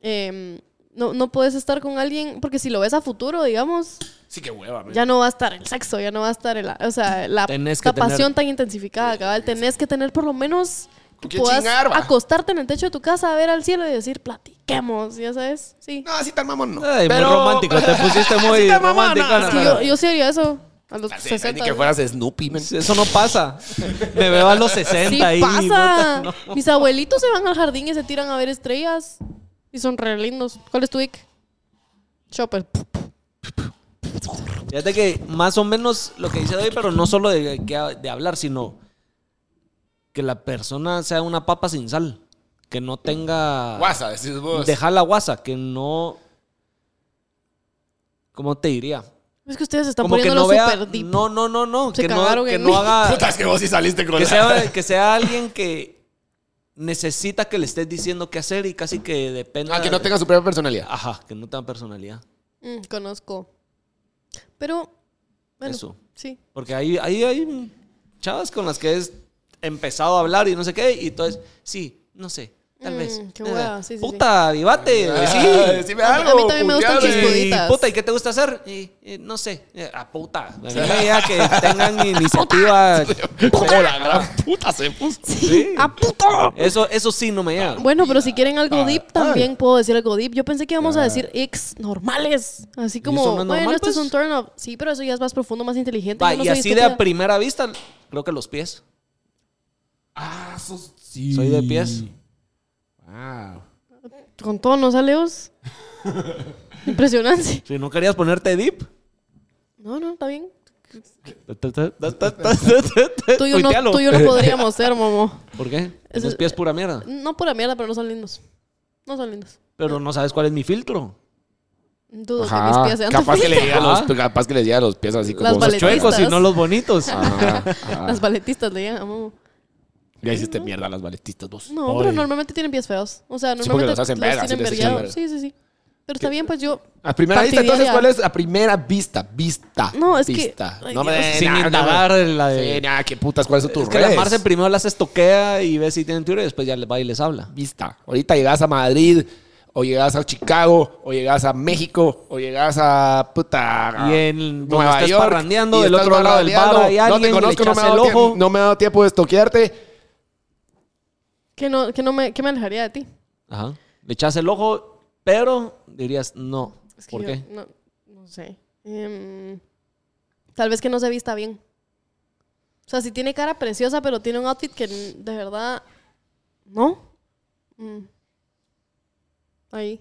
A: em, no, no puedes estar con alguien, porque si lo ves a futuro, digamos,
C: Sí, que hueva, man.
A: ya no va a estar el sexo, ya no va a estar el, o sea, la,
B: Pues Tenés que
A: la pasión
B: tener-
A: tan intensificada, cabal. Tenés que tener por lo menos que
C: ¿Con qué
A: puedas
C: chingar, va?
A: acostarte en el techo de tu casa, a ver al cielo y decir, platiquemos, ya sabes. Sí.
C: No, así tan mamón no.
B: Ay,
C: Pero-
B: Muy romántico, te pusiste muy [laughs]
C: Sí, tan mamón,
B: romántico.
C: no,
B: Ana.
A: Sí, yo, yo sí haría eso a los
C: Ah, sí, Ni
A: 60.
C: que fueras Snoopy, man.
B: Eso no pasa. Me veo a los 60
A: Sí
B: ahí.
A: pasa.
B: puta, no.
A: Mis abuelitos se van al jardín y se tiran a ver estrellas. Y son re lindos. ¿Cuál es tu ick? Chopper.
B: Fíjate que más o menos lo que dice David, pero no solo de, que- de hablar, sino que la persona sea una papa sin sal. Que no tenga.
C: Guasa, decís vos.
B: Dejar la guasa, que no. ¿Cómo te diría?
A: Es que ustedes están
B: Como que
A: poniéndolo
B: no vea.
A: super deep.
B: No, no, no, no.
A: Se
B: Que no,
A: cagaron
B: que
A: en
B: no
A: mí. [laughs]
B: haga.
C: Puta, es que vos sí saliste con
B: Que
C: la- [laughs]
B: sea, que sea alguien que necesita que le estés diciendo qué hacer y casi que dependa.
C: Ah, que no
B: de-
C: tenga su propia personalidad.
B: Ajá, que no tenga personalidad.
A: Mm, conozco. Pero. Bueno,
B: Eso.
A: Sí.
B: Porque ahí, ahí hay chavas con las que he empezado a hablar y no sé qué, y entonces, sí, no sé. Tal vez. Eh,
A: Mm, qué hueva, sí, sí, sí.
B: Puta, avivate.
C: Ah,
B: Sí.
C: decime
A: A mí- a mí
C: algo,
A: también me gustan
C: puteame.
A: chispuditos.
B: Y, puta, ¿y qué te gusta hacer? Y, eh, no sé. Eh, a puta. A mí me da que [laughs] tengan iniciativa.
C: [laughs] Como la gran puta se puso.
B: Sí.
A: ¡A puto!
B: Eso, eso sí no me llega.
A: Bueno, pero si quieren
B: Ah,
A: algo deep, también puedo decir algo deep. Yo pensé que íbamos a decir ex normales. Así como,
B: eso no es
A: bueno,
B: normal,
A: esto es
B: pues?
A: un turn off. Sí, pero eso ya es más profundo, más inteligente.
B: Va,
A: yo no
B: y
A: soy
B: así de a
A: estúpida.
B: primera vista, creo que los pies.
C: Ah, sos- sí.
B: Soy de pies.
C: Wow.
A: Con todo, ¿no saleos?
B: [laughs]
A: Impresionante.
B: Si no querías ponerte deep.
A: No, no, está bien. Tú y, yo
B: Tuitealo.
A: no, tú y
B: [laughs]
A: yo no podríamos ser, momo.
B: ¿Por qué?
A: Es-
B: Esos pies pura mierda.
A: No pura mierda, pero no son lindos. No son lindos.
B: Pero no sabes cuál es mi filtro.
A: Dudo que mis
C: Ajá.
A: pies sean
C: Capaz que, le
A: tan
C: diga
B: Ah.
C: los, capaz que le diga los pies así como.
A: Las
C: sos
A: vale- [laughs]
B: Chuecos y
A: Baletistas.
B: no los bonitos. Ah.
C: Ajá,
A: feas.
C: ajá.
A: Las baletistas le llaman, momo.
C: ah. Ya hiciste mierda a las baletistas dos.
A: No,
B: Oye.
A: pero normalmente tienen pies feos. O sea,
C: Sí, porque
A: normalmente
C: los hacen verga,
A: tienen
C: sí, les
A: vergueados.
C: echan
A: Sí, sí, sí. Pero está bien, pues yo...
C: A primera vista,
A: Partidaria.
C: entonces, ¿cuál es a primera vista? Vista.
A: No, es que-
C: vista.
A: Ay,
C: No me
A: Dios.
B: Sin indagar en la de-
C: Sí, nada, qué putas, ¿cuáles son tus
B: Es que la
C: redes?
B: Marce primero las estoquea y ve si tienen teoría y después ya les va y les habla.
C: Vista. Ahorita llegas a Madrid, o llegas a Chicago, o llegas a México, o llegas a puta.
B: Y en- donde
C: Nueva
B: estés
C: York,
B: parrandeando,
C: y
B: del
C: estás
B: otro lado del bar
C: parrandeando,
B: hay
C: no te
B: alguien, le
C: conozco, no me, ha
B: echas
C: dado
B: el
C: tiempo-
B: ojo.
C: no me ha dado tiempo de estoquearte.
A: Que no, que no me, que me alejaría de ti.
B: Ajá. Le echas el ojo, pero dirías no.
A: Es que
B: ¿Por
A: yo
B: qué?
A: No, no sé. Em, tal vez que no se vista bien. O sea, si tiene cara preciosa, pero tiene un outfit que n- de verdad. ¿No? Mm. Ahí.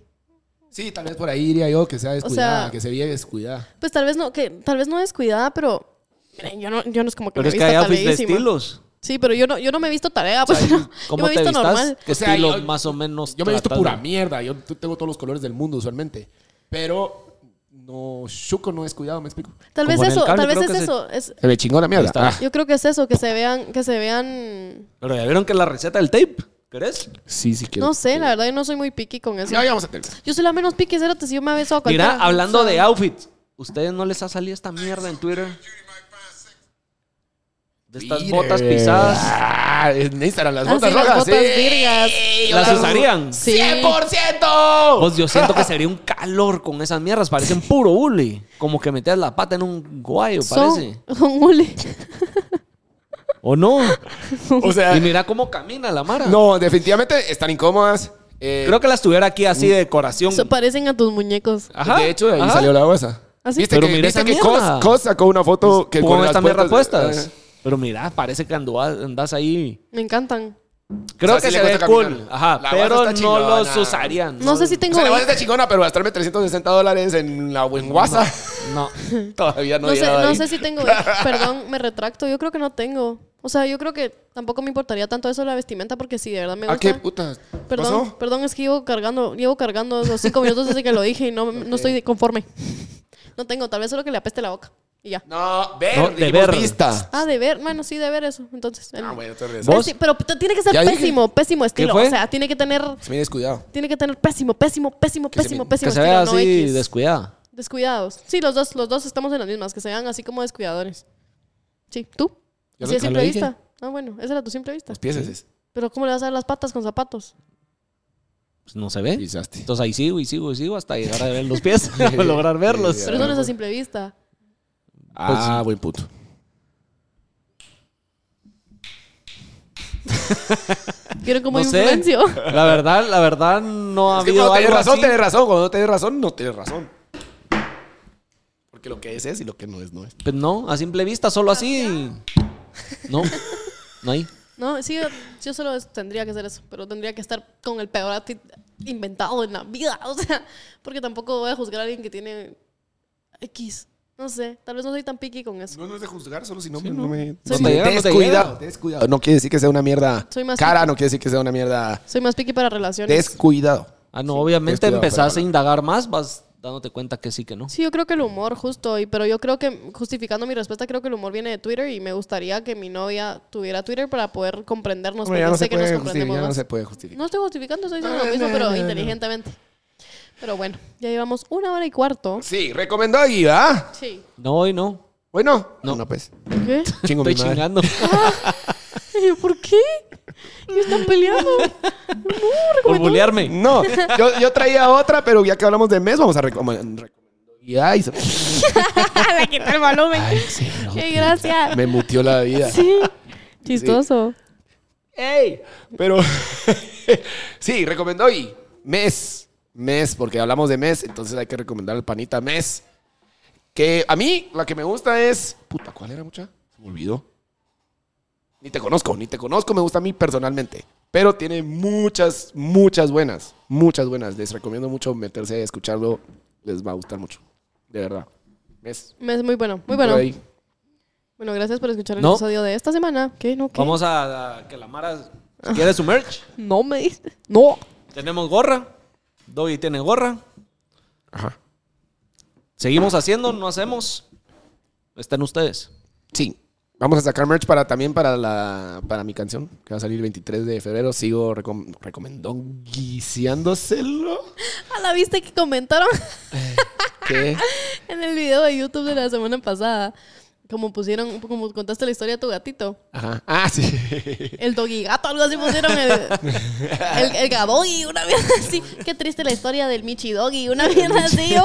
C: Sí, tal vez por ahí diría yo que sea descuidada,
A: sea-
C: que se vea descuidada.
A: Pues tal vez no, que tal vez no descuidada, pero. Miren, yo no, yo no es como que
B: Pero
A: me
B: es que
A: vista
B: hay outfits de
A: taleísima.
B: estilos.
A: Sí, pero yo no, yo no me he visto tarea, pues. no.
B: ¿Cómo
A: [laughs] yo me he
B: te
A: visto
B: vistas?
A: normal.
B: ¿Qué
C: O sea,
B: estilo
C: yo-
B: más o menos?
C: Yo me he visto
B: tratas
C: pura
B: de-
C: mierda. Yo t- tengo todos los colores del mundo usualmente. Pero no, Shuko no es cuidado, me explico.
A: Tal
B: como
A: vez
B: en el
A: eso,
B: cable,
A: tal vez
B: creo
A: es
B: que se-
A: eso. es-
C: Se me chingó la mierda. Ah,
B: Ahí está.
A: yo creo que es eso, que se vean, que se vean.
B: Pero ya vieron que la receta del tape, ¿querés?
C: sí, sí quiero.
A: No sé, la verdad yo no soy muy picky con eso.
C: Ya, ya vamos a tener.
A: Yo soy la menos pique, cérate, si yo me beso a cualquiera.
B: Mira, hablando
A: O sea,
B: de outfits, ¿ustedes no les ha salido esta mierda en Twitter? De estas
C: Peter.
B: botas pisadas.
C: Ah, en Instagram las
A: Ah,
C: botas
A: sí, las
C: rojas.
A: botas
C: sí.
A: virgas.
C: yo
B: ¿Las usarían?
A: Sí.
C: 100%.
B: Vos, yo siento que sería un calor con esas mierdas. Parecen puro uli. Como que metías la pata en un guayo, parece.
A: Son son mule.
B: ¿O
A: [laughs]
B: no?
C: O sea,
B: Y mira cómo camina la mara.
C: no, definitivamente están incómodas. Eh,
B: Creo que las tuviera aquí así de decoración.
A: Se parecen a tus muñecos.
B: Ajá,
C: de hecho, de ahí
B: ajá.
C: salió la cosa.
A: ¿Ah, sí?
C: ¿Viste
B: Pero
C: que,
B: mira
C: viste
B: esa
C: que
B: mierda.
C: Cos, Cos sacó una foto que
B: Pongo
C: con
B: esta
C: las
B: mierda
C: puertas Eh.
B: puestas.
C: Ajá.
B: Pero mira, parece que andó- andás ahí.
A: Me encantan.
B: Creo
C: O sea,
B: que
C: sí
B: se
C: le
B: ve
C: gusta
B: cool.
C: caminar.
B: Ajá,
C: La
B: pero
C: guasa
B: no
C: está chingona.
B: los usarían.
A: No sé si
C: O
A: tengo
C: sea, la
A: ahí.
C: base está chingona, pero gastarme 360 dólares en la en WhatsApp
A: [laughs]
B: No.
C: [laughs] todavía no,
A: No sé,
C: llegaba
A: no
C: ahí.
A: sé si tengo ahí. Perdón, me retracto. Yo creo que no tengo. O sea, yo creo que tampoco me importaría tanto eso de la vestimenta porque sí, de verdad me
C: ¿A qué
A: gusta.
C: puta?
A: Perdón,
C: ¿Pasó?
A: perdón, es que llevo cargando, llevo cargando los cinco minutos desde que lo dije y no, no estoy conforme. No tengo, tal vez solo que le apeste la boca. Y ya.
C: No, ver,
B: No, de
C: dijimos
B: ver.
C: vista.
A: Ah, de ver, bueno, sí, de ver eso. Entonces. el-
C: Ah, bueno, te regresas.
B: ¿Vos?
A: Pési- pero t- tiene que ser
C: Ya dije.
A: pésimo, pésimo estilo.
B: fue?
A: O sea, tiene que tener,
C: Se me descuidado.
A: tiene que tener pésimo, pésimo, pésimo,
C: Que se
A: pésimo,
C: me-
B: Que
A: pésimo
B: se
A: estilo.
B: vea
A: no
B: así
A: X.
B: descuidada.
A: Descuidados. Sí, los dos, los dos estamos en las mismas, que se vean así como descuidadores. Sí, tú. Así
C: Ya lo-
A: de
C: ya
A: simple
C: lo dije. Pues
A: vista. Ah, bueno, esa era tu simple vista.
C: Los pies es.
A: Pero ¿cómo le vas a dar las patas con zapatos?
B: Pues no se ve.
C: Pisaste.
B: Entonces ahí sigo y sigo y sigo hasta llegar a ver los pies, [laughs] o lograr verlos.
A: Pero eso no es a simple vista.
C: Ah, buen puto.
A: Quiero
C: [laughs]
A: como
B: No sé.
A: influencio. [laughs]
B: La verdad, la verdad no ha
C: Es que
B: habido
C: cuando
B: algo
C: tenés razón,
B: así.
C: tenés razón. Cuando no tenés razón, no tenés razón. Porque lo que es es y lo que no es, no es.
B: Pues no, a simple vista, solo así.
C: Ah,
B: No, no hay.
A: No, sí, yo, yo solo es- tendría que hacer eso, pero tendría que estar con el peor outfit inventado en la vida, [laughs] o sea, porque tampoco voy a juzgar a alguien que tiene X. No sé, tal vez no soy tan picky con eso.
C: No, no es de juzgar, solo si no, no me.
B: No
A: Sí,
B: te llega, no te llega.
C: Descuidado, descuidado. No quiere decir que sea una mierda
A: Soy más
C: cara,
A: piqui.
C: no quiere decir que sea una mierda
A: Soy más picky para relaciones.
C: descuidado.
B: Ah, no, obviamente
C: descuidado,
B: empezás a
C: pero
B: indagar más, vas dándote cuenta que sí, que no.
A: Sí, yo creo que el humor, justo, y, pero yo creo que, justificando mi respuesta, creo que el humor viene de Twitter y me gustaría que mi novia tuviera Twitter para poder comprendernos, porque
C: Hombre, ya no
A: sé
C: se
A: que nos
C: puede
A: comprendemos
C: justificar, ya no
A: más.
C: se Ah, puede justificar.
A: No estoy justificando, estoy diciendo lo mismo, pero inteligentemente. Pero bueno, ya llevamos una hora y cuarto.
C: Sí, recomendó a Guida.
A: Sí.
B: No, hoy no.
C: Bueno, no, no, pues.
A: ¿Qué? [laughs]
C: Chingo mi [laughs]
B: Estoy
C: madre.
B: chingando.
A: Y yo, ¿Por qué? Y están peleando.
C: [laughs]
B: Por bulearme.
C: No, yo, yo traía otra, pero ya que hablamos de mes, vamos a recomendar. Y ay,
A: [laughs]
C: se-
A: Le quita el volumen.
C: ay, sí, no,
A: Qué gracia.
C: me mutió la vida.
A: Sí. Chistoso.
C: ¡Ey! Pero [laughs] sí, recomendó y mes, mes, porque hablamos de mes, entonces hay que recomendar al panita mes. Que a mí la que me gusta es. Puta, ¿cuál era mucha? Se me olvidó. Ni te conozco, ni te conozco, me gusta a mí personalmente. Pero tiene muchas, muchas buenas, muchas buenas. Les recomiendo mucho meterse a escucharlo, les va a gustar mucho. De verdad. Mes.
A: Me Es muy bueno, muy
C: por
A: bueno.
C: ahí.
A: Bueno, gracias por escuchar el
B: No.
A: episodio de esta semana. ¿Qué? ¿No? ¿Qué?
B: [laughs] Vamos a, a que la Mara si quiere su merch.
A: No me diste. No.
B: Tenemos gorra. Doggy tiene gorra.
C: Ajá.
B: Seguimos haciendo, no hacemos. Están ustedes.
C: Sí. Vamos a sacar merch para también para la para mi canción, que va a salir el 23 de febrero. Sigo recom recomendonguiciándoselo.
A: ¿A Ah, la viste que comentaron [laughs]
C: Que
A: en el video de YouTube de la semana pasada? Como pusieron, como contaste la historia de tu gatito.
C: Ajá. Ah, sí. [laughs]
A: El doggy gato, algo así pusieron. El, el, el gadoggy, una vez así. Qué triste la historia del Michi Doggy, una vez
C: [laughs]
A: así.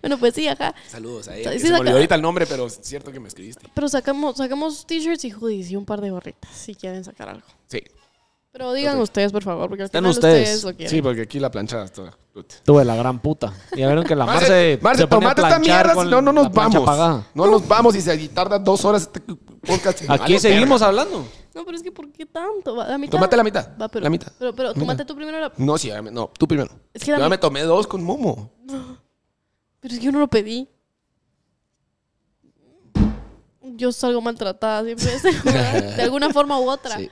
A: bueno, pues sí, ajá.
C: Saludos a
A: ella,
C: ella.
A: que Sí,
C: se me
A: saca-
C: olvidó ahorita el nombre, pero es cierto que me escribiste.
A: Pero sacamos, sacamos t-shirts y hoodies y un par de gorritas si quieren sacar algo.
C: Sí.
A: Pero digan
C: Ok.
A: ustedes, por favor, porque al
B: Están
A: final
B: ustedes.
A: ustedes. lo quieren.
C: Sí, porque aquí la plancha está.
B: Tuve la gran puta. Ya vieron que la Mara se.
C: Marce,
B: se pone a
C: tomate esta
B: planchar
C: mierda,
B: con
C: si no, no
B: la
C: nos
B: plancha
C: vamos.
B: apagada.
C: No nos vamos y se y tarda dos horas este podcast.
B: Aquí seguimos hablando.
A: No, pero es que ¿por qué tanto? Va, La mitad.
C: Tómate la mitad.
A: Va, pero,
C: La mitad.
A: Pero, pero
C: La
A: tómate
C: mitad.
A: tú primero la.
C: No, sí, ya me- no, tú primero.
A: Es que la
C: Yo ya
A: mi-
C: me tomé dos con Momo.
A: Pero es que yo no lo pedí. Yo salgo maltratada siempre de este lugar, de alguna forma u otra.
C: Sí.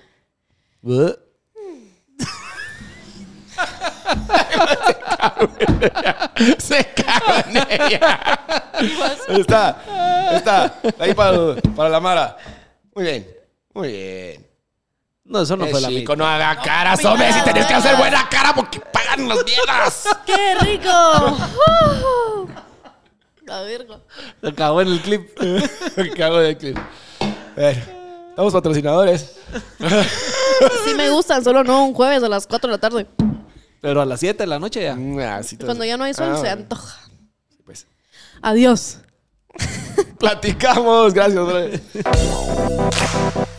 C: Se cago en ella. Está, está. Ahí para, para la Mara. Muy bien, muy bien.
B: No, eso no
C: Eh,
B: fue la
C: chico,
B: mía.
C: no haga caras, hombre. Si tenés que hacer buena cara porque pagan las [laughs] mierdas.
A: ¡Qué rico! ¡Uh! La verga.
B: Se acabó en el clip.
C: Me cago de clip. A ver, estamos patrocinadores.
A: Sí me gustan, solo no un jueves a las 4 de la tarde.
B: Pero a las 7 de la noche ya.
C: Mm, ah, sí, todo
A: Cuando
C: eso.
A: ya no hay sol,
C: Ah,
A: se
C: bueno,
A: antoja.
C: pues.
A: Adiós.
C: Platicamos, gracias, brother.